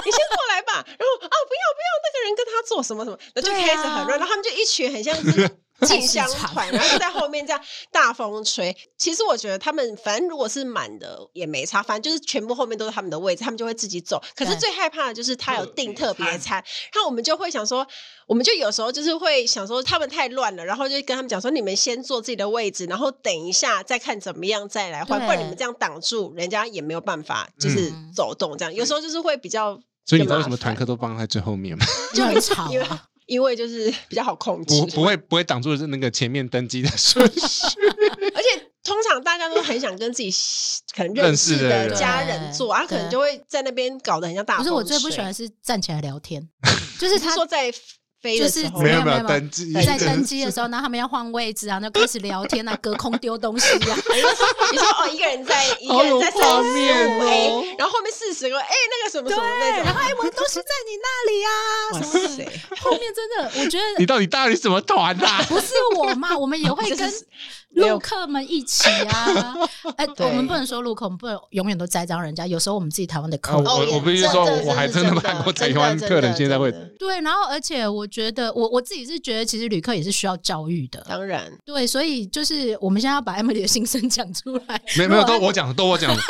Speaker 3: 你先过来吧，然后啊，不要不要，那个人跟他做什么什么，然后就
Speaker 1: 对啊
Speaker 3: 开始很乱，然后他们就一群很像 是。进香团，然后就在后面这样大风吹。其实我觉得他们，反正如果是满的也没差，反正就是全部后面都是他们的位置，他们就会自己走。可是
Speaker 1: 对
Speaker 3: 最害怕的就是他有订特
Speaker 2: 特
Speaker 3: 别
Speaker 2: 别
Speaker 3: 餐，然后我们就会想说，我们就有时候就是会想说他们太乱了，然后就跟他们讲说，你们先坐自己的位置，然后等一下再看怎么样再来换，
Speaker 1: 对
Speaker 3: 不然你们这样挡住人家也没有办法，就是
Speaker 1: 嗯
Speaker 3: 走动这样。有时候就是会比较，
Speaker 2: 所以你知道为什么团客都帮在最后 面吗？
Speaker 1: 就很吵
Speaker 3: 因为
Speaker 1: 啊！
Speaker 3: 因为就是 比较好控制，
Speaker 2: 不不会不会挡住那个前面登机 的顺序。
Speaker 3: 而且通常大家都很想跟自己可能认
Speaker 2: 认识
Speaker 3: 识
Speaker 2: 的
Speaker 3: 的
Speaker 2: 人
Speaker 3: 家人做，啊，可能
Speaker 1: 对
Speaker 3: 就会在那边搞得很像
Speaker 1: 不
Speaker 3: 大风
Speaker 1: 是
Speaker 3: 水。
Speaker 1: 我最不喜欢是站起来聊 天，就是
Speaker 3: 是
Speaker 1: 他
Speaker 3: 说在飞的
Speaker 1: 就是
Speaker 3: 时候
Speaker 1: 没
Speaker 2: 没
Speaker 1: 有
Speaker 2: 有
Speaker 1: 没有
Speaker 2: 有登机，
Speaker 1: 在登机的时候，然后他们要换位置啊，那开始聊天啊，隔空丢东西啊，
Speaker 3: 你说哦，一个 人在，一
Speaker 2: 好
Speaker 3: 个人
Speaker 2: 有
Speaker 3: 在
Speaker 2: 画
Speaker 3: 三
Speaker 2: 面
Speaker 3: 十五
Speaker 2: 哦
Speaker 3: A，然后后面四十个，哎，那个什么什么那
Speaker 1: 对，然
Speaker 3: 种
Speaker 1: 后，哎，我的东西在你那里啊，
Speaker 3: 哇
Speaker 1: 什么的。
Speaker 3: 塞，
Speaker 1: 后面真的，我觉得
Speaker 2: 你到底搭你什么团 啊？
Speaker 1: 不是我嘛，我们也会
Speaker 3: 这
Speaker 1: 跟
Speaker 3: 哦是没
Speaker 1: 陆
Speaker 3: 有
Speaker 1: 客们一起 啊。哎、
Speaker 3: 对
Speaker 1: 我们不能说陆客，我们不能永远都栽赃人家。有时候我们自己台湾的客
Speaker 2: 啊
Speaker 1: 人。
Speaker 3: 哦
Speaker 2: 我
Speaker 3: 也
Speaker 2: 我必须
Speaker 3: 这
Speaker 2: 说
Speaker 3: 这
Speaker 2: 我
Speaker 3: 这
Speaker 2: 我
Speaker 3: 是
Speaker 2: 还真的
Speaker 3: 真的
Speaker 2: 看过
Speaker 3: 真
Speaker 2: 台
Speaker 3: 的
Speaker 2: 湾
Speaker 3: 真
Speaker 2: 客人
Speaker 3: 的
Speaker 2: 现在会
Speaker 3: 真的
Speaker 1: 对，然后而且我觉得，我我自己是觉得，其实旅客也是需要教育的。
Speaker 3: 当然，
Speaker 1: 对，所以就是我们现在要把 Emily 的心声讲出来。
Speaker 2: 没没有
Speaker 1: 如果
Speaker 2: 都我讲的都我讲的，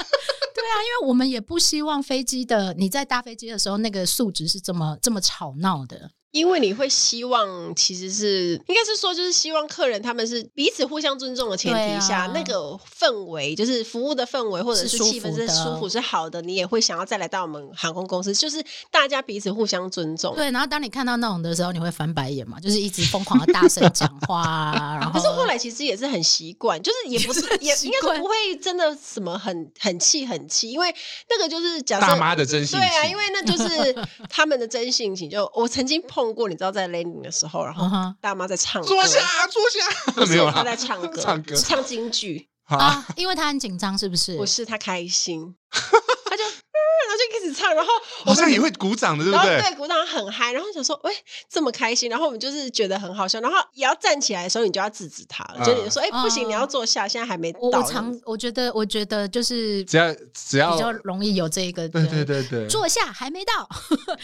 Speaker 1: 对啊，因为我们也不希望飞机的你在搭飞机的时候，那个素质是这么这么吵闹的。
Speaker 3: 因为你会希望，其实是应该是说，就是希望客人他们是彼此互相尊重的前提下，
Speaker 1: 对啊
Speaker 3: 那个氛围就是服务的氛围或者
Speaker 1: 是
Speaker 3: 是
Speaker 1: 舒服
Speaker 3: 气氛是
Speaker 1: 的
Speaker 3: 舒服是好的，你也会想要再来到我们航空公司，就是大家彼此互相尊重。
Speaker 1: 对，然后当你看到那种的时候，你会翻白眼嘛？就是一直疯狂的大声讲话啊。然后
Speaker 3: 可是后来其实也是很习惯，就是也 不是也
Speaker 1: 习
Speaker 3: 应该
Speaker 1: 惯
Speaker 3: 说不会真的什么很很气很气，因为那个就是假设
Speaker 2: 大妈的真心
Speaker 3: 对
Speaker 2: 情。
Speaker 3: 啊，因为那就是他们的真性情。就我曾经碰过，你知道在 landing 的时候，然
Speaker 1: 嗯
Speaker 3: 后
Speaker 1: 哼
Speaker 3: 大妈在唱歌，
Speaker 2: 坐下啊坐下，
Speaker 3: 不
Speaker 2: 没
Speaker 3: 是
Speaker 2: 有
Speaker 3: 他
Speaker 2: 啦，
Speaker 3: 在唱 歌，
Speaker 2: 唱歌
Speaker 3: 唱京剧，
Speaker 2: 好，
Speaker 1: 啊，因为他很紧张，是不是？
Speaker 3: 不是他 开心，他就、嗯然后就开始唱，然后我
Speaker 2: 好像
Speaker 3: 们。
Speaker 2: 也会鼓掌的，对
Speaker 3: 然
Speaker 2: 不
Speaker 3: 后
Speaker 2: 对？
Speaker 3: 对鼓掌很嗨，然后想说，喂，这么开心，然后我们就是觉得很好笑，然后也要站起来的时候，你就要制止他了，
Speaker 2: 嗯
Speaker 3: 就是你就说，哎，不行，
Speaker 1: 嗯
Speaker 3: 你要坐下，现在还没到。
Speaker 1: 哦我我常我觉得，我觉得就是
Speaker 2: 只要只要
Speaker 1: 比较容易有这一个
Speaker 2: 对对对对，
Speaker 1: 坐下还没 到，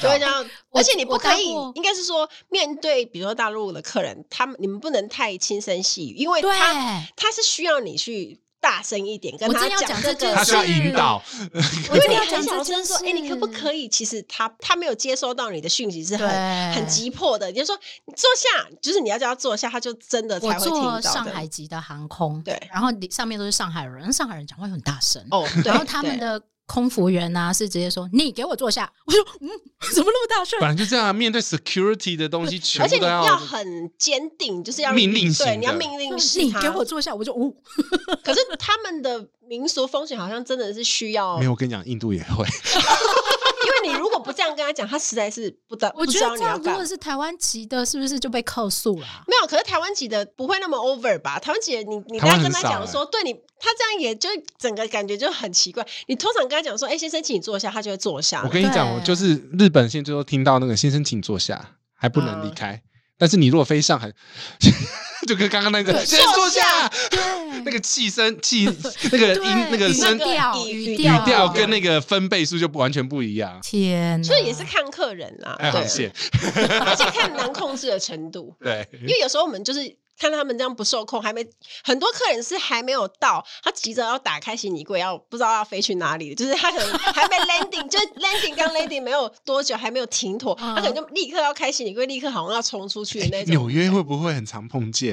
Speaker 3: 就会这样，
Speaker 1: 我
Speaker 3: 而且你不
Speaker 1: 我
Speaker 3: 可
Speaker 1: 当
Speaker 3: 以
Speaker 1: 过，
Speaker 3: 应该是说面对比如说大陆的客人，他们你们不能太轻声细语，因为
Speaker 1: 对
Speaker 3: 他他是需要你去大声一点跟
Speaker 1: 我
Speaker 3: 他
Speaker 1: 正要讲
Speaker 3: 这
Speaker 1: 这件
Speaker 3: 个
Speaker 2: 他
Speaker 1: 事
Speaker 2: 需要引导，
Speaker 3: 因为
Speaker 1: 真的
Speaker 3: 你
Speaker 1: 要
Speaker 3: 很
Speaker 1: 讲
Speaker 3: 小
Speaker 1: 这件
Speaker 3: 声说，哎、你可不
Speaker 1: 事
Speaker 3: 可以？其实他他没有接收到你的讯息，是
Speaker 1: 对
Speaker 3: 很很急迫的。你就说你坐下，就是你要叫他坐下，他就真的
Speaker 1: 我
Speaker 3: 才会听到
Speaker 1: 坐
Speaker 3: 的。
Speaker 1: 上海籍的航空，
Speaker 3: 对
Speaker 1: 然后你上面都是上海人，上海人讲话又很大声，
Speaker 3: 哦，对
Speaker 1: 然后他们
Speaker 3: 对
Speaker 1: 的空服员呢、是直接说你给我坐下，我说嗯，怎么那么大声？
Speaker 2: 本来就这样啊。面对 security 的东西，全
Speaker 3: 而且
Speaker 2: 部
Speaker 3: 你
Speaker 2: 都
Speaker 3: 要很坚定，就是要
Speaker 2: 命令型
Speaker 3: 对，你要
Speaker 2: 的
Speaker 3: 命令式
Speaker 1: 你
Speaker 3: 他。
Speaker 1: 哦给我坐下，我就呜、
Speaker 3: 可是他们的民俗风险好像真的是需要
Speaker 2: 没有，我跟你讲，印度也会。
Speaker 3: 因为你如果不这样跟他讲，他实在是不得
Speaker 1: 我
Speaker 3: 不
Speaker 1: 觉得
Speaker 3: 知道
Speaker 1: 这
Speaker 3: 你要
Speaker 1: 样如
Speaker 3: 干嘛
Speaker 1: 果。是台湾籍的，是不是就被扣诉了啊？
Speaker 3: 没有，可是台湾籍的不会那么 over 吧？台湾籍的你，你
Speaker 2: 台
Speaker 3: 大
Speaker 2: 湾
Speaker 3: 家跟
Speaker 2: 很
Speaker 3: 他
Speaker 2: 少
Speaker 3: 讲
Speaker 2: 欸
Speaker 3: 说，对你，他这样也就整个感觉就很奇怪。你通常跟他讲说，哎、先生，请你坐下，他就会坐下
Speaker 2: 我
Speaker 3: 了。
Speaker 2: 跟你讲，
Speaker 1: 对
Speaker 2: 我就是日本现在最后听到那个先生，请坐下，还不能离
Speaker 3: 嗯
Speaker 2: 开。但是你如果飞上海， 就跟刚刚那个
Speaker 1: 对
Speaker 2: 先生坐下，
Speaker 1: 对
Speaker 2: 那个气声气那个音那个
Speaker 1: 语
Speaker 2: 声
Speaker 3: 那个
Speaker 1: 调、语
Speaker 3: 语语
Speaker 2: 语
Speaker 3: 调
Speaker 2: 调跟那个分贝数就不完全不一样。
Speaker 1: 天哪，
Speaker 3: 所以也是看客人啦，
Speaker 2: 哎，好
Speaker 3: 对，
Speaker 2: 谢，
Speaker 3: 而且看难控制的程 度。
Speaker 2: 对，
Speaker 3: 因为有时候我们就是看他们这样不受控，还没很多客人是还没有到，他急着要打开行李柜，要不知道要飞去哪里，就是他可能还没 landing，就是 landing 刚 landing 没有多久，还没有停妥，
Speaker 1: 嗯
Speaker 3: 他可能就立刻要开行李柜，立刻好像要冲出去的那
Speaker 2: 哎纽
Speaker 3: 种。
Speaker 2: 约会不会很常碰见？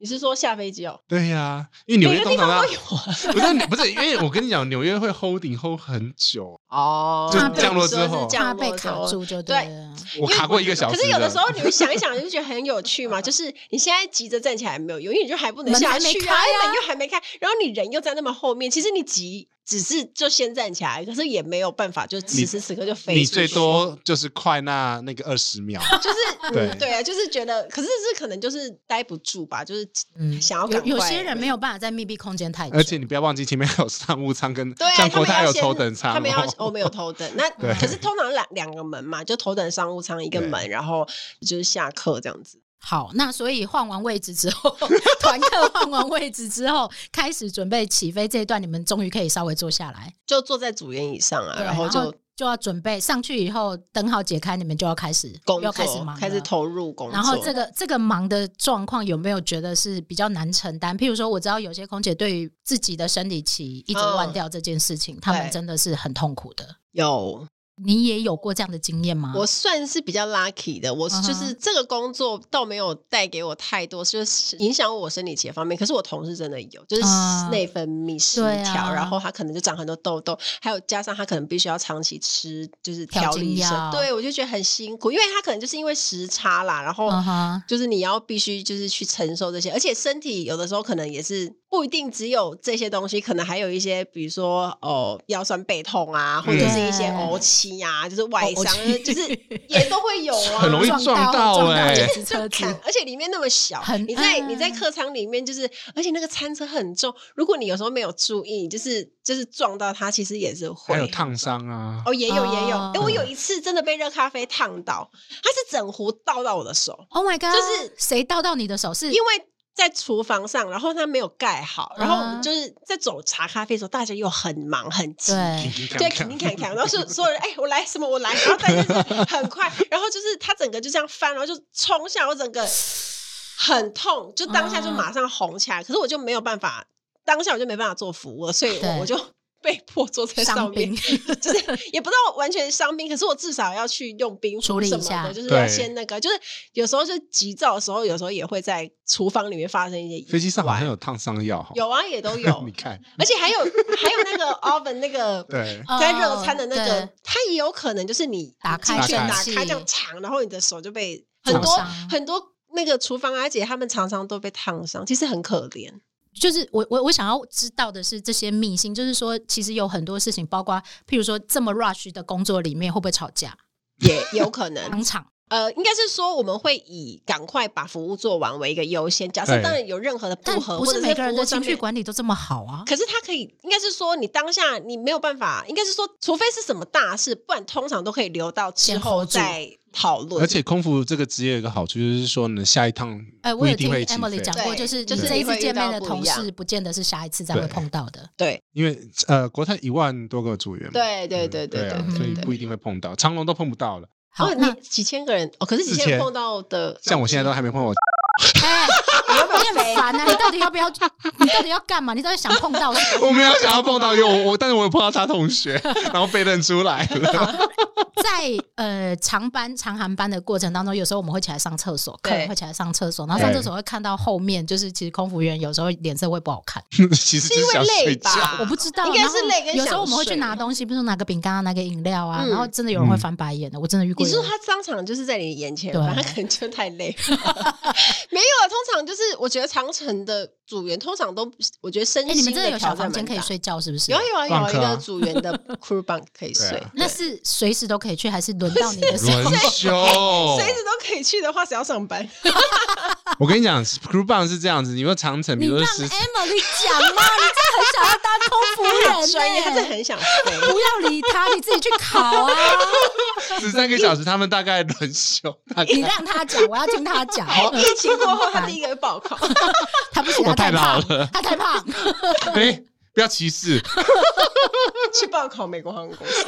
Speaker 3: 你是说下飞机哦？
Speaker 2: 对呀、因为纽
Speaker 3: 每
Speaker 2: 约
Speaker 3: 个
Speaker 2: 通
Speaker 3: 地
Speaker 2: 常
Speaker 3: 方
Speaker 2: 它
Speaker 3: 都有啊。
Speaker 2: 不是不是，因为我跟你讲，纽约会 holding hold 很久，
Speaker 3: 哦
Speaker 2: 就
Speaker 1: 降
Speaker 2: 落之后
Speaker 1: 怕
Speaker 3: 降落
Speaker 1: 被
Speaker 3: 之
Speaker 1: 卡
Speaker 3: 后
Speaker 1: 住就
Speaker 3: 对
Speaker 1: 了。
Speaker 2: 我卡过一个小时。
Speaker 3: 可是有的时，候你们想一想，你就觉得很有趣嘛。就是你现在急着站起来没有用，因为你就还不能
Speaker 1: 门
Speaker 3: 下
Speaker 1: 还没
Speaker 3: 去
Speaker 1: 开
Speaker 3: 啊，
Speaker 1: 啊
Speaker 3: 门又还没开，然后你人又在那么后面。其实你急只是就先站起来，可是也没有办法，就此时此刻就飞出去。
Speaker 2: 你最多就是快那那个二十秒，
Speaker 3: 就是
Speaker 2: 对
Speaker 3: 嗯对啊，就是觉得，可是这可能就是待不住吧，就是
Speaker 1: 嗯
Speaker 3: 想要赶
Speaker 1: 有
Speaker 3: 快嗯
Speaker 1: 有些人没有办法在密闭空间太久，
Speaker 2: 而且你不要忘记前面还有商务舱跟
Speaker 3: 对啊，
Speaker 2: 像
Speaker 3: 他
Speaker 2: 国
Speaker 3: 们
Speaker 2: 泰
Speaker 3: 要
Speaker 2: 有
Speaker 3: 先
Speaker 2: 头等舱哦，
Speaker 3: 他们要我们有头等。那
Speaker 2: 对
Speaker 3: 可是通常两两个门嘛，就头等商务舱一个
Speaker 2: 对
Speaker 3: 门，然后就是下课这样子。
Speaker 1: 好，那所以换完位置之后， 团客换完位置之后，开始准备起飞这一段，你们终于可以稍微坐下来，
Speaker 3: 就坐在主员椅上啊，
Speaker 1: 对
Speaker 3: 然后就
Speaker 1: 就要准备上去以后，灯号解开，你们就要开始
Speaker 3: 工
Speaker 1: 要
Speaker 3: 作，
Speaker 1: 开始忙了，
Speaker 3: 投入工作。
Speaker 1: 然后这个这个忙的状况有没有觉得是比较难承担？譬如说，我知道有些空姐对于自己的生理期一直
Speaker 3: 嗯
Speaker 1: 乱掉这件事情，她、们
Speaker 3: 对
Speaker 1: 真的是很痛苦的。
Speaker 3: 有，
Speaker 1: 你也有过这样的经验吗？
Speaker 3: 我算是比较 lucky 的，我
Speaker 1: 嗯哼
Speaker 3: 就是这个工作倒没有带给我太多，就是影响我生理期的方面。可是我同事真的有，就是
Speaker 1: 嗯
Speaker 3: 内分泌失
Speaker 1: 对啊
Speaker 3: 调，然后他可能就长很多痘痘，还有加上他可能必须要长期吃就是
Speaker 1: 调
Speaker 3: 调
Speaker 1: 经
Speaker 3: 理医
Speaker 1: 药
Speaker 3: 生，对我就觉得很辛苦，因为他可能就是因为时差啦，然后
Speaker 1: 嗯哼
Speaker 3: 就是你要必须就是去承受这些，而且身体有的时候可能也是不一定只有这些东西，可能还有一些，比如说哦腰酸背痛啊，或者是一些
Speaker 1: 对
Speaker 3: 怄气啊，就是外
Speaker 1: 哦
Speaker 3: 伤
Speaker 1: 嗯怄气，
Speaker 3: 就是 也都会有啊，
Speaker 2: 很容易撞到
Speaker 1: 撞
Speaker 2: 欸
Speaker 1: 一只车子
Speaker 3: 就砍，而且里面那么小
Speaker 1: 很，
Speaker 3: 你在
Speaker 1: 嗯
Speaker 3: 你在客舱里面就是，而且那个餐车很重，如果你有时候没有注意，就是就是撞到它，其实也是会
Speaker 2: 还有烫伤啊，
Speaker 3: 哦，也有也有，
Speaker 1: 哦
Speaker 3: 哎、我有一次真的被热咖啡烫到，它是整壶倒到我的手，
Speaker 1: Oh my god！
Speaker 3: 就是
Speaker 1: 谁倒到你的手是
Speaker 3: 因为在厨房上，然后它没有盖好，然后我
Speaker 1: 啊
Speaker 3: 们就是在走茶咖啡的时候，大家又很忙很急。
Speaker 1: 对，
Speaker 3: 对，
Speaker 2: 对
Speaker 3: 肯定看看，然后所所有人，哎、我来什么，我来，然后大家就是很快，然后就是他整个就这样翻，然后就冲下，我整个很痛，就当
Speaker 1: 啊
Speaker 3: 下就马上红起来，可是我就没有办法，当下我就没办法做服务了，所以
Speaker 1: 对
Speaker 3: 我我就 被迫坐在上
Speaker 1: 伤
Speaker 3: 面
Speaker 1: 兵，
Speaker 3: 就是也不知道完全伤兵，可是我至少要去用冰
Speaker 1: 处
Speaker 3: 敷
Speaker 1: 理
Speaker 3: 什
Speaker 1: 一
Speaker 3: 么
Speaker 1: 下
Speaker 3: 的，就是要
Speaker 2: 对
Speaker 3: 先那个，就是有时候就急躁的时候，有时候也会在厨房里面发生一些意
Speaker 2: 飞机上好
Speaker 3: 外
Speaker 2: 像有烫伤药哈，
Speaker 3: 有啊，也都 有
Speaker 2: 你，看，
Speaker 3: 而且还有还有那个 oven 那个
Speaker 2: 对，
Speaker 3: 在热餐的那
Speaker 1: 哦
Speaker 3: 个，它也有可能就是你
Speaker 1: 打开
Speaker 3: 进去
Speaker 2: 打开
Speaker 3: 打开这样长，然后你的手就被
Speaker 1: 烫
Speaker 3: 很多
Speaker 1: 伤
Speaker 3: 很多那个厨房阿姐她们常常都被烫伤，其实很可怜。
Speaker 1: 对就是我我我想要知道的是这些秘辛，就是说其实有很多事情，包括譬如说这么 rush 的工作里面会不会吵架，
Speaker 3: 也有可能，
Speaker 1: 当场
Speaker 3: 呃，应该是说我们会以赶快把服务做完为一个优先。假设
Speaker 2: 对
Speaker 3: 当然有任何的
Speaker 1: 但
Speaker 3: 不合，
Speaker 1: 不
Speaker 3: 或
Speaker 1: 是
Speaker 3: 者
Speaker 1: 每个人
Speaker 3: 服
Speaker 1: 的
Speaker 3: 务上
Speaker 1: 情绪
Speaker 3: 面
Speaker 1: 管理都这么好啊。
Speaker 3: 可是他可以，应该是说你当下你没有办法，应该是说，除非是什么大事，不然通常都可以留到之
Speaker 1: 先
Speaker 3: 后
Speaker 1: hold 住
Speaker 3: 再讨论。
Speaker 2: 而且空服这个职业有一个好处就是说，你下一趟
Speaker 1: 哎，我
Speaker 2: 不
Speaker 1: 有
Speaker 2: 一
Speaker 1: 听
Speaker 2: 定会起
Speaker 1: Emily
Speaker 2: 飞
Speaker 1: 讲过，
Speaker 3: 对
Speaker 1: 就是你
Speaker 3: 就是
Speaker 1: 这一次
Speaker 3: 会遇
Speaker 1: 见面
Speaker 3: 到
Speaker 1: 的
Speaker 3: 不一
Speaker 1: 同
Speaker 3: 样
Speaker 1: 事，不见得是下一次才会
Speaker 2: 对
Speaker 1: 碰到的。
Speaker 3: 对
Speaker 2: 因为呃，国泰一万多个组员嘛，
Speaker 3: 对对对
Speaker 2: 对
Speaker 3: 对
Speaker 2: 啊
Speaker 1: 对
Speaker 2: 所以
Speaker 1: 对
Speaker 2: 不一定会碰到，长龙都碰不到了。
Speaker 1: 好
Speaker 3: 哦，，
Speaker 1: 那
Speaker 3: 你几千个人哦，可是几
Speaker 2: 四
Speaker 3: 千人
Speaker 2: 千
Speaker 3: 碰到的，
Speaker 2: 像我现在都还没碰到，
Speaker 1: 哎，你很烦啊！你到底要不要？你到底要干嘛？你到底想碰到 谁？
Speaker 2: 我没有想要碰到，因为我我，但是我有碰到他同学，然后被认出来了。
Speaker 1: 在呃长班、长航班的过程当中，有时候我们会起来上厕所，
Speaker 3: 对
Speaker 1: 客人会起来上厕所，然后上厕所会看到后面，就是其实空服员有时候脸色会不好看，
Speaker 2: 其实
Speaker 3: 是
Speaker 2: 就
Speaker 3: 因为
Speaker 2: 想睡
Speaker 3: 累
Speaker 2: 觉，
Speaker 3: 吧？
Speaker 1: 我不知道。
Speaker 3: 啊应该是
Speaker 1: 然后
Speaker 3: 累跟
Speaker 1: 有时候
Speaker 3: 想
Speaker 1: 我们会去拿
Speaker 3: 睡啊
Speaker 1: 东西，比如说拿个饼干啊、拿个饮料啊，
Speaker 3: 嗯
Speaker 1: 然后真的有人会翻白眼的，我真的遇过
Speaker 3: 你
Speaker 1: 有
Speaker 3: 说
Speaker 1: 人。
Speaker 3: 他当场就是在你眼前
Speaker 1: 对
Speaker 3: 吧，他可能就太累了。 没有啊，通常就是我觉得长城的组员通常都，我觉得身
Speaker 1: 哎，你
Speaker 3: 心
Speaker 1: 们真的有小
Speaker 3: 挑战
Speaker 1: 房间
Speaker 3: 蛮
Speaker 1: 可以
Speaker 3: 大。
Speaker 1: 睡觉是不是？
Speaker 3: 有啊有啊有啊，
Speaker 2: Bunk
Speaker 3: 一
Speaker 2: 啊
Speaker 3: 个组员的 crew bunk 可以睡
Speaker 2: 对啊，
Speaker 1: 那是随时都可以去，还是轮到你的时候？
Speaker 2: 轮休，哦
Speaker 3: 随时都可以去的话，谁要上班？
Speaker 2: 我跟你讲，crew b a n 是这样子，你说长城，比
Speaker 1: 你
Speaker 2: 如
Speaker 1: 让
Speaker 2: 说十
Speaker 1: Emily 讲嘛，你真的很想要当空服
Speaker 3: 他 很
Speaker 1: 员
Speaker 3: 专业，他真的
Speaker 1: 呢、
Speaker 3: 很想 飞。
Speaker 1: 不要理他，你自己去考啊！
Speaker 2: 十三个小时，他们大概轮休，大概
Speaker 1: 你让他讲，我要听他讲。
Speaker 3: 疫情过后，他第一个 报考。
Speaker 1: 他不行，他
Speaker 2: 我太
Speaker 1: 胖
Speaker 2: 老了，
Speaker 1: 他太 胖。
Speaker 2: 哎，不要歧视，
Speaker 3: 去报考美国航空公司。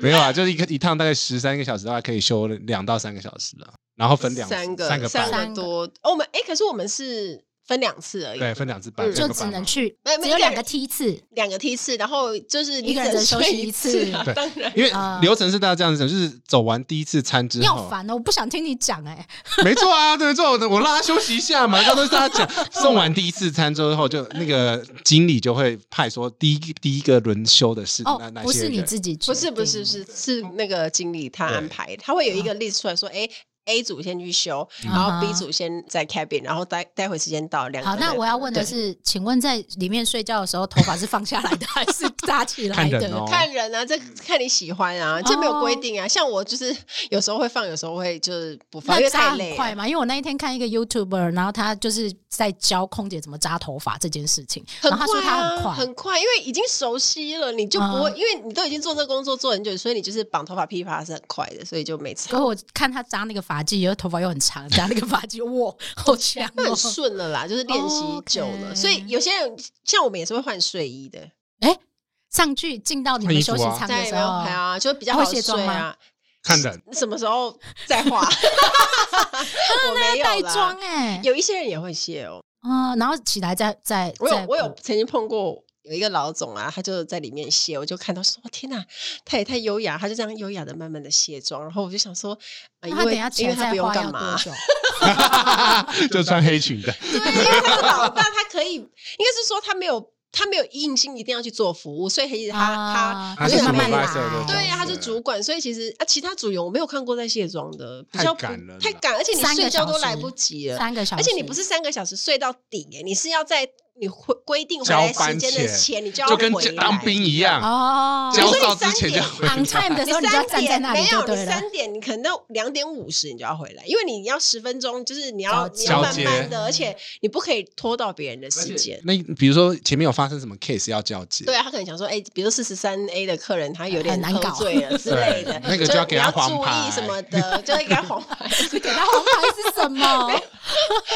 Speaker 2: 没有啊，就是一个一趟大概十三个小时的话，可以休两到三个小时的，然后分两次
Speaker 3: 三个
Speaker 2: 三个
Speaker 3: 三
Speaker 2: 班，
Speaker 1: 半
Speaker 3: 个多。哦我们哎、可是我们是分两次而已，
Speaker 2: 对，分两次班，
Speaker 3: 嗯
Speaker 1: 就
Speaker 2: 两个
Speaker 1: 只
Speaker 2: 班嘛
Speaker 1: 能去
Speaker 3: 没有，
Speaker 1: 只有两
Speaker 3: 一个
Speaker 1: 个
Speaker 3: 人
Speaker 1: 梯次。
Speaker 3: 两个梯次，然后就是你
Speaker 1: 一个人
Speaker 3: 只能
Speaker 1: 休息
Speaker 3: 睡
Speaker 1: 一
Speaker 3: 一
Speaker 1: 次
Speaker 3: 啊
Speaker 2: 对
Speaker 3: 当然。
Speaker 2: 因为
Speaker 1: 啊
Speaker 2: 流程是大家这样子讲，就是走完第一次餐之
Speaker 1: 你好
Speaker 2: 后，
Speaker 1: 烦哦，我不想听你讲哎、
Speaker 2: 没错啊，对没错，我我让他休息一下嘛，这都是他讲。送完第一次餐之后，就那个经理就会派说第一第一个轮休的是
Speaker 1: 哦
Speaker 2: 哪，哪
Speaker 1: 不
Speaker 2: 些
Speaker 1: 是你
Speaker 2: 人。
Speaker 1: 自己决定，
Speaker 3: 不是不
Speaker 1: 嗯
Speaker 3: 是是是那个经理他安排，他会有一个 list 出来说，哎、A 组先去休，
Speaker 2: 嗯
Speaker 3: 然后 B 组先在 cabin，然后待待会时间到两
Speaker 1: 嗯
Speaker 3: 个
Speaker 1: 好，
Speaker 3: 人。
Speaker 1: 那我要问的是，请问在里面睡觉的时候，头发是放下来的还是扎起来
Speaker 2: 看
Speaker 1: 的？
Speaker 2: 人哦，
Speaker 3: 看人啊，这看你喜欢啊，这没有
Speaker 1: 哦
Speaker 3: 规定啊。像我就是 有时候会放，有时候会就是不放，因
Speaker 1: 那
Speaker 3: 为
Speaker 1: 扎
Speaker 3: 太
Speaker 1: 很
Speaker 3: 累
Speaker 1: 快
Speaker 3: 了。
Speaker 1: 嘛？因为我那一天看一个 YouTuber，然后他就是在教空姐怎么扎头发这件事情，
Speaker 3: 很
Speaker 1: 然后他
Speaker 3: 快
Speaker 1: 说他
Speaker 3: 啊，
Speaker 1: 很快，嗯
Speaker 3: 很快，因为已经熟悉了，你就不会，因为你都已经做这工作做很久，所以你就是绑头发噼啪是很快的，所以就没 差
Speaker 1: 可，我看他扎那个发髻，因为头发又很长，扎那个发髻，哇，好强
Speaker 3: 那
Speaker 1: 哦
Speaker 3: 很！顺了啦，就是练习久了，
Speaker 1: OK
Speaker 3: 所以有些人像我们也是会换睡衣 的，
Speaker 1: 哎上去进到你们
Speaker 2: 换衣
Speaker 1: 休
Speaker 2: 服
Speaker 1: 息
Speaker 2: 啊
Speaker 1: 舱
Speaker 3: 在
Speaker 1: 的
Speaker 3: 里
Speaker 1: 时
Speaker 3: 面
Speaker 1: 候，
Speaker 3: 拍啊，就比较好
Speaker 1: 哦会卸妆
Speaker 3: 睡
Speaker 1: 吗
Speaker 3: 啊。
Speaker 2: 看 人，
Speaker 3: 什么时候再 画？我没有
Speaker 1: 带
Speaker 3: 啦
Speaker 1: 妆哎、
Speaker 3: 有一些人也会卸哦，
Speaker 1: 嗯，然后起来再再
Speaker 3: 我有
Speaker 1: 再
Speaker 3: 我有曾经碰过有一个老总啊，他就在里面卸，我就看到说天哪，他也太优雅，他就这样优雅的慢慢的卸妆，然后我就想说，呃、因
Speaker 1: 那他等
Speaker 3: 为
Speaker 1: 一下起
Speaker 3: 因
Speaker 1: 来
Speaker 3: 为他
Speaker 1: 再
Speaker 3: 不用
Speaker 1: 花
Speaker 3: 干
Speaker 1: 要
Speaker 3: 嘛
Speaker 1: 多，久？
Speaker 2: 就穿黑裙的，
Speaker 3: 对，因为他是老大，他可以，应该是说他没有他没有硬性一定要去做服务，所以其实他、
Speaker 1: 啊
Speaker 3: 他
Speaker 2: 他是
Speaker 1: 就
Speaker 3: 因为
Speaker 1: 慢慢
Speaker 2: supervisor
Speaker 1: 来
Speaker 2: 的
Speaker 3: 对呀、
Speaker 2: 角
Speaker 3: 他是
Speaker 2: 色
Speaker 3: 主管，所以其实啊，其他组员我没有看过在卸妆的，比
Speaker 2: 太
Speaker 3: 较不
Speaker 2: 赶了
Speaker 3: 太
Speaker 2: 啦
Speaker 3: 赶，而且你
Speaker 1: 三个
Speaker 3: 睡
Speaker 1: 小
Speaker 3: 觉都来
Speaker 1: 时
Speaker 3: 不及了，
Speaker 1: 三个小时，
Speaker 3: 啊而且你不是三个小时睡到底耶，你是要在你回规定回
Speaker 2: 交
Speaker 3: 来
Speaker 2: 班
Speaker 3: 时间的
Speaker 2: 前
Speaker 3: 前，你就要
Speaker 2: 就跟
Speaker 3: 回来
Speaker 2: 当兵一样，
Speaker 1: 哦
Speaker 2: 交
Speaker 3: 所以
Speaker 2: 到
Speaker 3: 三
Speaker 2: 之前就
Speaker 3: 点啊
Speaker 2: 回
Speaker 1: on time 的
Speaker 3: 你
Speaker 1: 时候，你就要站
Speaker 3: 三
Speaker 1: 在
Speaker 3: 点
Speaker 1: 那
Speaker 3: 没
Speaker 1: 里就
Speaker 3: 有，
Speaker 1: 对
Speaker 3: 啊你
Speaker 1: 了。
Speaker 3: 三点你可能到两点五十你就要回来，因为你要十分钟，就是你要
Speaker 1: 交
Speaker 3: 你要慢
Speaker 2: 接
Speaker 3: 慢的，而且你不可以拖到别人的时间。
Speaker 2: 那比如说前面有发生什么 case 要交接，，
Speaker 3: 对啊，他可能想说，哎、比如四十三 A 的客人他有点
Speaker 1: 很难
Speaker 3: 喝
Speaker 1: 搞
Speaker 3: 醉了之类的
Speaker 2: 那个
Speaker 3: 就
Speaker 2: 就要给
Speaker 3: 你
Speaker 2: 他
Speaker 3: 要
Speaker 2: 黄
Speaker 3: 注
Speaker 2: 牌
Speaker 3: 意什么的，就会给他黄牌。
Speaker 1: 给他红牌是什 么？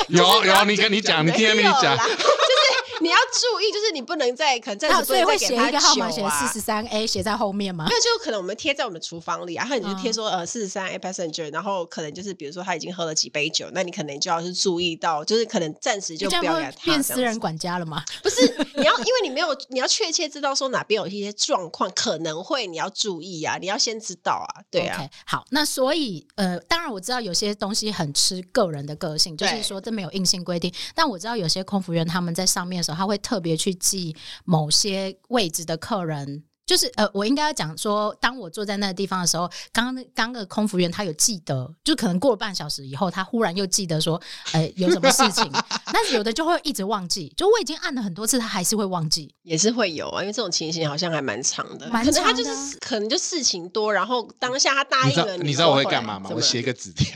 Speaker 2: 有有，你跟 你讲，你今天
Speaker 3: 没
Speaker 2: 没
Speaker 3: 有
Speaker 2: 讲
Speaker 3: 啦，就是你要注意，就是你不能再可能暂
Speaker 1: 那
Speaker 3: 时不
Speaker 1: 所以
Speaker 3: 能
Speaker 1: 会
Speaker 3: 再
Speaker 1: 写
Speaker 3: 给他啊
Speaker 1: 一个
Speaker 3: 酒啊。
Speaker 1: 号码，写四十三 A 写在后面吗
Speaker 3: 没？有，就可能我们贴在我们厨房里啊，然后你就
Speaker 1: 嗯
Speaker 3: 贴说、呃四十三 A passenger，然后可能就是比如说他已经喝了几杯酒，那你可能就要是注意到，就是可能暂时就
Speaker 1: 这
Speaker 3: 不
Speaker 1: 样
Speaker 3: 要给
Speaker 1: 会
Speaker 3: 他
Speaker 1: 变
Speaker 3: 这
Speaker 1: 私
Speaker 3: 样
Speaker 1: 人
Speaker 3: 子
Speaker 1: 管家了吗？
Speaker 3: 不是你要，因为你没有，你要确切知道说哪边有一些状况，可能会你要注意啊，你要先知道啊，对啊
Speaker 1: o k 好，那所以呃，当然我知道有些东西很吃个人的个性，就是
Speaker 3: 对
Speaker 1: 说这没有硬性规定。但我知道有些空服员他们在上面的时候，他会特别去记某些位置的客人。就是呃，我应该要讲说，当我坐在那个地方的时候，刚刚刚个空服员他有记得，就可能过了半小时以后，他忽然又记得说，呃，有什么事情。 但是有的就会一直忘记，就我已经按了很多次，他还是会忘记。
Speaker 3: 也是会有啊，因为这种情形好像还蛮长的，
Speaker 1: 蛮
Speaker 3: 可能他
Speaker 1: 长
Speaker 3: 就
Speaker 1: 的啊
Speaker 3: 是可能就事情多，然后当下他答
Speaker 2: 你
Speaker 3: 应
Speaker 2: 知道
Speaker 3: 了
Speaker 2: 你知道我会
Speaker 3: 然后后来
Speaker 2: 干嘛吗？我
Speaker 3: 怎么了
Speaker 2: 写一个纸条，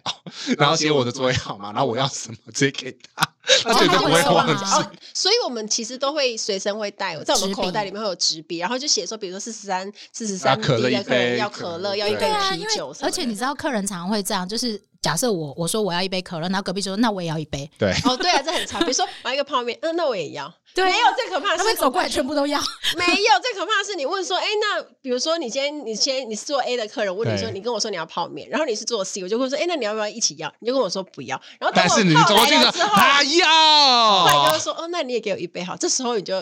Speaker 2: 然后写我的座位号码，然后我要什么直接给他，他
Speaker 1: 哦
Speaker 2: 绝对
Speaker 1: 他
Speaker 2: 不
Speaker 1: 会
Speaker 2: 会
Speaker 1: 收
Speaker 2: 忘
Speaker 1: 吗
Speaker 2: 记。
Speaker 3: 哦，所以我们其实都会随身会带，在我们
Speaker 1: 纸笔
Speaker 3: 口袋里面会有纸笔，然后就写说，比如说四十三、四十
Speaker 2: 啊
Speaker 3: 三，
Speaker 2: 可乐一
Speaker 3: 可能
Speaker 2: 杯
Speaker 3: 要
Speaker 2: 可
Speaker 3: 可
Speaker 2: 乐
Speaker 3: 乐，要一
Speaker 2: 对
Speaker 3: 杯
Speaker 1: 啊，
Speaker 3: 啤
Speaker 1: 因为
Speaker 3: 酒什么的，
Speaker 1: 而且你知道，客人常会这样，就是假设我我说我要一杯可乐，然后隔壁就说那我也要一杯，
Speaker 2: 对，
Speaker 3: 哦，对啊，这很差。比如说买一个泡面，嗯，那我也要。
Speaker 1: 对啊
Speaker 3: 没有最可怕的
Speaker 1: 他
Speaker 3: 是
Speaker 1: 们走过来全部都要，
Speaker 3: 没有最可怕的是你问说，哎，那比如说你今天你今天你是做 A 的客人，问你说
Speaker 2: 对
Speaker 3: 你跟我说你要泡面，然后你是做 C，我就会说，哎，那你要不要一起要？你就跟我说不要，然后等
Speaker 2: 但
Speaker 3: 我
Speaker 2: 是你
Speaker 3: 泡
Speaker 2: 走过去
Speaker 3: 来
Speaker 2: 的
Speaker 3: 了之后，
Speaker 2: 他
Speaker 3: 后来就
Speaker 2: 要
Speaker 3: 会。说，哦，那你也给我一杯好。这时候你就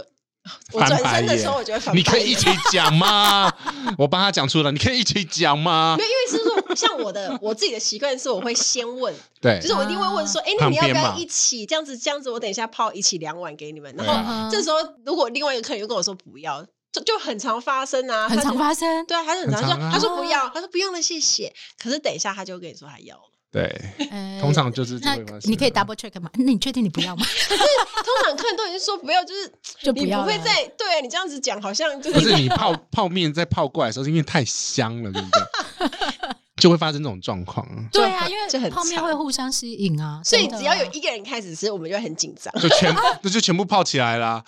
Speaker 3: 我
Speaker 2: 翻
Speaker 3: 转
Speaker 2: 白
Speaker 3: 身的
Speaker 2: 眼
Speaker 3: 时候，我就会翻白眼。
Speaker 2: 你可以一起讲吗？我帮他讲出来，你可以一起讲吗
Speaker 3: 没？有，因为是说像我的我自己的习惯是，我会先问，
Speaker 2: 对
Speaker 3: 就是我一定会问说，哎、那
Speaker 2: 旁
Speaker 3: 你要不
Speaker 2: 边
Speaker 3: 要
Speaker 2: 嘛
Speaker 3: 一起这样子？这样子，我等一下泡一起两碗给你们。然
Speaker 2: 对
Speaker 1: 嗯
Speaker 3: 后
Speaker 2: 啊
Speaker 3: 这时候如果另外一个客人又跟我说不要，就就很常发生啊，
Speaker 1: 很
Speaker 3: 他
Speaker 1: 常
Speaker 3: 就。
Speaker 1: 发生。
Speaker 3: 对啊，他就很常
Speaker 2: 很
Speaker 3: 说，
Speaker 2: 常啊
Speaker 3: 他说不要，他说不用了，谢谢。可是等一下他就跟你说他要了，
Speaker 2: 对，
Speaker 3: 哎
Speaker 1: 呃
Speaker 2: 通常就是这
Speaker 1: 那
Speaker 2: 会发生
Speaker 1: 你可以
Speaker 2: 啊
Speaker 1: double check 吗？那你确定你不要 吗？
Speaker 3: 通常客人都已经说不要，就是
Speaker 1: 就
Speaker 3: 你
Speaker 1: 不要
Speaker 3: 不会
Speaker 1: 了
Speaker 3: 再对啊，你这样子讲好像就
Speaker 2: 不
Speaker 3: 是
Speaker 2: 是你泡泡面在泡过来的时候，是因为太香了，对不对？ 就会发生这种状况啊，
Speaker 1: 对啊，
Speaker 3: 很
Speaker 1: 因
Speaker 3: 这
Speaker 1: 为
Speaker 3: 很
Speaker 1: 泡面
Speaker 3: 长
Speaker 1: 会互相吸引啊，
Speaker 3: 所以
Speaker 1: 真的
Speaker 3: 只要有
Speaker 1: 啊
Speaker 3: 一个人开始吃，我们就会很紧 张。
Speaker 2: 就全那就全部泡起来 啦。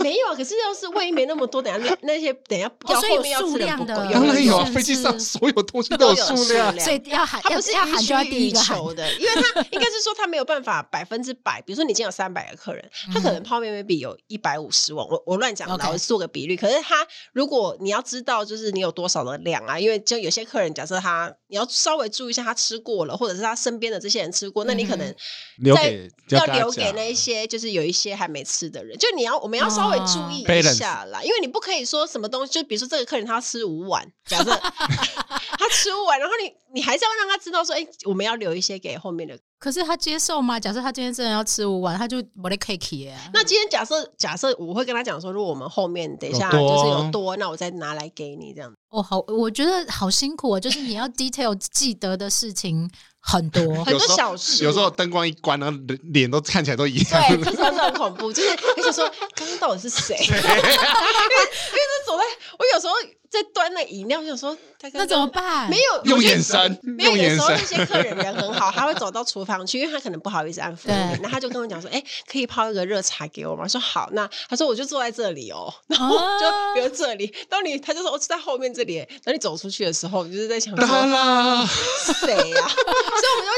Speaker 3: 没有啊，可是要是万一没那么多，等下那那些等下
Speaker 1: 哦
Speaker 3: 要
Speaker 1: 所以有
Speaker 3: 后面要
Speaker 1: 数
Speaker 3: 吃人
Speaker 1: 量
Speaker 3: 不够
Speaker 1: 的，
Speaker 2: 当然有啊，
Speaker 1: 是
Speaker 2: 飞机上
Speaker 1: 是
Speaker 2: 所有东西
Speaker 3: 都
Speaker 2: 都
Speaker 3: 有
Speaker 2: 有
Speaker 3: 数
Speaker 2: 数
Speaker 3: 量
Speaker 2: 量。
Speaker 1: 所以要喊
Speaker 3: 他
Speaker 1: 要
Speaker 3: 不是
Speaker 1: 要喊就要
Speaker 3: 予取
Speaker 1: 第一个
Speaker 3: 予
Speaker 1: 喊，
Speaker 3: 求的，因为他应该是说他没有办法百分之百。比如说你今天有三百个客人，他可能泡面 maybe 有一百五十碗，我我乱讲的啦，
Speaker 1: 嗯 OK
Speaker 3: 我做个比率。可是他如果你要知道，就是你有多少的量啊，因为就有些客人假设他你要稍微注意一下，他吃过了，或者是他身边的这些人吃过，那你
Speaker 1: 嗯
Speaker 3: 可能
Speaker 2: 留给
Speaker 3: 要
Speaker 2: 跟他
Speaker 3: 留给
Speaker 2: 讲
Speaker 3: 那一些就是有一些还没吃的人，就你要我们要稍微注意
Speaker 2: 哦
Speaker 3: 一下啦，因为你不可以说什么东西，就比如说这个客人他吃五碗， 假设他吃五碗，然后你你还是要让他知道说，哎、我们要留一些给后面的。
Speaker 1: 可是他接受吗？假设他今天真的要吃五碗，他就没得 cake 耶。
Speaker 3: 那今天假设假设我会跟他讲说，如果我们后面等一下
Speaker 2: 有
Speaker 3: 就
Speaker 2: 多
Speaker 3: 是有多，那我再拿来给你这样。
Speaker 1: 我哦好，我觉得好辛苦哦，就是你要 detail 记得的事情很多，
Speaker 3: 很
Speaker 2: 有
Speaker 3: 多
Speaker 2: 时候
Speaker 3: 小事
Speaker 2: 有时候灯光一关，然后脸脸都看起来都一样。
Speaker 3: 对，这时候就很恐怖，就是 而且说刚刚到底是谁？ 因为因为这走在，我有时候在端那饮料，我想说他刚刚
Speaker 1: 那怎么办？
Speaker 3: 没有
Speaker 2: 用
Speaker 3: 我觉得
Speaker 2: 眼神，
Speaker 3: 没有，
Speaker 2: 用
Speaker 3: 有
Speaker 2: 眼
Speaker 3: 时候那
Speaker 2: 神，
Speaker 3: 些客人人很好，他会走到厨房去，因为他可能不好意思按服务铃，
Speaker 1: 对
Speaker 3: 那他就跟我讲说：“哎、可以泡一个热茶给我吗？”我说好，那他说我就坐在这里哦，然后
Speaker 1: 啊
Speaker 3: 就比如这里，然后你他就说我哦在后面这里，然后你走出去的时候，你就是在 想
Speaker 1: 啊
Speaker 2: 啦
Speaker 3: 说
Speaker 2: 啦，。
Speaker 3: 谁呀、所以我们就会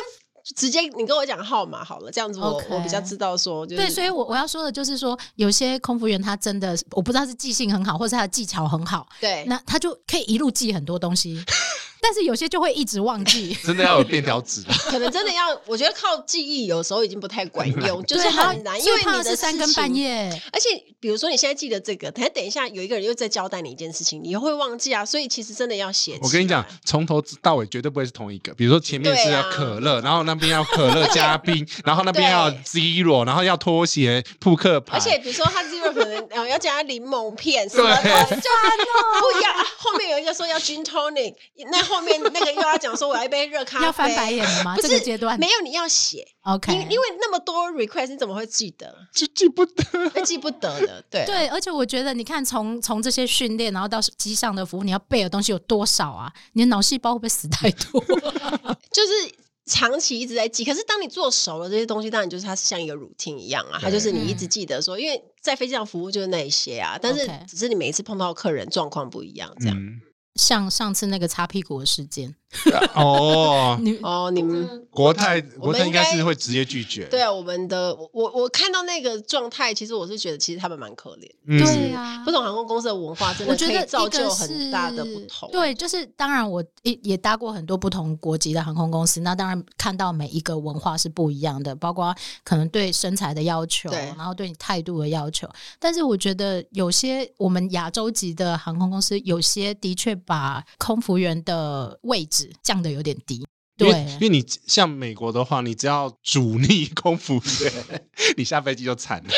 Speaker 3: 直接你跟我讲号码好了，这样子我
Speaker 1: OK
Speaker 3: 我比较知道说就是
Speaker 1: 对，所以我我要说的就是说，有些空服员他真的，我不知道是记性很好，或是他的技巧很好，
Speaker 3: 对
Speaker 1: 那他就可以一路记很多东西，但是有些就会一直忘记
Speaker 2: 真的要有便条纸。
Speaker 3: 可能真的要，我觉得靠记忆有时候已经不太管 用， 就是
Speaker 1: 对他
Speaker 3: 很难，因
Speaker 1: 最
Speaker 3: 为
Speaker 1: 怕
Speaker 3: 你
Speaker 1: 的
Speaker 3: 的
Speaker 1: 是三更
Speaker 3: 事情
Speaker 1: 半夜，
Speaker 3: 而且，比如说你现在记得这个，等下等一下有一个人又在交代你一件事情，你又会忘记啊。所以其实真的要写。
Speaker 2: 我跟你讲，，从头到尾绝对不会是同一个。比如说前面是
Speaker 3: 啊
Speaker 2: 要可乐，然后那边要可乐加冰，然后那边要
Speaker 3: 对
Speaker 2: zero，然后要拖鞋、扑克牌
Speaker 3: 而。且比如说他这个可能呃要加柠檬片什么的，
Speaker 2: 对
Speaker 3: 就不一样。啊后面有一个说要 gin tonic，那后面那个又要讲说我要一杯热咖啡，
Speaker 1: 要翻白眼 了吗？
Speaker 3: 不
Speaker 1: 这
Speaker 3: 是
Speaker 1: 个阶段
Speaker 3: 没有你要写，
Speaker 1: ，OK，
Speaker 3: 因因为那么多 request 你怎么会记得？
Speaker 2: 就记不得，
Speaker 3: 会记不得的，对。
Speaker 1: 对，而且我觉得，你看从从这些训练，然后到机上的服务，你要背的东西有多少啊？你的脑细胞会不会死太多？
Speaker 3: 就是长期一直在记。可是当你做熟了这些东西，当然就是它是像一个 routine 一样啊，它就是你一直记得说，因为在飞机上服务就是那一些啊，但是
Speaker 1: OK
Speaker 3: 只是你每一次碰到客人状况不一样 这样。
Speaker 2: 嗯，
Speaker 1: 像上次那个擦屁股的事件，
Speaker 2: 哦，
Speaker 1: 你
Speaker 3: 哦， 你们
Speaker 2: 国泰
Speaker 3: 我
Speaker 2: 国
Speaker 3: 们
Speaker 2: 泰
Speaker 3: 应
Speaker 2: 应
Speaker 3: 该
Speaker 2: 该是会直接拒绝。
Speaker 3: 对啊，我们的我我我看到那个状态，其实我是觉得其实他们蛮可怜，
Speaker 2: 嗯，
Speaker 1: 对啊呀、
Speaker 3: 不同航空公司的文化真
Speaker 1: 我
Speaker 3: 的
Speaker 1: 觉
Speaker 3: 可
Speaker 1: 得
Speaker 3: 以造
Speaker 1: 一
Speaker 3: 就
Speaker 1: 个
Speaker 3: 很
Speaker 1: 是
Speaker 3: 大的不同。
Speaker 1: 对，就是当然我也也搭过很多不同国籍的航空公司，那当然看到每一个文化是不一样的，包括可能对身材的要求，
Speaker 3: 对
Speaker 1: 然后对你态度的要求。但是我觉得有些我们亚洲籍的航空公司，有些的确把空服员的位置降的有点低。
Speaker 2: 因为
Speaker 1: 对啊
Speaker 2: 因，为你像美国的话，你只要主力 空服员，你下飞机就惨 了，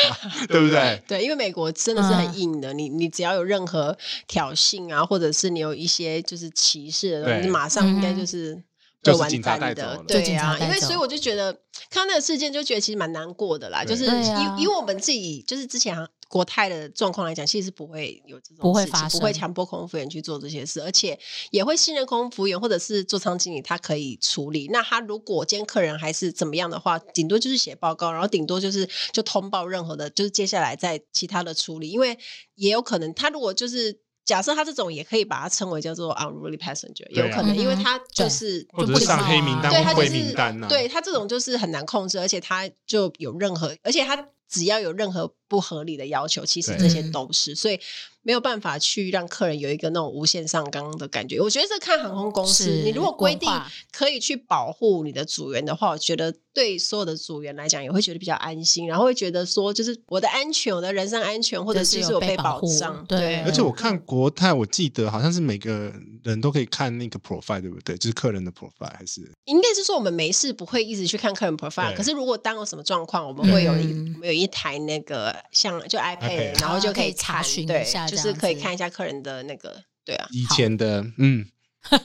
Speaker 2: 对不对？
Speaker 3: 对，因为美国真的是很
Speaker 1: 嗯
Speaker 3: 硬的，你你只要有任何挑衅啊，或者是你有一些就是歧视的东西，
Speaker 2: 对
Speaker 3: 马上应该
Speaker 1: 嗯哼
Speaker 3: 就是会
Speaker 2: 就是
Speaker 3: 完
Speaker 2: 警察
Speaker 3: 蛋
Speaker 2: 带走
Speaker 3: 的
Speaker 2: 了，
Speaker 1: 就
Speaker 3: 对
Speaker 1: 警
Speaker 3: 啊
Speaker 1: 察，
Speaker 3: 因
Speaker 1: 带
Speaker 3: 为
Speaker 1: 走
Speaker 3: 所以我就觉得看到那个事件，就觉得其实蛮难过的啦，
Speaker 2: 对
Speaker 3: 就是
Speaker 1: 对
Speaker 3: 以、
Speaker 1: 啊
Speaker 3: 以我们自己就是之前国泰的状况来讲，其实是不会有这种
Speaker 1: 不会
Speaker 3: 事情
Speaker 1: 发
Speaker 3: 不会
Speaker 1: 生
Speaker 3: 强迫空服员去做这些事，而且也会信任空服员或者是座舱经理，他可以处理。那他如果今天客人还是怎么样的话，顶多就是写报告，然后顶多就是就通报任何的，就是接下来在其他的处理，因为也有可能他如果就是。假设他这种也可以把它称为叫做 unruly passenger，也有
Speaker 2: 对啊
Speaker 3: 可能，因为
Speaker 1: 嗯哼
Speaker 3: 他就
Speaker 1: 对
Speaker 3: 是
Speaker 2: 或
Speaker 1: 就
Speaker 2: 者
Speaker 1: 不礼
Speaker 2: 是上
Speaker 1: 貌
Speaker 2: 黑
Speaker 1: 啊
Speaker 2: 名
Speaker 3: 对
Speaker 2: 单
Speaker 3: 他
Speaker 2: 或
Speaker 3: 就
Speaker 2: 灰
Speaker 3: 是
Speaker 2: 名单呐、啊
Speaker 3: 对他这种就是很难控制，而且他就有任何，而且他只要有任何不合理的要求，其实
Speaker 2: 对
Speaker 3: 这些
Speaker 1: 嗯
Speaker 3: 都是，所以没有办法去让客人有一个那种无限上纲的感觉。我觉得这看航空公司，
Speaker 1: 是
Speaker 3: 你如果规
Speaker 1: 文
Speaker 3: 定
Speaker 1: 化
Speaker 3: 可以去保护你的组员的话，我觉得对所有的组员来讲也会觉得比较安心，然后会觉得说，就是我的安全，我的人身安全，或者
Speaker 1: 就是
Speaker 3: 是
Speaker 1: 有
Speaker 3: 我
Speaker 1: 被
Speaker 3: 被
Speaker 1: 保护
Speaker 3: 障，
Speaker 1: 对
Speaker 2: 而且我看国泰，我记得好像是每个人都可以看那个 profile，对不对？就是客人的 profile 还是
Speaker 3: 应该是说我们没事不会一直去看客人 profile，
Speaker 2: 对
Speaker 3: 可是如果当有什么状况，我们会有一、
Speaker 1: 嗯
Speaker 3: 我们有一台那个像就 iPad，
Speaker 2: iPad
Speaker 3: 然后就
Speaker 1: 啊可
Speaker 3: 以
Speaker 1: 以查
Speaker 3: 看
Speaker 1: 询
Speaker 3: 对
Speaker 1: 一下，
Speaker 3: 就
Speaker 1: 这
Speaker 3: 是
Speaker 1: 样
Speaker 3: 可以
Speaker 1: 子
Speaker 3: 看一下客人的那个对啊。
Speaker 2: 以前的，嗯，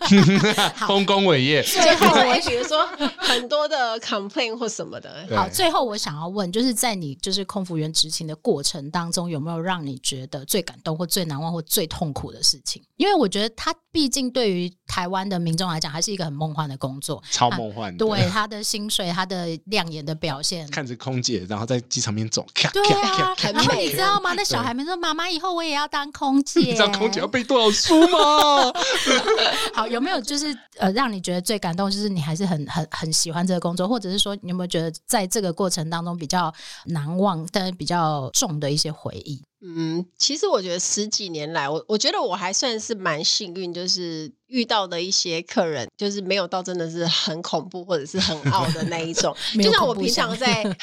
Speaker 2: 丰功伟业，
Speaker 1: 最 后
Speaker 3: 我
Speaker 1: 我
Speaker 3: 比如说很多的 complain 或什么的，
Speaker 2: 对
Speaker 1: 好，最后我想要问，就是在你就是空服员执勤的过程当中，有没有让你觉得最感动或最难忘或最痛苦的事情？因为我觉得它毕竟对于台湾的民众来讲，还是一个很梦幻的工作。
Speaker 2: 超梦幻
Speaker 3: 啊
Speaker 2: 的。
Speaker 1: 对他的薪水，他的亮眼的表现，
Speaker 2: 看着空姐，然后在机场边走，咔
Speaker 1: 对啊
Speaker 2: 咔咔。
Speaker 3: 很
Speaker 1: 然后
Speaker 3: 美
Speaker 1: 你知道吗？那小孩们说：“妈妈，以后我也要当空姐。”
Speaker 2: 你知道空姐要背多少书吗？
Speaker 1: 好，有没有就是呃，让你觉得最感动，就是你还是很很很喜欢这个工作，或者是说你有没有觉得在这个过程当中比较难忘，但是比较重的一些回忆？
Speaker 3: 嗯，其实我觉得十几年来，我我觉得我还算是蛮幸运，就是遇到的一些客人，就是没有到真的是很恐怖或者是很傲的那一种
Speaker 1: 。没有
Speaker 3: 就像我
Speaker 1: 恐怖
Speaker 3: 平常
Speaker 1: 箱
Speaker 3: 在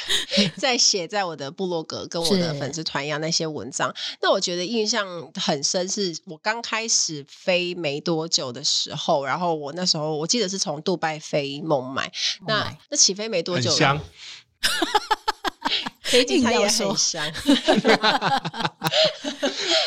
Speaker 3: 在 写在我的部落格跟我的
Speaker 1: 是
Speaker 3: 粉丝团一样那些文章，那我觉得印象很深，是我刚开始飞没多久的时候，然后我那时候我记得是从杜拜飞孟买，
Speaker 1: 孟
Speaker 3: 那
Speaker 1: 买
Speaker 3: 那起飞没啊多
Speaker 2: 很
Speaker 3: 久，
Speaker 2: 香，
Speaker 3: 飞机餐
Speaker 1: 硬
Speaker 3: 也
Speaker 1: 要说
Speaker 3: 很香。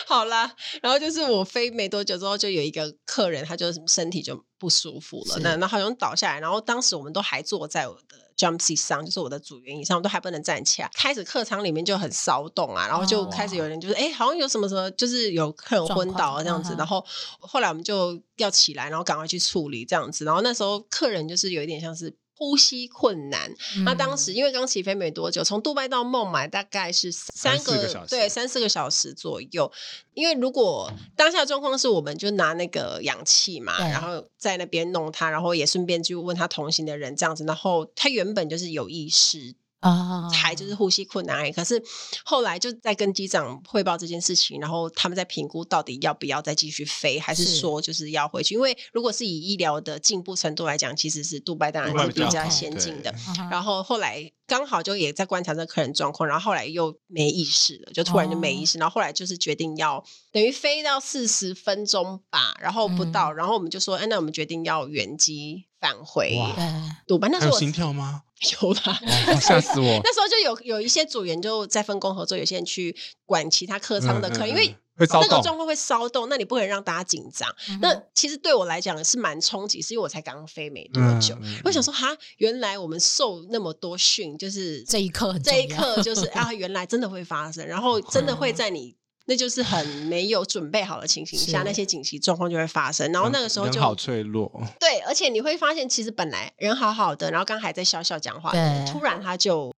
Speaker 3: 好啦，然后就是我飞没多久之后，就有一个客人，他就是身体就不舒服了，
Speaker 1: 是
Speaker 3: 那那好像倒下来，然后当时我们都还坐在我的。jump seat 上就是我的组员以上都还不能站起来，开始客舱里面就很骚动啊，然后就
Speaker 1: 哦
Speaker 3: 开始有人就是哎、诶好像有什么什么，就是有客人昏倒啊这样子，
Speaker 1: 状况嗯哼
Speaker 3: 然后后来我们就要起来，然后赶快去处理这样子，然后那时候客人就是有一点像是呼吸困难，
Speaker 2: 嗯
Speaker 3: 那
Speaker 1: 嗯
Speaker 3: 当时因为刚起飞没多久，从杜拜到孟买大概是三
Speaker 2: 四个小时
Speaker 3: 对三四个小时左右。因为如果当下的状况是我们就拿那个氧气嘛，
Speaker 1: 对
Speaker 3: 然后在那边弄他，然后也顺便去问他同行的人这样子，然后他原本就是有意识
Speaker 2: 嗯
Speaker 1: 啊，
Speaker 3: 还就是呼吸困难而已。可是后来就在跟机长汇报这件事情，然后他们在评估到底要不要再继续飞，还是
Speaker 1: 是
Speaker 3: 说就是要回去？因为如果是以医疗的进步程度来讲，其实是杜拜当
Speaker 2: 杜拜
Speaker 3: 然是
Speaker 2: 比较
Speaker 3: 比较
Speaker 1: 好
Speaker 3: 先进的
Speaker 2: 对。
Speaker 1: 嗯哼，
Speaker 3: 然后后来刚好就也在观察这客人状况，然后后来又没意识了，就突然就没
Speaker 2: 哦
Speaker 3: 意识，然后后来就是决定要等于飞到四十分钟吧，然后不到，
Speaker 2: 嗯
Speaker 3: 然后我们就说，哎，那我们决定要原机返回
Speaker 2: 哇
Speaker 1: 对，
Speaker 3: 杜拜。那
Speaker 2: 还
Speaker 3: 时
Speaker 2: 有
Speaker 3: 候我
Speaker 2: 心跳吗？
Speaker 3: 有啦。
Speaker 2: 哦吓死 我！
Speaker 3: 那时候就有有一些组员就在分工合作，有些人去管其他客舱的客
Speaker 2: 嗯
Speaker 3: 人，
Speaker 2: 嗯
Speaker 3: 因为
Speaker 2: 嗯会骚
Speaker 3: 那个状
Speaker 2: 动，
Speaker 3: 况会骚动，那你不可能让大家紧张。
Speaker 1: 嗯哼
Speaker 3: 那其实对我来讲是蛮冲击，是因为我才刚飞没多
Speaker 2: 嗯
Speaker 3: 久，
Speaker 2: 嗯
Speaker 3: 我想说哈，原来我们受那么多训，就是
Speaker 1: 这一刻很重
Speaker 3: 这
Speaker 1: 要哦
Speaker 3: 一刻就是 啊，原来真的会发生，然后真的会在你。那就是很没有准备好的情形下，
Speaker 1: 是
Speaker 3: 那些紧急状况就会发生。然后那个时候
Speaker 2: 人
Speaker 3: 就
Speaker 2: 好脆弱，哦
Speaker 3: 对，而且你会发现，其实本来人好好的，然后刚还在笑笑讲话
Speaker 1: 对，
Speaker 3: 突然他就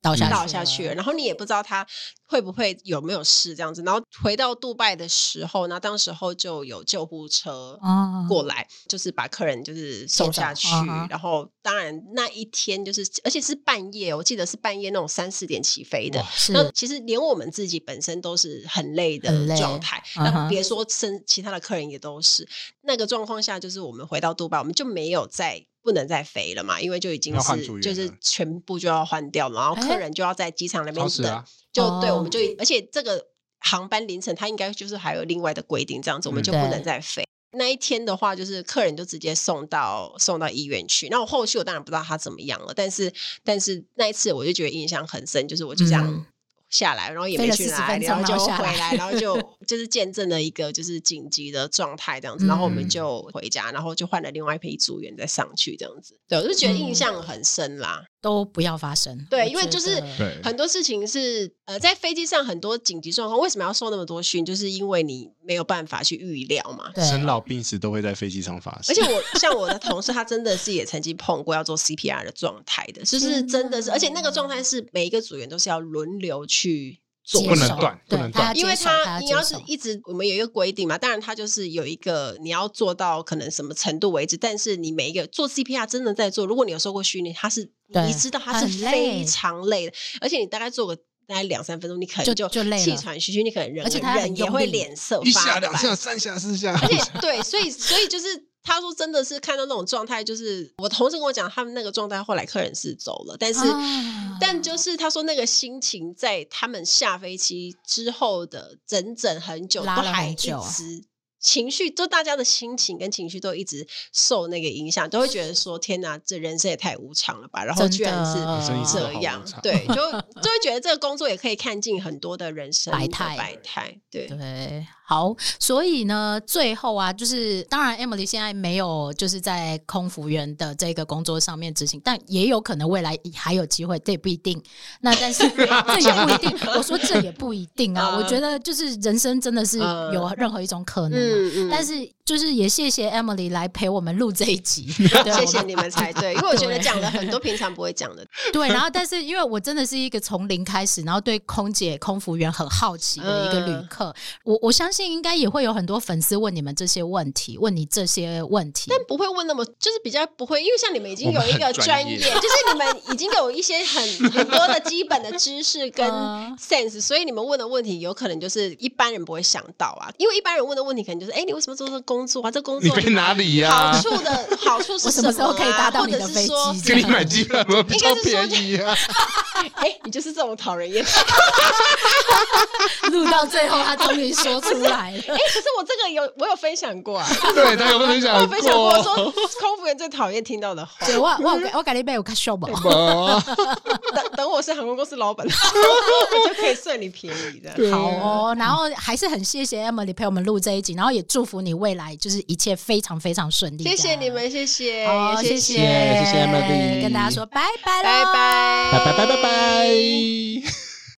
Speaker 1: 倒下
Speaker 3: 倒下去了，
Speaker 1: 了，
Speaker 3: 然后你也不知道他会不会有没有事这样子。然后回到杜拜的时候，那当时候就有救护车
Speaker 1: 哦
Speaker 3: 过来，就是把客人就是送下去
Speaker 1: 接走嗯哼。
Speaker 3: 然后当然那一天就是，而且是半夜，哦我记得是半夜那种三四点起飞的
Speaker 2: 哇。
Speaker 1: 是嗯
Speaker 3: 那其实连我们自己本身都是很累
Speaker 1: 很
Speaker 3: 的
Speaker 1: 累
Speaker 3: 状态，
Speaker 1: 嗯
Speaker 3: 那
Speaker 1: 哼
Speaker 3: 别说身其他的客人也都是那个状况下，就是我们回到杜拜，我们就没有再不能再飞了嘛，因为就已经
Speaker 2: 要换
Speaker 3: 是
Speaker 2: 组员
Speaker 3: 就是
Speaker 2: 了
Speaker 3: 全部就要换掉嘛，然后
Speaker 1: 哎
Speaker 3: 客人就要在机场那边
Speaker 2: 超时
Speaker 3: 等，
Speaker 2: 啊，
Speaker 3: 就对，
Speaker 1: 哦
Speaker 3: 我们就而且这个航班凌晨，它应该就是还有另外的规定，这样子我们
Speaker 2: 嗯
Speaker 3: 就不能再飞。那一天的话，就是客人就直接送到送到医院去。那我后续我当然不知道他怎么样了，但是但是那一次我就觉得印象很深，就是我就
Speaker 1: 嗯
Speaker 3: 这样下来，然后也没去哪里，
Speaker 1: 飞了40分钟
Speaker 3: 然后就
Speaker 1: 然后下
Speaker 3: 回
Speaker 1: 来
Speaker 3: 来，然后就 就是见证了一个就是紧急的状态这样子。然后我们
Speaker 2: 嗯
Speaker 3: 就回家，然后就换了另外一批组员再上去这样子。对，我就觉得
Speaker 1: 嗯
Speaker 3: 印象很深啦。
Speaker 1: 都不要发生。
Speaker 3: 对
Speaker 1: 我
Speaker 3: 因为
Speaker 1: 觉
Speaker 3: 就是
Speaker 1: 得
Speaker 2: 对，
Speaker 3: 很多事情是呃，在飞机上很多紧急状况，为什么要受那么多训？就是因为你没有办法去预料嘛。
Speaker 1: 对
Speaker 2: 生老病死都会在飞机上发
Speaker 3: 而
Speaker 2: 生
Speaker 3: 且。我像我的同事，他真的是也曾经碰过要做 CPR 的状态的，就是
Speaker 1: 天哪
Speaker 3: 真的是，而且那个状态是每一个组员都是要轮流去做
Speaker 1: 接
Speaker 2: 不能
Speaker 1: 手
Speaker 2: 断不
Speaker 1: 对
Speaker 2: 能
Speaker 1: 他要
Speaker 2: 断
Speaker 1: 接
Speaker 3: 因为
Speaker 1: 手
Speaker 3: 他
Speaker 1: 要
Speaker 3: 你
Speaker 1: 接
Speaker 3: 要是
Speaker 1: 手
Speaker 3: 一直我们有一个规定嘛，当然他就是有一个你要做到可能什么程度为止，但是你每一个做 CPR 真的在做，如果你有受过训练，他是
Speaker 1: 对
Speaker 3: 你知道他是
Speaker 1: 很累
Speaker 3: 非常累的，而且你大概做个大概两三分钟，你可
Speaker 1: 就
Speaker 3: 能
Speaker 1: 就累了
Speaker 3: 气喘吁吁，你可能人
Speaker 1: 而且他很
Speaker 3: 人也
Speaker 1: 用
Speaker 3: 会
Speaker 1: 力
Speaker 3: 脸色
Speaker 2: 一
Speaker 3: 发
Speaker 2: 下、
Speaker 3: 白
Speaker 2: 两，下、三下、四下，
Speaker 3: 而 且对，所以所以就是。他说：“真的是看到那种状态，就是我同事跟我讲，他们那个状态，后来客人是走了，但是
Speaker 1: 啊
Speaker 3: 但就是他说那个心情，在他们下飞机之后的整整很久，
Speaker 1: 拉
Speaker 3: 都
Speaker 1: 了
Speaker 3: 还
Speaker 1: 很
Speaker 3: 一
Speaker 1: 久啊
Speaker 3: 直情绪，就大家的心情跟情绪都一直受那个影响，都会觉得说天哪，这人生也太无常了吧！然后
Speaker 1: 真
Speaker 3: 居然是
Speaker 1: 的
Speaker 2: 所以是
Speaker 3: 这样
Speaker 2: 好无常，
Speaker 3: 对，就就会觉得这个工作也可以看尽很多的人生
Speaker 1: 百
Speaker 3: 的
Speaker 1: 态
Speaker 3: 百态，对。
Speaker 1: 对，好，所以呢，最后啊，就是当然，Emily 现在没有就是在空服员的这个工作上面执行，但也有可能未来还有机会，这也不一定。那但 是这也不一定，我说这也不一定啊。
Speaker 3: 嗯
Speaker 1: 我觉得就是人生真的是
Speaker 3: 嗯
Speaker 1: 有任何一种可能、啊。
Speaker 3: 嗯嗯，
Speaker 1: 但是就是也谢谢 Emily 来陪我们录这一集，对
Speaker 3: 嗯
Speaker 1: 啊
Speaker 3: 谢
Speaker 1: 我
Speaker 3: 谢
Speaker 1: 们
Speaker 3: 你们才 对，因为我觉得
Speaker 1: 对
Speaker 3: 讲了很多平常不会讲的，
Speaker 1: 对，然后但是因为我真的是一个从零开始，然后对空姐、空服员很好奇的一个旅客，我我相信应该也会有很多粉丝问你们这些问题，问你这些问题。
Speaker 3: 但不会问那么，就是比较不会，因为像你们已经
Speaker 2: 我
Speaker 3: 有
Speaker 2: 们
Speaker 3: 一个
Speaker 2: 很专
Speaker 3: 业，
Speaker 2: 业
Speaker 3: 就是你们已经有一些很很多的基本的知识 跟
Speaker 1: 嗯
Speaker 3: sense，所以你们问的问题有可能就是一般人不会想到啊，因为一般人问的问题可能就是，哎，你为什么做这个工作啊？这工
Speaker 2: 你
Speaker 3: 作
Speaker 2: 飞哪里呀、
Speaker 3: 好处的好处是
Speaker 1: 我什么时候
Speaker 3: 啊
Speaker 1: 可以搭到你的
Speaker 3: 或者是
Speaker 1: 飞机
Speaker 3: 说？
Speaker 2: 给你买机票有 没有比较便宜啊？
Speaker 3: 哎，你就是这种讨人厌。哎
Speaker 1: 录到最后，他终于说出来了。
Speaker 3: 哎，可是我这个有我有分享过啊，
Speaker 2: 对他有分
Speaker 3: 我有
Speaker 2: 享
Speaker 3: 分享过说空服员最讨厌听到的话。
Speaker 1: 对，我我有我改了一杯，我看秀吧。
Speaker 2: 哦，
Speaker 3: 等等，我是航空公司老板， 我就可以算你便宜的。
Speaker 1: 好哦，然后还是很谢谢 Emily 陪我们录这一集，然后也祝福你未来就是一切非常非常顺利。
Speaker 3: 谢谢你，们，谢哦谢，
Speaker 1: 好，
Speaker 3: 也
Speaker 1: 谢
Speaker 3: 谢
Speaker 2: 谢谢谢 Emily
Speaker 1: 跟大家说拜拜喽，
Speaker 3: 拜拜，
Speaker 2: 拜拜拜拜拜。